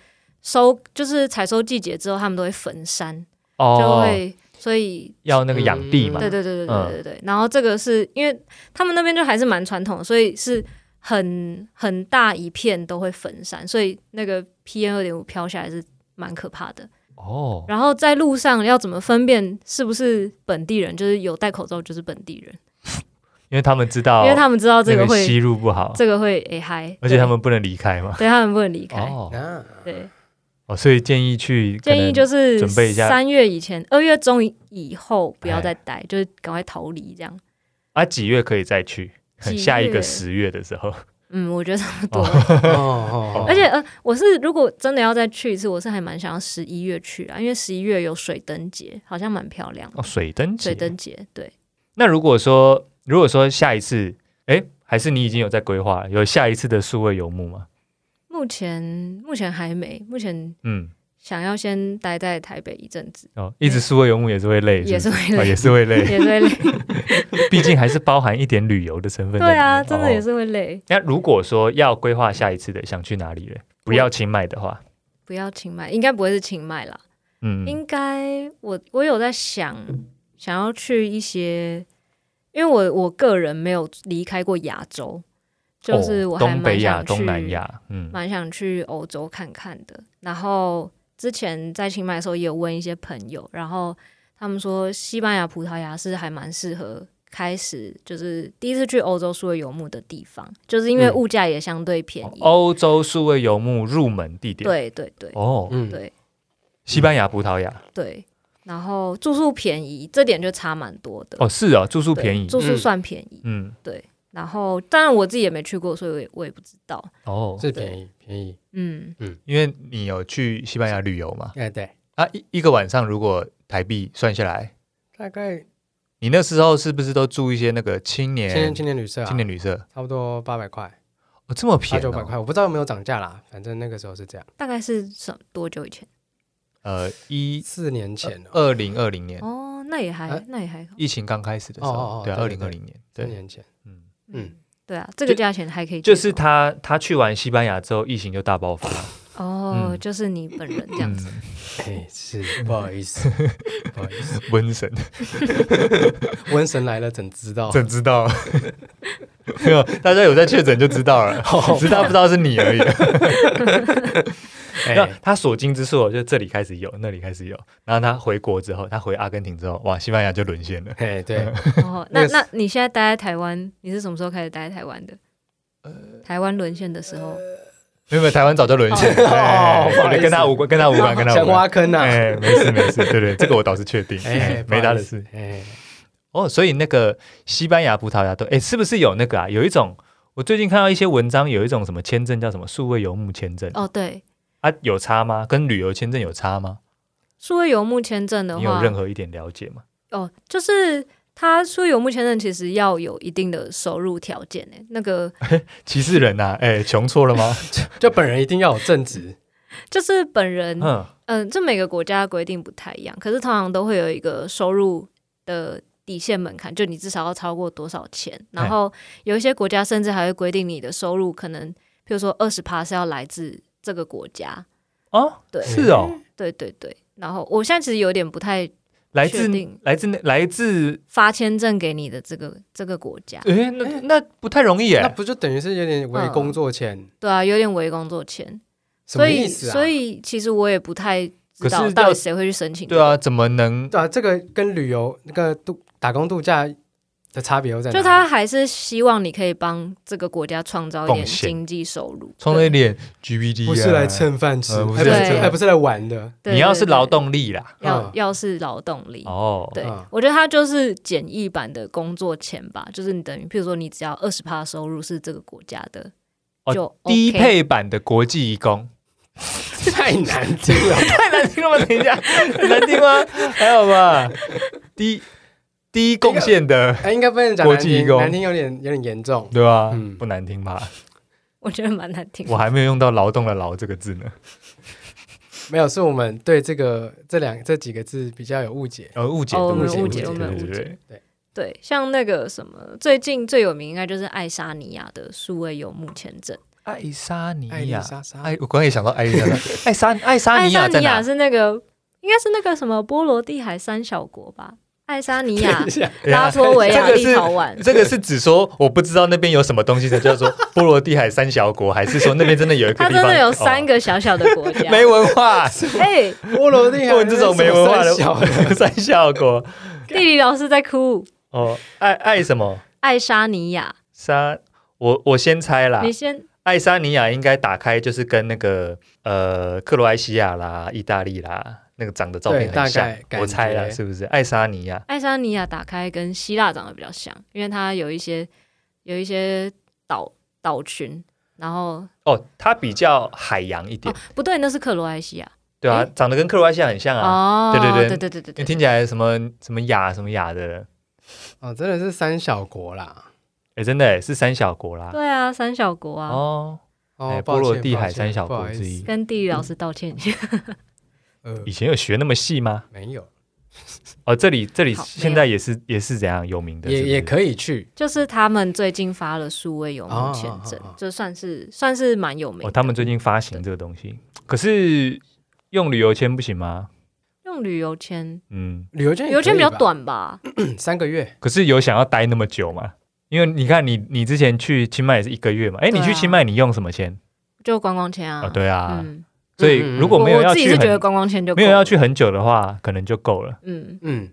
[SPEAKER 3] 收就是采收季节之后，他们都会焚山，就
[SPEAKER 1] 哦，
[SPEAKER 3] 会所以。
[SPEAKER 1] 要那个养地嘛
[SPEAKER 2] 嗯，
[SPEAKER 3] 对对对对
[SPEAKER 1] 嗯
[SPEAKER 3] 对对对，然后这个是因为他们那边就还是蛮传统的，所以是很很大一片都会焚山，所以那个 PM 二点五飘下来是蛮可怕的。
[SPEAKER 1] 哦，
[SPEAKER 3] 然后在路上要怎么分辨是不是本地人，就是有戴口罩就是本地人，
[SPEAKER 1] 因为他们知道
[SPEAKER 3] 因为他们知道这
[SPEAKER 1] 哦那
[SPEAKER 3] 个
[SPEAKER 1] 个
[SPEAKER 3] 会
[SPEAKER 1] 吸入不好，
[SPEAKER 3] 这个会诶嗨，
[SPEAKER 1] 而且他们不能离开嘛。
[SPEAKER 3] 对对他们不能离开，
[SPEAKER 1] 哦
[SPEAKER 2] 啊，
[SPEAKER 3] 对，
[SPEAKER 1] 哦，所以建议去，可
[SPEAKER 3] 建议
[SPEAKER 1] 能
[SPEAKER 3] 就是
[SPEAKER 1] 准备一下哎
[SPEAKER 3] 三月以前，二月中以后不要再待，就是赶快逃离这样。
[SPEAKER 1] 啊几月可以再去，
[SPEAKER 3] 几
[SPEAKER 1] 下一
[SPEAKER 3] 月
[SPEAKER 1] 个十月的时候，
[SPEAKER 3] 嗯，我觉得差不多。
[SPEAKER 2] 哦哦，哦
[SPEAKER 3] 而且呃，我是如果真的要再去一次，我是还蛮想要十一月去啊，因为十一月有水灯节，好像蛮漂亮的。
[SPEAKER 1] 哦，水灯节，
[SPEAKER 3] 水灯节，对，
[SPEAKER 1] 那如果说，如果说下一次，哎，还是你已经有在规划了，有下一次的数位游牧吗？
[SPEAKER 3] 目前目前还没，目前
[SPEAKER 1] 嗯，
[SPEAKER 3] 想要先待在台北一阵子，
[SPEAKER 1] 哦，一直数位游牧也是会累，
[SPEAKER 3] 也
[SPEAKER 1] 是
[SPEAKER 3] 是
[SPEAKER 1] 不
[SPEAKER 3] 会
[SPEAKER 1] 是哦
[SPEAKER 3] 累
[SPEAKER 1] 也，是会累，
[SPEAKER 3] 也是会累，
[SPEAKER 1] 毕竟还是包含一点旅游的成分在里
[SPEAKER 3] 对
[SPEAKER 1] 面。
[SPEAKER 3] 啊，真的也
[SPEAKER 1] 哦。
[SPEAKER 3] 是会累。
[SPEAKER 1] 那如果说要规划下一次的，想去哪里嘞？不要清迈的话，
[SPEAKER 3] 不要清迈，应该不会是清迈啦，
[SPEAKER 1] 嗯，
[SPEAKER 3] 应该我我有在想想要去一些，因为我我个人没有离开过亚洲，就是
[SPEAKER 1] 哦
[SPEAKER 3] 我还
[SPEAKER 1] 东
[SPEAKER 3] 蛮
[SPEAKER 1] 北亚、
[SPEAKER 3] 想去
[SPEAKER 1] 东南亚，嗯，
[SPEAKER 3] 蛮想去欧洲看看的。然后之前在清迈的时候也有问一些朋友，然后他们说西班牙、葡萄牙是还蛮适合开始，就是第一次去欧洲数位游牧的地方，就是因为
[SPEAKER 1] 嗯哦
[SPEAKER 3] 物价也相对便宜。
[SPEAKER 1] 欧洲数位游牧入门地点，，
[SPEAKER 3] 对对对
[SPEAKER 1] 哦，
[SPEAKER 2] 嗯，
[SPEAKER 3] 对
[SPEAKER 1] 西班牙、葡萄牙，
[SPEAKER 3] 对，然后住宿便宜，这点就差蛮多的。
[SPEAKER 1] 哦，是哦，住宿
[SPEAKER 3] 对
[SPEAKER 1] 便宜，
[SPEAKER 3] 住宿
[SPEAKER 2] 嗯
[SPEAKER 3] 算便宜。
[SPEAKER 1] 嗯，
[SPEAKER 3] 然后，当然我自己也没去过，所以我也我也不知道。
[SPEAKER 1] 哦，
[SPEAKER 2] 是便宜便宜，
[SPEAKER 3] 嗯，
[SPEAKER 1] 因为你有去西班牙旅游嘛，
[SPEAKER 2] 哎，对，
[SPEAKER 1] 啊，一一个晚上如果台币算下来，
[SPEAKER 2] 大概
[SPEAKER 1] 你那时候是不是都住一些那个青年
[SPEAKER 2] 青年青年旅社啊，
[SPEAKER 1] 青年旅社？
[SPEAKER 2] 差不多八百块。
[SPEAKER 1] 哦，这么
[SPEAKER 2] 八
[SPEAKER 1] 便宜、
[SPEAKER 2] 九百
[SPEAKER 1] 哦，
[SPEAKER 2] 块，我不知道有没有涨价啦，反正那个时候是这样，
[SPEAKER 3] 大概是什多久以前？
[SPEAKER 1] 呃，一
[SPEAKER 2] 四年前哦，
[SPEAKER 1] 二零二零年、
[SPEAKER 3] 哦，那也还、
[SPEAKER 1] 呃
[SPEAKER 2] 哎
[SPEAKER 3] 那也还好。
[SPEAKER 1] 疫情刚开始的时候，
[SPEAKER 2] 哦哦哦
[SPEAKER 1] 对、啊，二
[SPEAKER 2] 对对
[SPEAKER 1] 零
[SPEAKER 2] 对
[SPEAKER 1] 二零年，
[SPEAKER 2] 四
[SPEAKER 1] 对，
[SPEAKER 2] 年前，
[SPEAKER 1] 嗯，
[SPEAKER 2] 嗯，
[SPEAKER 3] 对啊，这
[SPEAKER 1] 就
[SPEAKER 3] 个价钱还可以接
[SPEAKER 1] 就
[SPEAKER 3] 受。
[SPEAKER 1] 是他他去完西班牙之后，疫情就大爆发，
[SPEAKER 3] 哦，
[SPEAKER 1] 嗯
[SPEAKER 3] 就是你本人这样子。
[SPEAKER 1] 嗯，
[SPEAKER 2] 哎，是不好意 思，不好意思，
[SPEAKER 1] 瘟神，
[SPEAKER 2] 瘟神来了怎知道？
[SPEAKER 1] 怎知道？没有，大家有在确诊就知道了，只是大家不知道是你而已。
[SPEAKER 2] 哎
[SPEAKER 1] 那他所经之处就这里开始有，那里开始有，然后他回国之后，他回阿根廷之后，哇，西班牙就沦陷了。
[SPEAKER 2] 哎，对，
[SPEAKER 1] 嗯
[SPEAKER 3] 哦，
[SPEAKER 2] 那
[SPEAKER 3] 那
[SPEAKER 2] 个是
[SPEAKER 3] 那你现在待在台湾，你是什么时候开始待在台湾的？
[SPEAKER 1] 呃
[SPEAKER 3] 台湾沦陷的时候，
[SPEAKER 1] 没有，没有，台湾早就沦陷，
[SPEAKER 2] 哦
[SPEAKER 1] 哎
[SPEAKER 2] 不好意思
[SPEAKER 1] 跟他无关，跟他无关，跟他
[SPEAKER 2] 想
[SPEAKER 1] 无关。
[SPEAKER 2] 挖
[SPEAKER 3] 啊
[SPEAKER 2] 坑呐，
[SPEAKER 1] 哎，没事没事，对对，这个我倒是确定，哎
[SPEAKER 2] 哎，
[SPEAKER 1] 没他的
[SPEAKER 2] 不好
[SPEAKER 1] 事
[SPEAKER 2] 意。思哎，
[SPEAKER 1] 哦，所以那个西班牙、葡萄牙都，哎，是不是有那个啊？有一种，我最近看到一些文章，有一种什么签证叫什么数位游牧签证
[SPEAKER 3] 哦，对，
[SPEAKER 1] 啊，有差吗？跟旅游签证有差吗？
[SPEAKER 3] 数位游牧签证的
[SPEAKER 1] 你有
[SPEAKER 3] 话，
[SPEAKER 1] 任何一点了解吗？
[SPEAKER 3] 哦，就是他数位游牧签证其实要有一定的收入条件诶，那个
[SPEAKER 1] 歧视人呐、哎，穷错了吗？
[SPEAKER 2] 就本人一定要有正职，
[SPEAKER 3] 就是 本人，嗯、
[SPEAKER 1] 嗯，
[SPEAKER 3] 这每个国家的规定不太一样，可是通常都会有一个收入的底线门槛，就你至少要超过多少钱，然后有一些国家甚至还会规定你的收入可能，譬如说二十趴是要来自这个国家，
[SPEAKER 1] 哦，
[SPEAKER 3] 对
[SPEAKER 2] 嗯
[SPEAKER 1] 是哦，
[SPEAKER 3] 对对对，然后我现在其实有点不太
[SPEAKER 1] 来自
[SPEAKER 3] 确定
[SPEAKER 1] 来自那来自，
[SPEAKER 3] 发签证给你的这个这个国家，
[SPEAKER 1] 哎，那那不太容易
[SPEAKER 2] 那
[SPEAKER 1] 耶。
[SPEAKER 2] 不就等于是有点为工作钱？
[SPEAKER 3] 对啊，有点为工作签，
[SPEAKER 2] 什
[SPEAKER 3] 所
[SPEAKER 2] 么意
[SPEAKER 3] 以
[SPEAKER 2] 思啊？
[SPEAKER 3] 所以其实我也不太知
[SPEAKER 1] 可
[SPEAKER 3] 道
[SPEAKER 1] 是
[SPEAKER 3] 到
[SPEAKER 1] 要
[SPEAKER 3] 底谁会去申请、
[SPEAKER 1] 对啊，，怎么能？
[SPEAKER 2] 对啊，这个跟旅游那个度打工度假的差别又在哪
[SPEAKER 3] 就
[SPEAKER 2] 里？
[SPEAKER 3] 他还是希望你可以帮这个国家创造一
[SPEAKER 1] 贡
[SPEAKER 3] 点
[SPEAKER 1] 献
[SPEAKER 3] 经济收入，
[SPEAKER 1] 创造一点 GBD，、啊、
[SPEAKER 2] 不是来蹭饭吃，
[SPEAKER 1] 呃不是
[SPEAKER 2] 还不是
[SPEAKER 3] 来蹭
[SPEAKER 2] 还哎不是来玩的。
[SPEAKER 3] 对
[SPEAKER 1] 你要
[SPEAKER 3] 对
[SPEAKER 1] 是
[SPEAKER 3] 对
[SPEAKER 1] 劳动力啦。
[SPEAKER 3] 要、
[SPEAKER 2] 嗯
[SPEAKER 3] 要是劳动力。
[SPEAKER 1] 哦，
[SPEAKER 3] 对
[SPEAKER 2] 嗯，
[SPEAKER 3] 我觉得它就是简易版的工作钱吧，就是你等于，譬如说你只要二十趴收入是这个国家的，
[SPEAKER 1] 哦
[SPEAKER 3] 就 OK
[SPEAKER 1] 低配版的国际义工，
[SPEAKER 2] 太难听了。
[SPEAKER 1] 太难听了吧？等一下，很难听 吗？还有吧，低低贡献的，
[SPEAKER 2] 哎，应该不能讲
[SPEAKER 1] 国
[SPEAKER 2] 难
[SPEAKER 1] 际义
[SPEAKER 2] 听，
[SPEAKER 1] 工
[SPEAKER 2] 难听有点有点严重。
[SPEAKER 1] 对吧？
[SPEAKER 2] 嗯
[SPEAKER 1] 不难听吧？
[SPEAKER 3] 我觉得蛮难听的。
[SPEAKER 1] 我还没有用到“劳动”的“劳”这个字呢，
[SPEAKER 2] 没有，是我们对这个这两这几个字比较有误解。
[SPEAKER 1] 呃，误解，对不
[SPEAKER 3] 哦
[SPEAKER 2] 我们
[SPEAKER 1] 起
[SPEAKER 2] 误
[SPEAKER 1] 对
[SPEAKER 2] 解
[SPEAKER 1] 不起
[SPEAKER 2] 我
[SPEAKER 3] 们
[SPEAKER 1] 对
[SPEAKER 3] 误
[SPEAKER 1] 对
[SPEAKER 3] 解
[SPEAKER 1] 对
[SPEAKER 3] 对，像那个什么，最近最有名应该就是爱沙尼亚的数位游牧签证。
[SPEAKER 1] 爱沙尼
[SPEAKER 2] 艾丽
[SPEAKER 1] 亚，
[SPEAKER 2] 莎莎，
[SPEAKER 1] 爱，哎我刚刚也想到爱丽莎莎， 爱沙爱沙
[SPEAKER 3] 爱
[SPEAKER 1] 尼
[SPEAKER 3] 沙
[SPEAKER 1] 亚在
[SPEAKER 3] 尼亚
[SPEAKER 1] 哪？
[SPEAKER 3] 是那个，应该是那个什么波罗的海三小国吧？爱沙尼亚
[SPEAKER 2] 等一、下
[SPEAKER 3] 拉脱维亚、
[SPEAKER 1] 啊这个是
[SPEAKER 3] 立陶宛。
[SPEAKER 1] 这个是指说我不知道那边有什么东西才叫做波罗的海三小国，还是说那边真的有一个地
[SPEAKER 3] 它
[SPEAKER 1] 方？
[SPEAKER 3] 真的有三
[SPEAKER 1] 哦、
[SPEAKER 3] 个小小的国 家。
[SPEAKER 1] 没文 化，
[SPEAKER 3] 哎、
[SPEAKER 2] 波罗的海
[SPEAKER 1] 问这种没文化
[SPEAKER 2] 啊那是什 么三小
[SPEAKER 1] 的三小国
[SPEAKER 3] 地理老师在哭。
[SPEAKER 1] 哦，爱爱什么
[SPEAKER 3] 爱沙尼亚，
[SPEAKER 1] 沙？我我先猜啦
[SPEAKER 3] 你，先
[SPEAKER 1] 爱沙尼亚应该打开就是跟那个呃克罗埃西亚啦、意大利啦那个长得照片
[SPEAKER 2] 对
[SPEAKER 1] 很像
[SPEAKER 2] 大概，感
[SPEAKER 1] 我猜啦，
[SPEAKER 2] 觉
[SPEAKER 1] 是不是爱沙尼亚？
[SPEAKER 3] 爱沙尼亚打开跟希腊长得比较像，因为它有一些有一些岛岛群，然后
[SPEAKER 1] 哦，它比较海洋一点，
[SPEAKER 3] 哦不对，那是克罗埃西亚
[SPEAKER 1] 对啊
[SPEAKER 3] 诶，
[SPEAKER 1] 长得跟克罗埃西亚很像啊。
[SPEAKER 3] 哦，
[SPEAKER 1] 对对对
[SPEAKER 3] 对对对对
[SPEAKER 1] 你
[SPEAKER 3] 对
[SPEAKER 1] 听起来什么什么雅什么雅的，
[SPEAKER 2] 哦，真的是三小国啦。
[SPEAKER 1] 哎、真的耶是三小国啦。
[SPEAKER 3] 对啊，三小国啊，
[SPEAKER 1] 哦，
[SPEAKER 2] 哦
[SPEAKER 1] 哎，
[SPEAKER 2] 抱
[SPEAKER 1] 波罗
[SPEAKER 2] 歉
[SPEAKER 1] 的
[SPEAKER 2] 抱
[SPEAKER 1] 海
[SPEAKER 2] 歉
[SPEAKER 1] 三小
[SPEAKER 2] 不好
[SPEAKER 1] 国
[SPEAKER 2] 意
[SPEAKER 1] 之
[SPEAKER 2] 思
[SPEAKER 1] 一
[SPEAKER 3] 跟地理老师道歉一下。
[SPEAKER 1] 嗯
[SPEAKER 2] 呃
[SPEAKER 1] 以，前有学那么细吗？
[SPEAKER 2] 没有，
[SPEAKER 1] 哦，这里这里
[SPEAKER 3] 好
[SPEAKER 1] 现在也是也是怎样有名的
[SPEAKER 2] 也也
[SPEAKER 1] 以。
[SPEAKER 2] 可以去。
[SPEAKER 3] 就是他们最近发了数位游牧签证，
[SPEAKER 2] 哦哦哦哦
[SPEAKER 3] 就算是算是蛮有名的。
[SPEAKER 1] 哦，他们最近发行这个东西，可是用旅游签不行吗？
[SPEAKER 3] 用旅游签，
[SPEAKER 1] 嗯，
[SPEAKER 2] 旅游券
[SPEAKER 3] 旅
[SPEAKER 2] 也
[SPEAKER 3] 游签
[SPEAKER 2] 可
[SPEAKER 3] 比
[SPEAKER 2] 以吧
[SPEAKER 3] 较，短吧？
[SPEAKER 2] 三个月。
[SPEAKER 1] 可是有想要待那么久吗？因为你看你，你之前去清迈也是一个月嘛，哎、
[SPEAKER 3] 对
[SPEAKER 1] 你
[SPEAKER 3] 啊
[SPEAKER 1] 去清迈你用什么签
[SPEAKER 3] 就观光签
[SPEAKER 1] 啊、
[SPEAKER 3] 啊。
[SPEAKER 1] 哦对啊，
[SPEAKER 3] 嗯，
[SPEAKER 1] 所以
[SPEAKER 2] 嗯嗯嗯
[SPEAKER 1] 如
[SPEAKER 3] 我
[SPEAKER 1] 果没有
[SPEAKER 3] 我
[SPEAKER 1] 要
[SPEAKER 3] 自己
[SPEAKER 1] 去
[SPEAKER 3] 是觉得
[SPEAKER 1] 很
[SPEAKER 3] 观光签就够
[SPEAKER 1] 没有
[SPEAKER 3] 了
[SPEAKER 1] 要，去很久的话，可能就够了。
[SPEAKER 3] 嗯，
[SPEAKER 2] 嗯，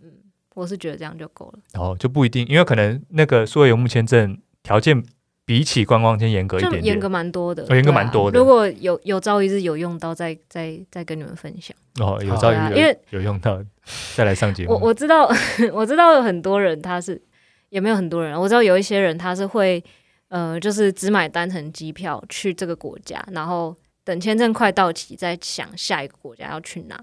[SPEAKER 3] 我是觉得这样就够了。
[SPEAKER 1] 哦，就不一定，因为可能那个数位游牧签证条件比起观光签严格一
[SPEAKER 3] 就
[SPEAKER 1] 点点，
[SPEAKER 3] 严格蛮多的，
[SPEAKER 1] 哦严格
[SPEAKER 3] 对啊
[SPEAKER 1] 蛮多的
[SPEAKER 3] 如果有有朝一日有用到，再再再跟你们分享。
[SPEAKER 1] 哦，有朝一
[SPEAKER 3] 对啊
[SPEAKER 1] 日有
[SPEAKER 3] 因为
[SPEAKER 1] 有用到，再来上节目。
[SPEAKER 3] 我我知道 我知道有很多人他是也没有很多人啊，我知道有一些人他是会呃，就是只买单程机票去这个国家，然后等签证快到期再想下一个国家要去哪。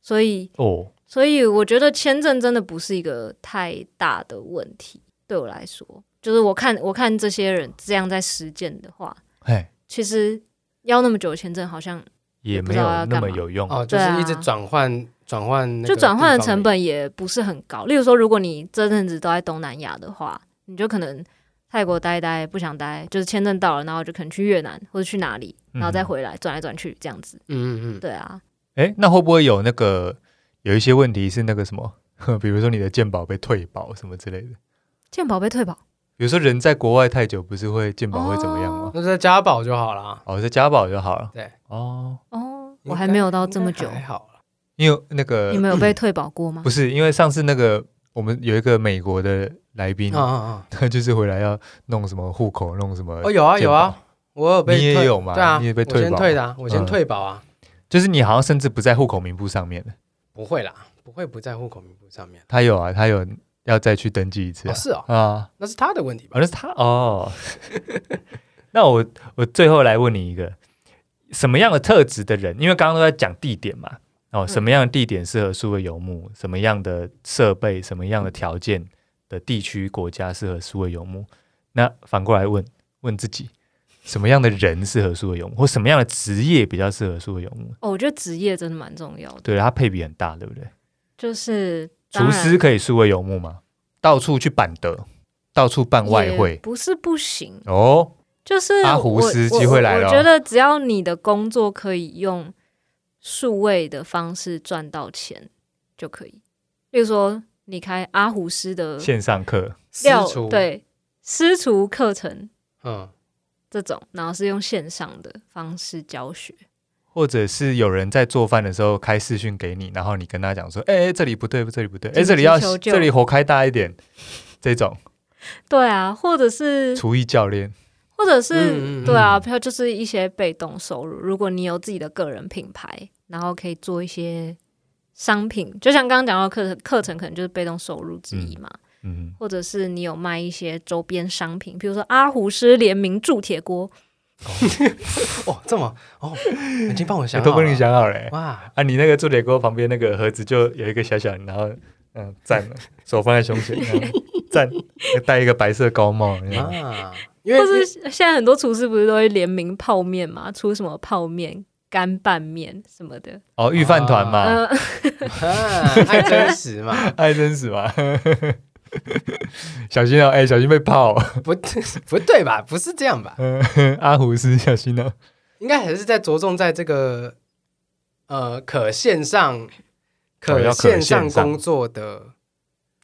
[SPEAKER 3] 所以
[SPEAKER 1] 哦，
[SPEAKER 3] 所以我觉得签证真的不是一个太大的问题，对我来说，就是我看我看这些人这样在实践的话，
[SPEAKER 1] 哎，
[SPEAKER 3] 其实要那么久的签证好像
[SPEAKER 1] 也
[SPEAKER 3] 不
[SPEAKER 1] 没
[SPEAKER 3] 知
[SPEAKER 1] 有
[SPEAKER 3] 道要
[SPEAKER 1] 那
[SPEAKER 3] 干
[SPEAKER 1] 么
[SPEAKER 3] 嘛
[SPEAKER 1] 有用。
[SPEAKER 2] 哦，就是一直转换转换，
[SPEAKER 3] 啊就转换的成。本也不是很高。例如说，如果你这阵子都在东南亚的话，你就可能泰国待一待，不想待，就是签证到了，然后就可能去越南或者去哪里，然后
[SPEAKER 1] 嗯
[SPEAKER 3] 再回来转来转去这样子。
[SPEAKER 2] 嗯嗯
[SPEAKER 3] 对啊，
[SPEAKER 1] 哎，那会不会有那个有一些 问题是那个什么？比如说你的健保被退保什么之类的，
[SPEAKER 3] 健保被退保，
[SPEAKER 1] 有时候人在国外太久，不是会健保会怎么样吗？
[SPEAKER 2] 那在家宝就好啦。
[SPEAKER 1] 哦，在家保就好了。
[SPEAKER 2] 对，
[SPEAKER 1] 哦，
[SPEAKER 3] 哦，
[SPEAKER 2] 应
[SPEAKER 3] 我
[SPEAKER 2] 该
[SPEAKER 3] 还没有到这么久
[SPEAKER 2] 应该。还好啦。
[SPEAKER 1] 因为那个嗯
[SPEAKER 3] 你们有被退保过吗
[SPEAKER 1] 不？是因为上次那个我们有一个美国的来宾，
[SPEAKER 2] 啊啊
[SPEAKER 1] 他 就是回来要弄什么户口，弄什么
[SPEAKER 2] 啊！哦，有啊
[SPEAKER 1] 健
[SPEAKER 2] 有
[SPEAKER 1] 保
[SPEAKER 2] 啊，，我有被
[SPEAKER 1] 你也
[SPEAKER 2] 退
[SPEAKER 1] 有嘛
[SPEAKER 2] 对啊，
[SPEAKER 1] 你也被退
[SPEAKER 2] 我先
[SPEAKER 1] 保
[SPEAKER 2] 退的啊，我先
[SPEAKER 1] 嗯
[SPEAKER 2] 退保啊，
[SPEAKER 1] 就是你好像甚至不在户口名簿上面的。
[SPEAKER 2] 不会啦，不会不在户口名簿上面。
[SPEAKER 1] 他有啊，他有要再去登记一次
[SPEAKER 2] 哦，
[SPEAKER 1] 啊。
[SPEAKER 2] 是哦，
[SPEAKER 1] 啊，
[SPEAKER 2] 那是他的问题吧
[SPEAKER 1] 反？正是他哦。 那我我最后来问你一个，什么样的特质的人？因为刚刚都在讲地点嘛，哦，
[SPEAKER 2] 嗯
[SPEAKER 1] 什么样的地点适合数位游牧？什么样的设备？什么样的条件的地区国家适合数位游牧？那反过来问问自己，什么样的人适合数位游牧，或什么样的职业比较适合数位游牧？
[SPEAKER 3] 哦，我觉得职业真的蛮重要的，
[SPEAKER 1] 对，它配比很大，对不对？
[SPEAKER 3] 就是当
[SPEAKER 1] 厨
[SPEAKER 3] 然
[SPEAKER 1] 师可以数位游牧吗？到处去板德，到处办外
[SPEAKER 3] 也
[SPEAKER 1] 汇
[SPEAKER 3] 不是不行，
[SPEAKER 1] 哦。
[SPEAKER 3] 就是
[SPEAKER 1] 阿
[SPEAKER 3] 我
[SPEAKER 1] 胡斯
[SPEAKER 3] 我
[SPEAKER 1] 机会来了
[SPEAKER 3] 我觉得只要你的工作可以用数位的方式赚到钱就可以。例如说，你开阿胡斯的
[SPEAKER 1] 线上课
[SPEAKER 2] 私
[SPEAKER 3] 料
[SPEAKER 2] 厨，
[SPEAKER 3] 对私厨课程
[SPEAKER 2] 嗯，
[SPEAKER 3] 这种，然后是用线上的方式教学。
[SPEAKER 1] 或者是有人在做饭的时候开视讯给你，然后你跟他讲说：“哎、哎这里不对，这里不对，哎、
[SPEAKER 3] 紧急
[SPEAKER 1] 这里要
[SPEAKER 3] 求救
[SPEAKER 1] 这里火开大一点。”这种
[SPEAKER 3] 对啊，或者是
[SPEAKER 1] 厨艺教练
[SPEAKER 3] 或者是、
[SPEAKER 2] 嗯嗯嗯
[SPEAKER 3] 对啊，票就是一些被动收入。如果你有自己的个人品牌，然后可以做一些商品，就像刚刚讲到课程课程，可能就是被动收入之一嘛。
[SPEAKER 1] 嗯，
[SPEAKER 3] 或者是你有卖一些周边商品，比如说阿胡师联名铸铁锅，
[SPEAKER 2] 哦，这么哦， 已经帮我想
[SPEAKER 1] 我
[SPEAKER 2] 好了
[SPEAKER 1] 都跟你讲好了、欸
[SPEAKER 2] 哇，
[SPEAKER 1] 啊，你那个铸铁锅旁边那个盒子就有一个小小，然后嗯，赞， 手放在胸前，然后赞，戴一个白色高帽，你知道吗
[SPEAKER 2] 啊，因为
[SPEAKER 3] 或是现在很多厨师不是都会联名泡面嘛，出什么泡面、干拌面什么的。
[SPEAKER 1] 哦，御饭团嘛，
[SPEAKER 3] 嗯、
[SPEAKER 2] 啊，爱真实嘛，
[SPEAKER 1] 爱真实嘛， 小心哦、哎、小心被泡、
[SPEAKER 2] 不 不对吧？不是这样吧？
[SPEAKER 1] 阿胡斯，小心哦、
[SPEAKER 2] 应该还是在着重在这个呃可线上
[SPEAKER 1] 哦要可
[SPEAKER 2] 线上
[SPEAKER 1] 线上
[SPEAKER 2] 工作的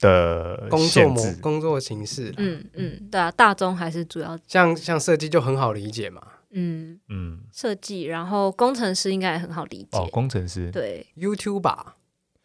[SPEAKER 1] 的
[SPEAKER 2] 工作
[SPEAKER 1] 限
[SPEAKER 2] 模
[SPEAKER 1] 制。
[SPEAKER 2] 工作形式啦，
[SPEAKER 3] 嗯嗯，对啊，大众还是主要
[SPEAKER 2] 像像设计就很好理解嘛。
[SPEAKER 3] 嗯
[SPEAKER 1] 嗯，
[SPEAKER 3] 设计，然后工程师应该也很好理解。
[SPEAKER 1] 哦，工程师
[SPEAKER 3] 对
[SPEAKER 2] YouTube 吧，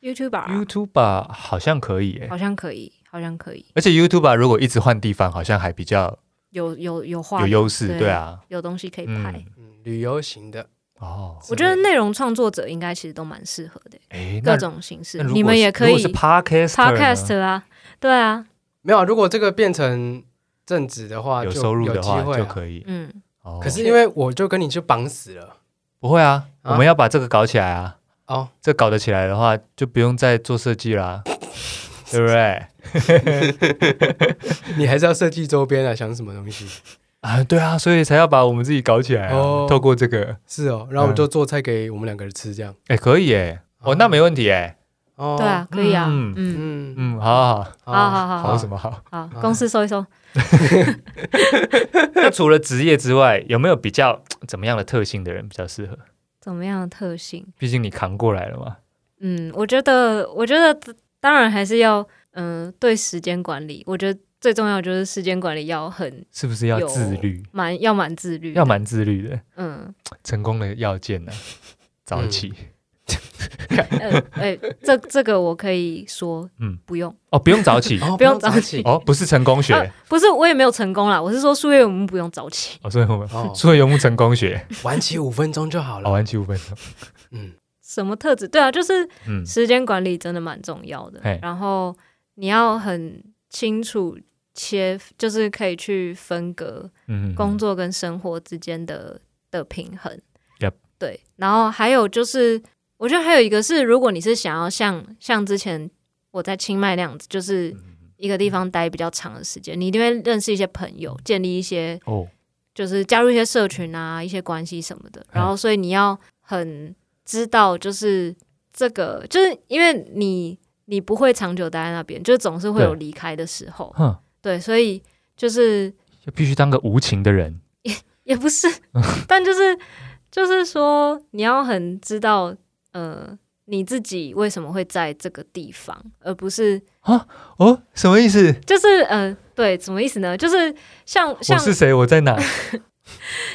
[SPEAKER 3] ，YouTuber 啊、
[SPEAKER 1] ，YouTube 好像可以耶
[SPEAKER 3] 好，像可以，好像可以，
[SPEAKER 1] 而且 YouTube 如果一直换地方，好像还比较
[SPEAKER 3] 有有有话
[SPEAKER 1] 有优势，
[SPEAKER 3] 对
[SPEAKER 1] 对啊，
[SPEAKER 3] 有东西可以拍。
[SPEAKER 1] 嗯，
[SPEAKER 2] 嗯，旅游型的，
[SPEAKER 1] 哦，
[SPEAKER 3] 我觉得内容创作者应该其实都蛮适合的，
[SPEAKER 1] 哎，那
[SPEAKER 3] 各种形式
[SPEAKER 1] 那，如果
[SPEAKER 3] 你们
[SPEAKER 1] 是
[SPEAKER 3] 也可
[SPEAKER 1] 如
[SPEAKER 3] 以
[SPEAKER 1] 果是 Podcast
[SPEAKER 3] podcast 啊，对啊，
[SPEAKER 2] 没有啊。如果这个变成正职的话，
[SPEAKER 1] 有
[SPEAKER 2] 啊就
[SPEAKER 1] 收入的话
[SPEAKER 2] 有机会
[SPEAKER 1] 就
[SPEAKER 2] 啊
[SPEAKER 1] 可以。
[SPEAKER 3] 嗯，
[SPEAKER 1] 哦
[SPEAKER 2] 可是因为我就跟你去绑死了
[SPEAKER 1] 不会啊，
[SPEAKER 2] 啊
[SPEAKER 1] 我们要把这个搞起来啊，
[SPEAKER 2] 哦，
[SPEAKER 1] 这搞得起来的话，就不用再做设计 啦，对不对？
[SPEAKER 2] 你还是要设计周边啊，想什么东西？
[SPEAKER 1] 啊，对啊，所以才要把我们自己搞起来、啊。
[SPEAKER 2] 哦
[SPEAKER 1] 透过这个，
[SPEAKER 2] 是哦，
[SPEAKER 1] 嗯
[SPEAKER 2] 然后我就做菜给我们两个人吃，这样
[SPEAKER 1] 哎，可以哎，哦，那没问题哎，
[SPEAKER 2] 哦，
[SPEAKER 3] 对啊，，可以啊，
[SPEAKER 1] 嗯
[SPEAKER 3] 嗯，
[SPEAKER 2] 嗯，
[SPEAKER 1] 嗯，好好
[SPEAKER 3] 好好
[SPEAKER 1] 好，
[SPEAKER 3] 好
[SPEAKER 1] 好
[SPEAKER 3] 好
[SPEAKER 1] 什么 好？
[SPEAKER 3] 好，公司收一收。
[SPEAKER 1] 那除了职业之外，有没有比较怎么样的特性的人比较适合？
[SPEAKER 3] 怎么样的特性？
[SPEAKER 1] 毕竟你扛过来了嘛。
[SPEAKER 3] 嗯，我觉得，我觉得当然还是要，嗯、对时间管理，我觉得最重要就是时间管理要很
[SPEAKER 1] 是不是要
[SPEAKER 3] 有
[SPEAKER 1] 自律？
[SPEAKER 3] 蛮要蛮自律，
[SPEAKER 1] 要，蛮自律的，嗯
[SPEAKER 3] 嗯，
[SPEAKER 1] 成功的要件 呢、早起、
[SPEAKER 3] 呃， 哎、这这个我可以说，
[SPEAKER 1] 嗯
[SPEAKER 3] 嗯，不用，
[SPEAKER 1] 哦，不用早起
[SPEAKER 2] 哦
[SPEAKER 1] 哦
[SPEAKER 3] 不用早
[SPEAKER 2] 起
[SPEAKER 1] 不是成功学、
[SPEAKER 3] 啊不是，我也没有成功啦，我是说数月我们不用早起，
[SPEAKER 1] 哦，所以哦我们
[SPEAKER 2] 哦，
[SPEAKER 1] 所以游牧成功学，
[SPEAKER 2] 晚起五分钟就好
[SPEAKER 1] 好
[SPEAKER 2] 了。
[SPEAKER 1] 玩起五分钟，
[SPEAKER 2] 嗯，
[SPEAKER 3] 什么特质？对啊，就是
[SPEAKER 1] 嗯，
[SPEAKER 3] 时间管理真的蛮重要的
[SPEAKER 1] 嘿，
[SPEAKER 3] 然后你要很清楚切，就是可以去分隔
[SPEAKER 1] 嗯
[SPEAKER 3] 工作跟生活之间的的平衡。
[SPEAKER 1] Yep
[SPEAKER 3] 对，然后还有就是，我觉得还有一个是，如果你是想要像像之前我在清迈那样子，就是
[SPEAKER 1] 嗯
[SPEAKER 3] 一个地方待比较长的时间，你一定会认识一些朋
[SPEAKER 1] 嗯
[SPEAKER 3] 友，建立一些
[SPEAKER 1] 哦，
[SPEAKER 3] 就是加入一些社群啊，一些关系什么的。
[SPEAKER 1] 嗯
[SPEAKER 3] 然后，所以你要很知道，就是这个，就是因为你你不会长久待在那边，就是总是会有
[SPEAKER 1] 对
[SPEAKER 3] 离开的时候。
[SPEAKER 1] 哼，
[SPEAKER 3] 对，所以就是
[SPEAKER 1] 就必须当个无情的人，
[SPEAKER 3] 也 不是，但就是就是说，你要很知道，呃，你自己为什么会在这个地方，而不是
[SPEAKER 1] 哦，什么意思？
[SPEAKER 3] 就是呃，对，什么意思呢？就是像
[SPEAKER 1] 我
[SPEAKER 3] 像
[SPEAKER 1] 是谁？我在哪？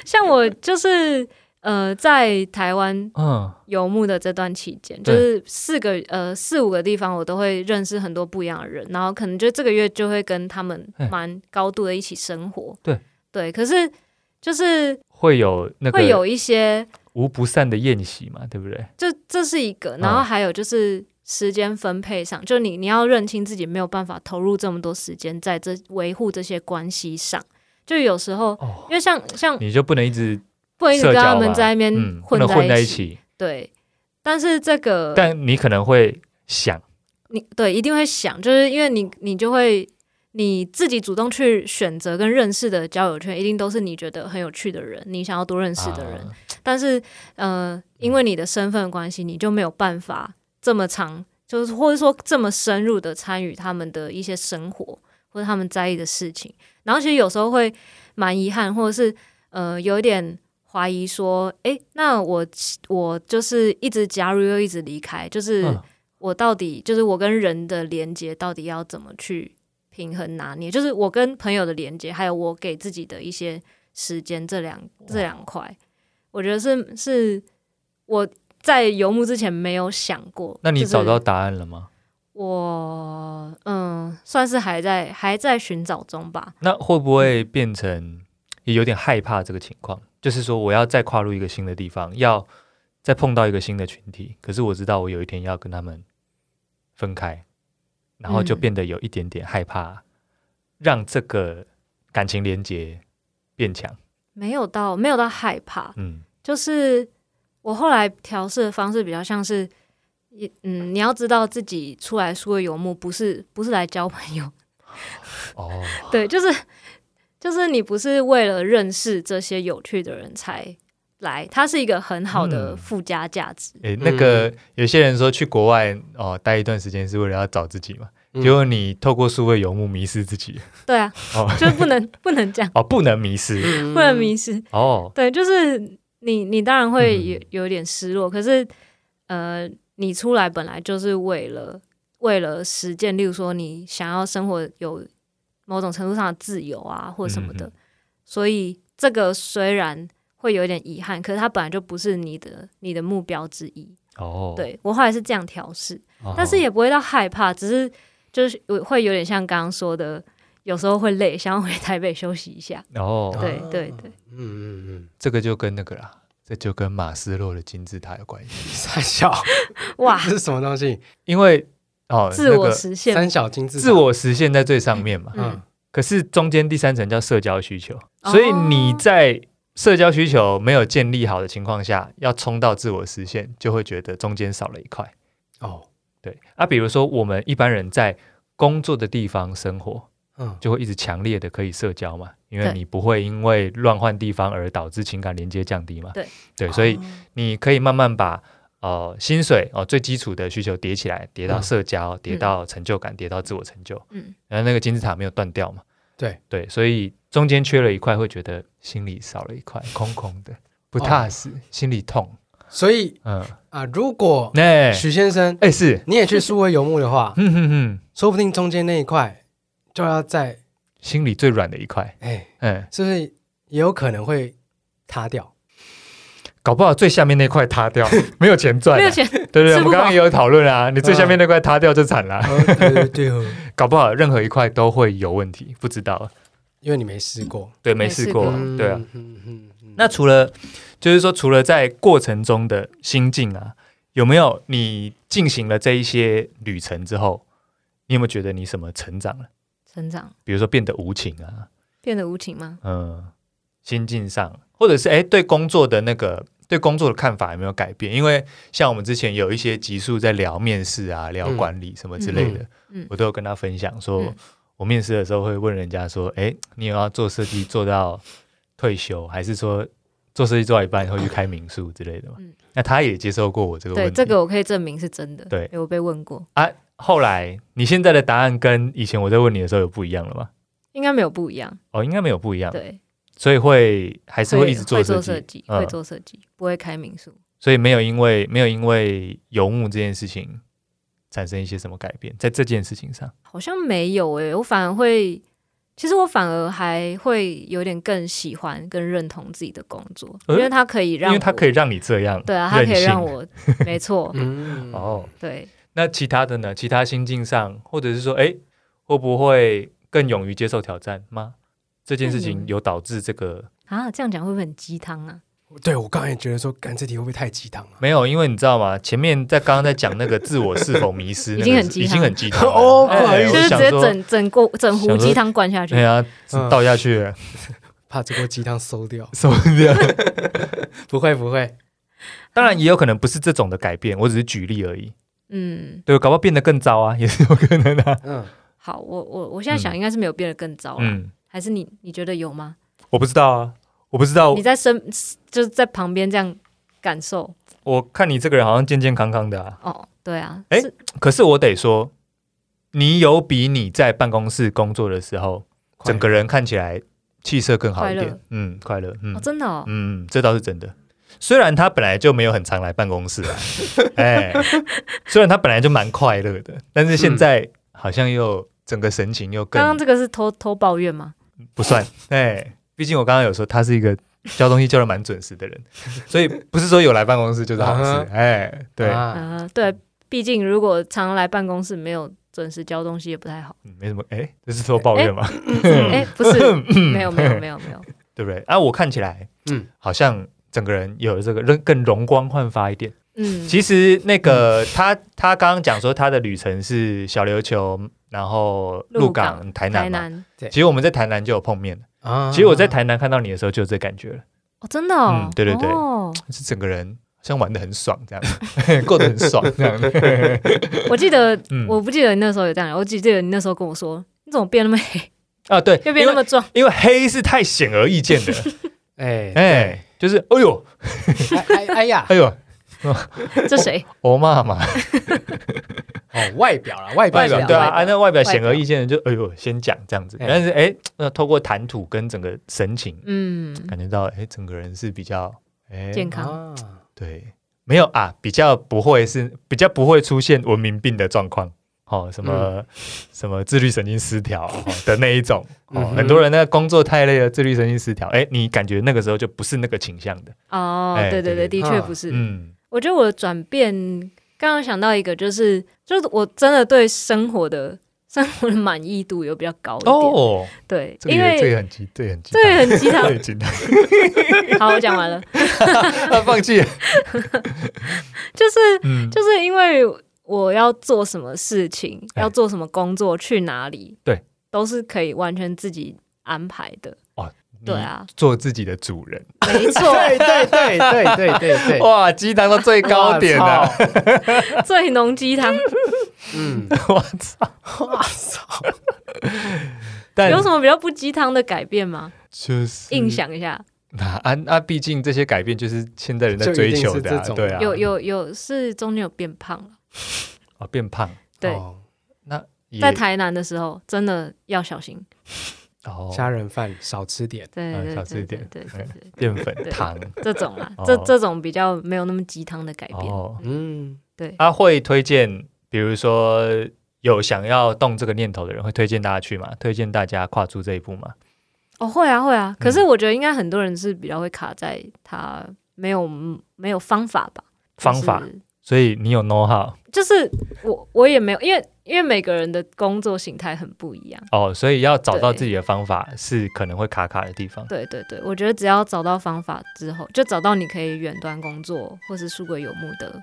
[SPEAKER 3] 像我就是呃，在台湾
[SPEAKER 1] 嗯，
[SPEAKER 3] 游牧的这段期间，就
[SPEAKER 1] 对
[SPEAKER 3] 是四个呃四五个地方，我都会认识很多不一样的人，然后可能就这个月就会跟他们
[SPEAKER 1] 嗯
[SPEAKER 3] 蛮高度的一起生活。
[SPEAKER 1] 对
[SPEAKER 3] 对，可是就是
[SPEAKER 1] 会有那
[SPEAKER 3] 会
[SPEAKER 1] 个
[SPEAKER 3] 有一些，
[SPEAKER 1] 无不散的宴席嘛，对不对？
[SPEAKER 3] 这这是一个，
[SPEAKER 1] 嗯
[SPEAKER 3] 然后还有就是。时间分配上，就你你要认清自己没有办法投入这么多时间在这维护这些关系上，就有时候
[SPEAKER 1] 哦，
[SPEAKER 3] 因为像像
[SPEAKER 1] 你就不能一直
[SPEAKER 3] 不能一直
[SPEAKER 1] 社
[SPEAKER 3] 跟他
[SPEAKER 1] 交
[SPEAKER 3] 们
[SPEAKER 1] 吧
[SPEAKER 3] 在那边
[SPEAKER 1] 嗯，不
[SPEAKER 3] 混
[SPEAKER 1] 能混在
[SPEAKER 3] 在
[SPEAKER 1] 一
[SPEAKER 3] 起，
[SPEAKER 1] 起，
[SPEAKER 3] 对。但是这个，
[SPEAKER 1] 但你可能会想，
[SPEAKER 3] 你对一定会想，就是因为你你就会你自己主动去选择跟认识的交友圈，一定都是你觉得很有趣的人，你想要多认识的人。
[SPEAKER 1] 啊嗯
[SPEAKER 3] 但是呃，因为你的身份关系，你就没有办法这么长，就是或者说这么深入的参与他们的一些生活或者他们在意的事情。然后其实有时候会蛮遗憾，或者是呃有一点怀疑说，诶，那我我就是一直加入又一直离开，就是。
[SPEAKER 1] 嗯
[SPEAKER 3] 我到底就是我跟人的连接到底要怎么去平衡拿捏？就是我跟朋友的连接，还有我给自己的一些时间，这两这两块，我觉得是是我在游牧之前没有想过。
[SPEAKER 1] 那你
[SPEAKER 3] 就是
[SPEAKER 1] 找到答案了吗？
[SPEAKER 3] 我嗯，算是还在还在寻找中吧。
[SPEAKER 1] 那会不会变成也有点害怕这个情况？就是说，我要再跨入一个新的地方，要再碰到一个新的群体，可是我知道我有一天要跟他们分开，然后就
[SPEAKER 3] 嗯
[SPEAKER 1] 变得有一点点害怕，让这个感情连接变强。
[SPEAKER 3] 没有到没有到害怕，
[SPEAKER 1] 嗯，
[SPEAKER 3] 就是我后来调试的方式比较像是，也嗯，你要知道自己出来说游牧不是不是来交朋友，
[SPEAKER 1] 哦，
[SPEAKER 3] 对，就是就是你不是为了认识这些有趣的人才来，它是一个很好的
[SPEAKER 1] 嗯
[SPEAKER 3] 附加价值。
[SPEAKER 1] 诶，那个、有些人说去国外哦待一段时间是为了要找自己嘛，结 果你透过数位游牧迷失自己，
[SPEAKER 3] 对啊，
[SPEAKER 1] 哦
[SPEAKER 3] 就是不能不 能这样，
[SPEAKER 1] 哦，不能迷失
[SPEAKER 2] 嗯
[SPEAKER 3] 不能迷失。
[SPEAKER 1] 哦，
[SPEAKER 3] 对，就是你你当然会有
[SPEAKER 1] 嗯
[SPEAKER 3] 有点失落，可是呃，你出来本来就是为了为了实践，例如说你想要生活有某种程度上的自由啊，或什么的，
[SPEAKER 1] 嗯
[SPEAKER 3] 所以这个虽然。会有一点遗憾，可是它本来就不是你的你的目标之一。
[SPEAKER 1] 哦，
[SPEAKER 3] 对我后来是这样调试，
[SPEAKER 1] 哦，
[SPEAKER 3] 但是也不会到害怕，只是就是有会有点像刚刚说的，有时候会累，想要回台北休息一下。
[SPEAKER 1] 哦，
[SPEAKER 3] 对
[SPEAKER 2] 啊
[SPEAKER 3] 对对，
[SPEAKER 2] 嗯嗯嗯，
[SPEAKER 1] 这个就跟那个啦，这就跟马斯洛的金字塔有关系，
[SPEAKER 2] 三小
[SPEAKER 3] 哇，
[SPEAKER 2] 这是什么东西？
[SPEAKER 1] 因为哦，
[SPEAKER 3] 自我
[SPEAKER 1] 那个
[SPEAKER 3] 实现，
[SPEAKER 2] 三小金字塔
[SPEAKER 1] 自我实现在最上面嘛，
[SPEAKER 3] 嗯哦
[SPEAKER 2] 嗯
[SPEAKER 1] 可是中间第三层叫社交需求，所以你在社交需求没有建立好的情况下，要冲到自我实现，就会觉得中间少了一块。
[SPEAKER 2] 哦
[SPEAKER 1] 对啊，比如说我们一般人在工作的地方生活，
[SPEAKER 2] 嗯
[SPEAKER 1] 就会一直强烈的可以社交嘛，因为
[SPEAKER 3] 对
[SPEAKER 1] 你不会因为乱换地方而导致情感连接降低嘛。
[SPEAKER 3] 对哦
[SPEAKER 1] 所以你可以慢慢把呃薪水哦、最基础的需求叠起来，叠到
[SPEAKER 2] 嗯
[SPEAKER 1] 社交，叠到成就感，叠到自我成就。
[SPEAKER 3] 嗯，
[SPEAKER 1] 然后那个金字塔没有断掉嘛。
[SPEAKER 2] 对
[SPEAKER 1] 对，所以中间缺了一块，会觉得心里少了一块，空空的，不
[SPEAKER 2] 哦
[SPEAKER 1] 踏实，心里痛。
[SPEAKER 2] 所以
[SPEAKER 1] 嗯，
[SPEAKER 2] 啊，如果啊
[SPEAKER 1] 那、
[SPEAKER 2] 许先生
[SPEAKER 1] 哎、是，
[SPEAKER 2] 你也去苏维游牧的话，
[SPEAKER 1] 嗯哼哼，
[SPEAKER 2] 说不定中间那一块就要在
[SPEAKER 1] 心里最软的一块，
[SPEAKER 2] 哎，
[SPEAKER 1] 嗯，
[SPEAKER 2] 是不是也有可能会塌 掉？
[SPEAKER 1] 搞不好最下面那块塌 掉，没有钱赚、啊，
[SPEAKER 3] 没有钱，
[SPEAKER 1] 对对，我
[SPEAKER 3] 吃不
[SPEAKER 1] 们刚
[SPEAKER 3] 饱
[SPEAKER 1] 刚也有讨论啊，你最下面那块塌掉就惨了，
[SPEAKER 2] 哦对对对哦，
[SPEAKER 1] 搞不好任何一块都会有问题，不知道，
[SPEAKER 2] 因为你没试过，
[SPEAKER 1] 对，没
[SPEAKER 3] 没
[SPEAKER 1] 试
[SPEAKER 3] 试
[SPEAKER 1] 过
[SPEAKER 3] 过，
[SPEAKER 2] 嗯
[SPEAKER 1] 对啊。，
[SPEAKER 2] 嗯嗯嗯
[SPEAKER 1] 那除了就是说，除了在过程中的心境啊，有没有你进行了这一些旅程之后，你有没有觉得你什么成长了？
[SPEAKER 3] 成长
[SPEAKER 1] 比如说变得无情啊，
[SPEAKER 3] 变得无情吗？
[SPEAKER 1] 嗯，心境上，或者是哎对工作的那个对工作的看法有没有改变？因为像我们之前有一些集数在聊面试啊、聊
[SPEAKER 2] 嗯
[SPEAKER 1] 管理什么之类的，
[SPEAKER 3] 嗯嗯
[SPEAKER 1] 我都有跟他分享说，
[SPEAKER 3] 嗯
[SPEAKER 1] 我面试的时候会问人家说，哎，你有要做设计做到退休，还是说做设计做到一半会去开民宿之类的嘛？
[SPEAKER 3] 嗯
[SPEAKER 1] 那他也接受过我这个问
[SPEAKER 3] 对，
[SPEAKER 1] 题。
[SPEAKER 3] 这个我可以证明是真的。
[SPEAKER 1] 对
[SPEAKER 3] 有被问过，
[SPEAKER 1] 后来你现在的答案跟以前我在问你的时候有不一样了吗？
[SPEAKER 3] 应该没有不一样。
[SPEAKER 1] 哦，应该没有不一样，
[SPEAKER 3] 对，
[SPEAKER 1] 所以会还是
[SPEAKER 3] 所
[SPEAKER 1] 会
[SPEAKER 3] 以
[SPEAKER 1] 一直做设
[SPEAKER 3] 设
[SPEAKER 1] 计，
[SPEAKER 3] 计，
[SPEAKER 1] 嗯
[SPEAKER 3] 会做设计，不会开民宿。
[SPEAKER 1] 所以没有因为没有因为游牧这件事情产生一些什么改变，在这件事情上，
[SPEAKER 3] 欸好像没有诶、我反而会，其实我反而还会有点更喜欢跟认同自己的工作，
[SPEAKER 1] 呃
[SPEAKER 3] 因为它可以
[SPEAKER 1] 因
[SPEAKER 3] 让
[SPEAKER 1] 为它
[SPEAKER 3] 我
[SPEAKER 1] 可以让你这样，
[SPEAKER 3] 对啊，它可
[SPEAKER 1] 任
[SPEAKER 3] 以
[SPEAKER 1] 性
[SPEAKER 3] 让我 没错，
[SPEAKER 2] 嗯，
[SPEAKER 1] 哦。
[SPEAKER 3] 对，
[SPEAKER 1] 那其他的呢？其他心境上，或者是说，哎，会不会更勇于接受挑战吗？这件事情
[SPEAKER 3] 嗯
[SPEAKER 1] 有导致这个
[SPEAKER 3] 啊，这样讲会不会很鸡汤啊？
[SPEAKER 2] 对我刚才也觉得说，干这题会不会太鸡汤了、
[SPEAKER 1] 没有？因为你知道吗？前面在刚刚在讲那个自我是否迷失，
[SPEAKER 3] 已经很
[SPEAKER 1] 那个是
[SPEAKER 3] 鸡汤
[SPEAKER 1] 已经很鸡汤了
[SPEAKER 2] 哦不好
[SPEAKER 1] 哎
[SPEAKER 2] 意思
[SPEAKER 3] 就
[SPEAKER 1] 我
[SPEAKER 3] 是直
[SPEAKER 1] 想
[SPEAKER 3] 接
[SPEAKER 1] 说
[SPEAKER 3] 整整锅整壶
[SPEAKER 1] 想说
[SPEAKER 3] 鸡汤灌下去
[SPEAKER 1] 对。啊，
[SPEAKER 2] 嗯
[SPEAKER 1] 倒下去了，
[SPEAKER 2] 怕这锅鸡汤
[SPEAKER 1] 。
[SPEAKER 2] 馊掉
[SPEAKER 1] 什么的。
[SPEAKER 2] 不会不会，
[SPEAKER 1] 当然也有可能不是这种的改变，我只是举例而已。
[SPEAKER 3] 嗯，
[SPEAKER 1] 对，搞不好变得更糟啊，也是有可能的、啊。
[SPEAKER 2] 嗯，
[SPEAKER 3] 好，我我我现在
[SPEAKER 1] 嗯
[SPEAKER 3] 想应该是没有变得更糟了，
[SPEAKER 1] 嗯，
[SPEAKER 3] 还是你你觉得有吗？
[SPEAKER 1] 我不知道啊，我不知道
[SPEAKER 3] 你。在身就是在旁边这样感受
[SPEAKER 1] 我看你这个人好像健健康康的啊，
[SPEAKER 3] 哦，对啊，
[SPEAKER 1] 哎
[SPEAKER 3] 是
[SPEAKER 1] 可是我得说，你有比你在办公室工作的时候，整个人看起来气色更好一
[SPEAKER 3] 快
[SPEAKER 1] 点
[SPEAKER 3] 乐。
[SPEAKER 1] 嗯，快乐。嗯、
[SPEAKER 3] 哦，真的哦，
[SPEAKER 1] 嗯，这倒是真的。虽然他本来就没有很常来办公 室、啊，哎，虽然他本来就蛮快乐的，但是现在好像又整个神情又更
[SPEAKER 3] 刚刚这个是偷偷抱怨吗？
[SPEAKER 1] 不 算，哎，毕竟我刚刚有说他是一个交东西交的蛮准时的 人，所以不是说有来办公室就是好
[SPEAKER 2] 啊
[SPEAKER 1] 事，哎，对，
[SPEAKER 2] 啊，
[SPEAKER 3] 呃，对，毕竟如果常来办公室没有准时交东西也不 太好。
[SPEAKER 1] 嗯没什么，哎，这是说抱怨嘛，
[SPEAKER 3] 哎，不是，
[SPEAKER 1] 嗯
[SPEAKER 3] 没有没有没有没有，
[SPEAKER 1] 对不对？啊，我看起来，
[SPEAKER 2] 嗯
[SPEAKER 1] 嗯，好像整个人有这个更更容光焕发一点。
[SPEAKER 3] 嗯，
[SPEAKER 1] 其实那个他他刚刚讲说他的旅程是小琉球，然后鹿港、
[SPEAKER 3] 鹿
[SPEAKER 1] 台南
[SPEAKER 3] 台
[SPEAKER 1] 嘛。
[SPEAKER 3] 南
[SPEAKER 1] 其实我们在台南就有碰面了。
[SPEAKER 2] 啊
[SPEAKER 1] 其实我在台南看到你的时候就有这感觉了，
[SPEAKER 3] 哦，真的哦
[SPEAKER 1] 嗯，对对对
[SPEAKER 3] 哦，
[SPEAKER 1] 就是整个人好像玩的很爽，这样 过得很爽，这样。
[SPEAKER 3] 我记得
[SPEAKER 1] 嗯
[SPEAKER 3] 我不记得你那时候有这样，我只记得你那时候跟我说，你怎么变那么黑，
[SPEAKER 1] 啊，对，
[SPEAKER 3] 又
[SPEAKER 1] 因
[SPEAKER 3] 变那
[SPEAKER 1] 为
[SPEAKER 3] 么壮，
[SPEAKER 1] 因为黑是太显而易见 的，
[SPEAKER 2] 哎哎
[SPEAKER 1] 哎，就是哎呦
[SPEAKER 2] 哎哎呀，
[SPEAKER 1] 哎呦，
[SPEAKER 3] 这谁？
[SPEAKER 1] 我妈妈
[SPEAKER 2] 哦，外表了，外 表
[SPEAKER 1] 外
[SPEAKER 3] 表
[SPEAKER 1] 表对啊，
[SPEAKER 3] 外表
[SPEAKER 1] 啊那外表显而易见的就哎呦先讲这样子，
[SPEAKER 2] 哎
[SPEAKER 1] 但是哎，那透过谈吐跟整个神情，
[SPEAKER 3] 嗯，
[SPEAKER 1] 感觉到哎整个人是比较哎
[SPEAKER 3] 健康
[SPEAKER 2] 啊，
[SPEAKER 1] 对，没有啊，比较不会是比较不会出现文明病的状况。哦，什么、
[SPEAKER 3] 嗯
[SPEAKER 1] 什么自律神经失调、 哦、的那一种，
[SPEAKER 2] 嗯
[SPEAKER 1] 哦，
[SPEAKER 2] 哼
[SPEAKER 1] 很多人那个工作太累了，自律神经失调，哎，你感觉那个时候就不是那个倾向的，
[SPEAKER 3] 哦，
[SPEAKER 1] 哎
[SPEAKER 3] 对对
[SPEAKER 1] 对
[SPEAKER 3] 对，
[SPEAKER 1] 对
[SPEAKER 3] 的
[SPEAKER 2] 对
[SPEAKER 3] 确
[SPEAKER 2] 啊
[SPEAKER 3] 不是，
[SPEAKER 1] 嗯
[SPEAKER 3] 我觉得我的转变，刚刚想到一个，就是就是我真的对生活的 生活的满意度有比较高一点。
[SPEAKER 1] 哦，
[SPEAKER 3] 对，
[SPEAKER 1] 这个
[SPEAKER 3] 因
[SPEAKER 1] 也这
[SPEAKER 3] 为
[SPEAKER 1] 个很激，这个很激，
[SPEAKER 3] 这个很鸡
[SPEAKER 1] 这个
[SPEAKER 3] 汤。
[SPEAKER 1] 很激动，
[SPEAKER 3] 好，我讲完了，
[SPEAKER 1] 他放弃了，
[SPEAKER 3] 就是
[SPEAKER 1] 嗯，
[SPEAKER 3] 就是因为我要做什么事情，
[SPEAKER 1] 哎
[SPEAKER 3] 要做什么工作，去哪里，
[SPEAKER 1] 对，
[SPEAKER 3] 都是可以完全自己安排的。 对啊，
[SPEAKER 1] 嗯做自己的主人，
[SPEAKER 3] 没错，
[SPEAKER 2] 对对对对对对对，
[SPEAKER 1] 哇，鸡汤到最高点啊了，
[SPEAKER 2] 哇 操
[SPEAKER 3] 最浓鸡汤
[SPEAKER 2] 嗯，
[SPEAKER 1] 我操，
[SPEAKER 2] 哇操，
[SPEAKER 1] 但
[SPEAKER 3] 有什么比较不鸡汤的改变吗？
[SPEAKER 1] 嗯就是
[SPEAKER 3] 硬想一下，
[SPEAKER 1] 啊啊啊！毕竟这些改变就是现代人在
[SPEAKER 2] 就一
[SPEAKER 1] 追
[SPEAKER 2] 定
[SPEAKER 1] 求
[SPEAKER 2] 是
[SPEAKER 1] 的、
[SPEAKER 2] 这
[SPEAKER 1] 啊，
[SPEAKER 2] 种
[SPEAKER 1] 对
[SPEAKER 2] 的
[SPEAKER 1] 啊，
[SPEAKER 3] 有有有是中间有变胖了，
[SPEAKER 1] 哦变胖，
[SPEAKER 3] 对，
[SPEAKER 2] 哦
[SPEAKER 1] 也
[SPEAKER 3] 在台南的时候真的要小心。
[SPEAKER 1] 哦
[SPEAKER 2] 虾仁饭少吃点，
[SPEAKER 3] 对
[SPEAKER 1] 嗯
[SPEAKER 3] 对
[SPEAKER 1] 少
[SPEAKER 3] 对
[SPEAKER 1] 吃一
[SPEAKER 3] 对
[SPEAKER 1] 点
[SPEAKER 3] 对对对，
[SPEAKER 1] 淀粉
[SPEAKER 3] 对
[SPEAKER 1] 糖
[SPEAKER 3] 这种啦，
[SPEAKER 1] 哦
[SPEAKER 3] 这这种比较没有那么鸡汤的改变。
[SPEAKER 1] 哦。
[SPEAKER 2] 嗯，
[SPEAKER 3] 对，
[SPEAKER 1] 他、会推荐，比如说有想要动这个念头的人，会推荐大家去吗？推荐大家跨出这一步吗？
[SPEAKER 3] 哦会啊会啊，可
[SPEAKER 1] 嗯
[SPEAKER 3] 是我觉得应该很多人是比较会卡在他没有没有方法吧，
[SPEAKER 1] 方法
[SPEAKER 3] 就，是
[SPEAKER 1] 所以你有 know how
[SPEAKER 3] 就是我我也没有，因为因为每个人的工作形态很不一样。
[SPEAKER 1] 哦，所以要找到
[SPEAKER 3] 对
[SPEAKER 1] 自己的方法是可能会卡卡的地方。
[SPEAKER 3] 对对对，我觉得只要找到方法之后，就找到你可以远端工作或是数个游牧的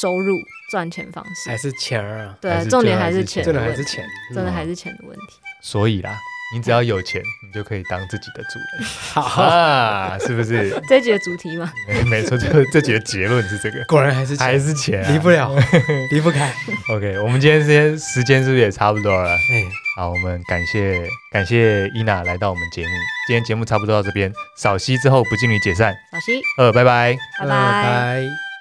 [SPEAKER 3] 收入赚钱方式。
[SPEAKER 2] 还是钱儿啊，
[SPEAKER 3] 对
[SPEAKER 1] 还
[SPEAKER 3] 啊，
[SPEAKER 1] 是
[SPEAKER 3] 重点
[SPEAKER 1] 最后
[SPEAKER 3] 还
[SPEAKER 1] 还是
[SPEAKER 3] 是
[SPEAKER 1] 钱啊
[SPEAKER 3] 钱，
[SPEAKER 2] 真的还是，钱，嗯
[SPEAKER 3] 真的还是钱的问题。
[SPEAKER 1] 所以啦，你只要有钱，你就可以当自己的主 人
[SPEAKER 2] 好，
[SPEAKER 1] 啊，是不是？
[SPEAKER 3] 这一集的主题嘛，
[SPEAKER 1] 没没错，这这节结论是这个，
[SPEAKER 2] 果然还是
[SPEAKER 1] 还
[SPEAKER 2] 钱，
[SPEAKER 1] 是钱啊、
[SPEAKER 2] 离不了，离不 开，
[SPEAKER 1] OK，我们今天时间时间是不是也差不多了？
[SPEAKER 2] 哎，
[SPEAKER 1] 好，我们感谢感谢伊娜来到我们节目，今天节目差不多到这边，扫息之后不敬礼解散，
[SPEAKER 3] 小西，
[SPEAKER 1] 呃，拜拜。
[SPEAKER 3] 拜拜。
[SPEAKER 2] 拜。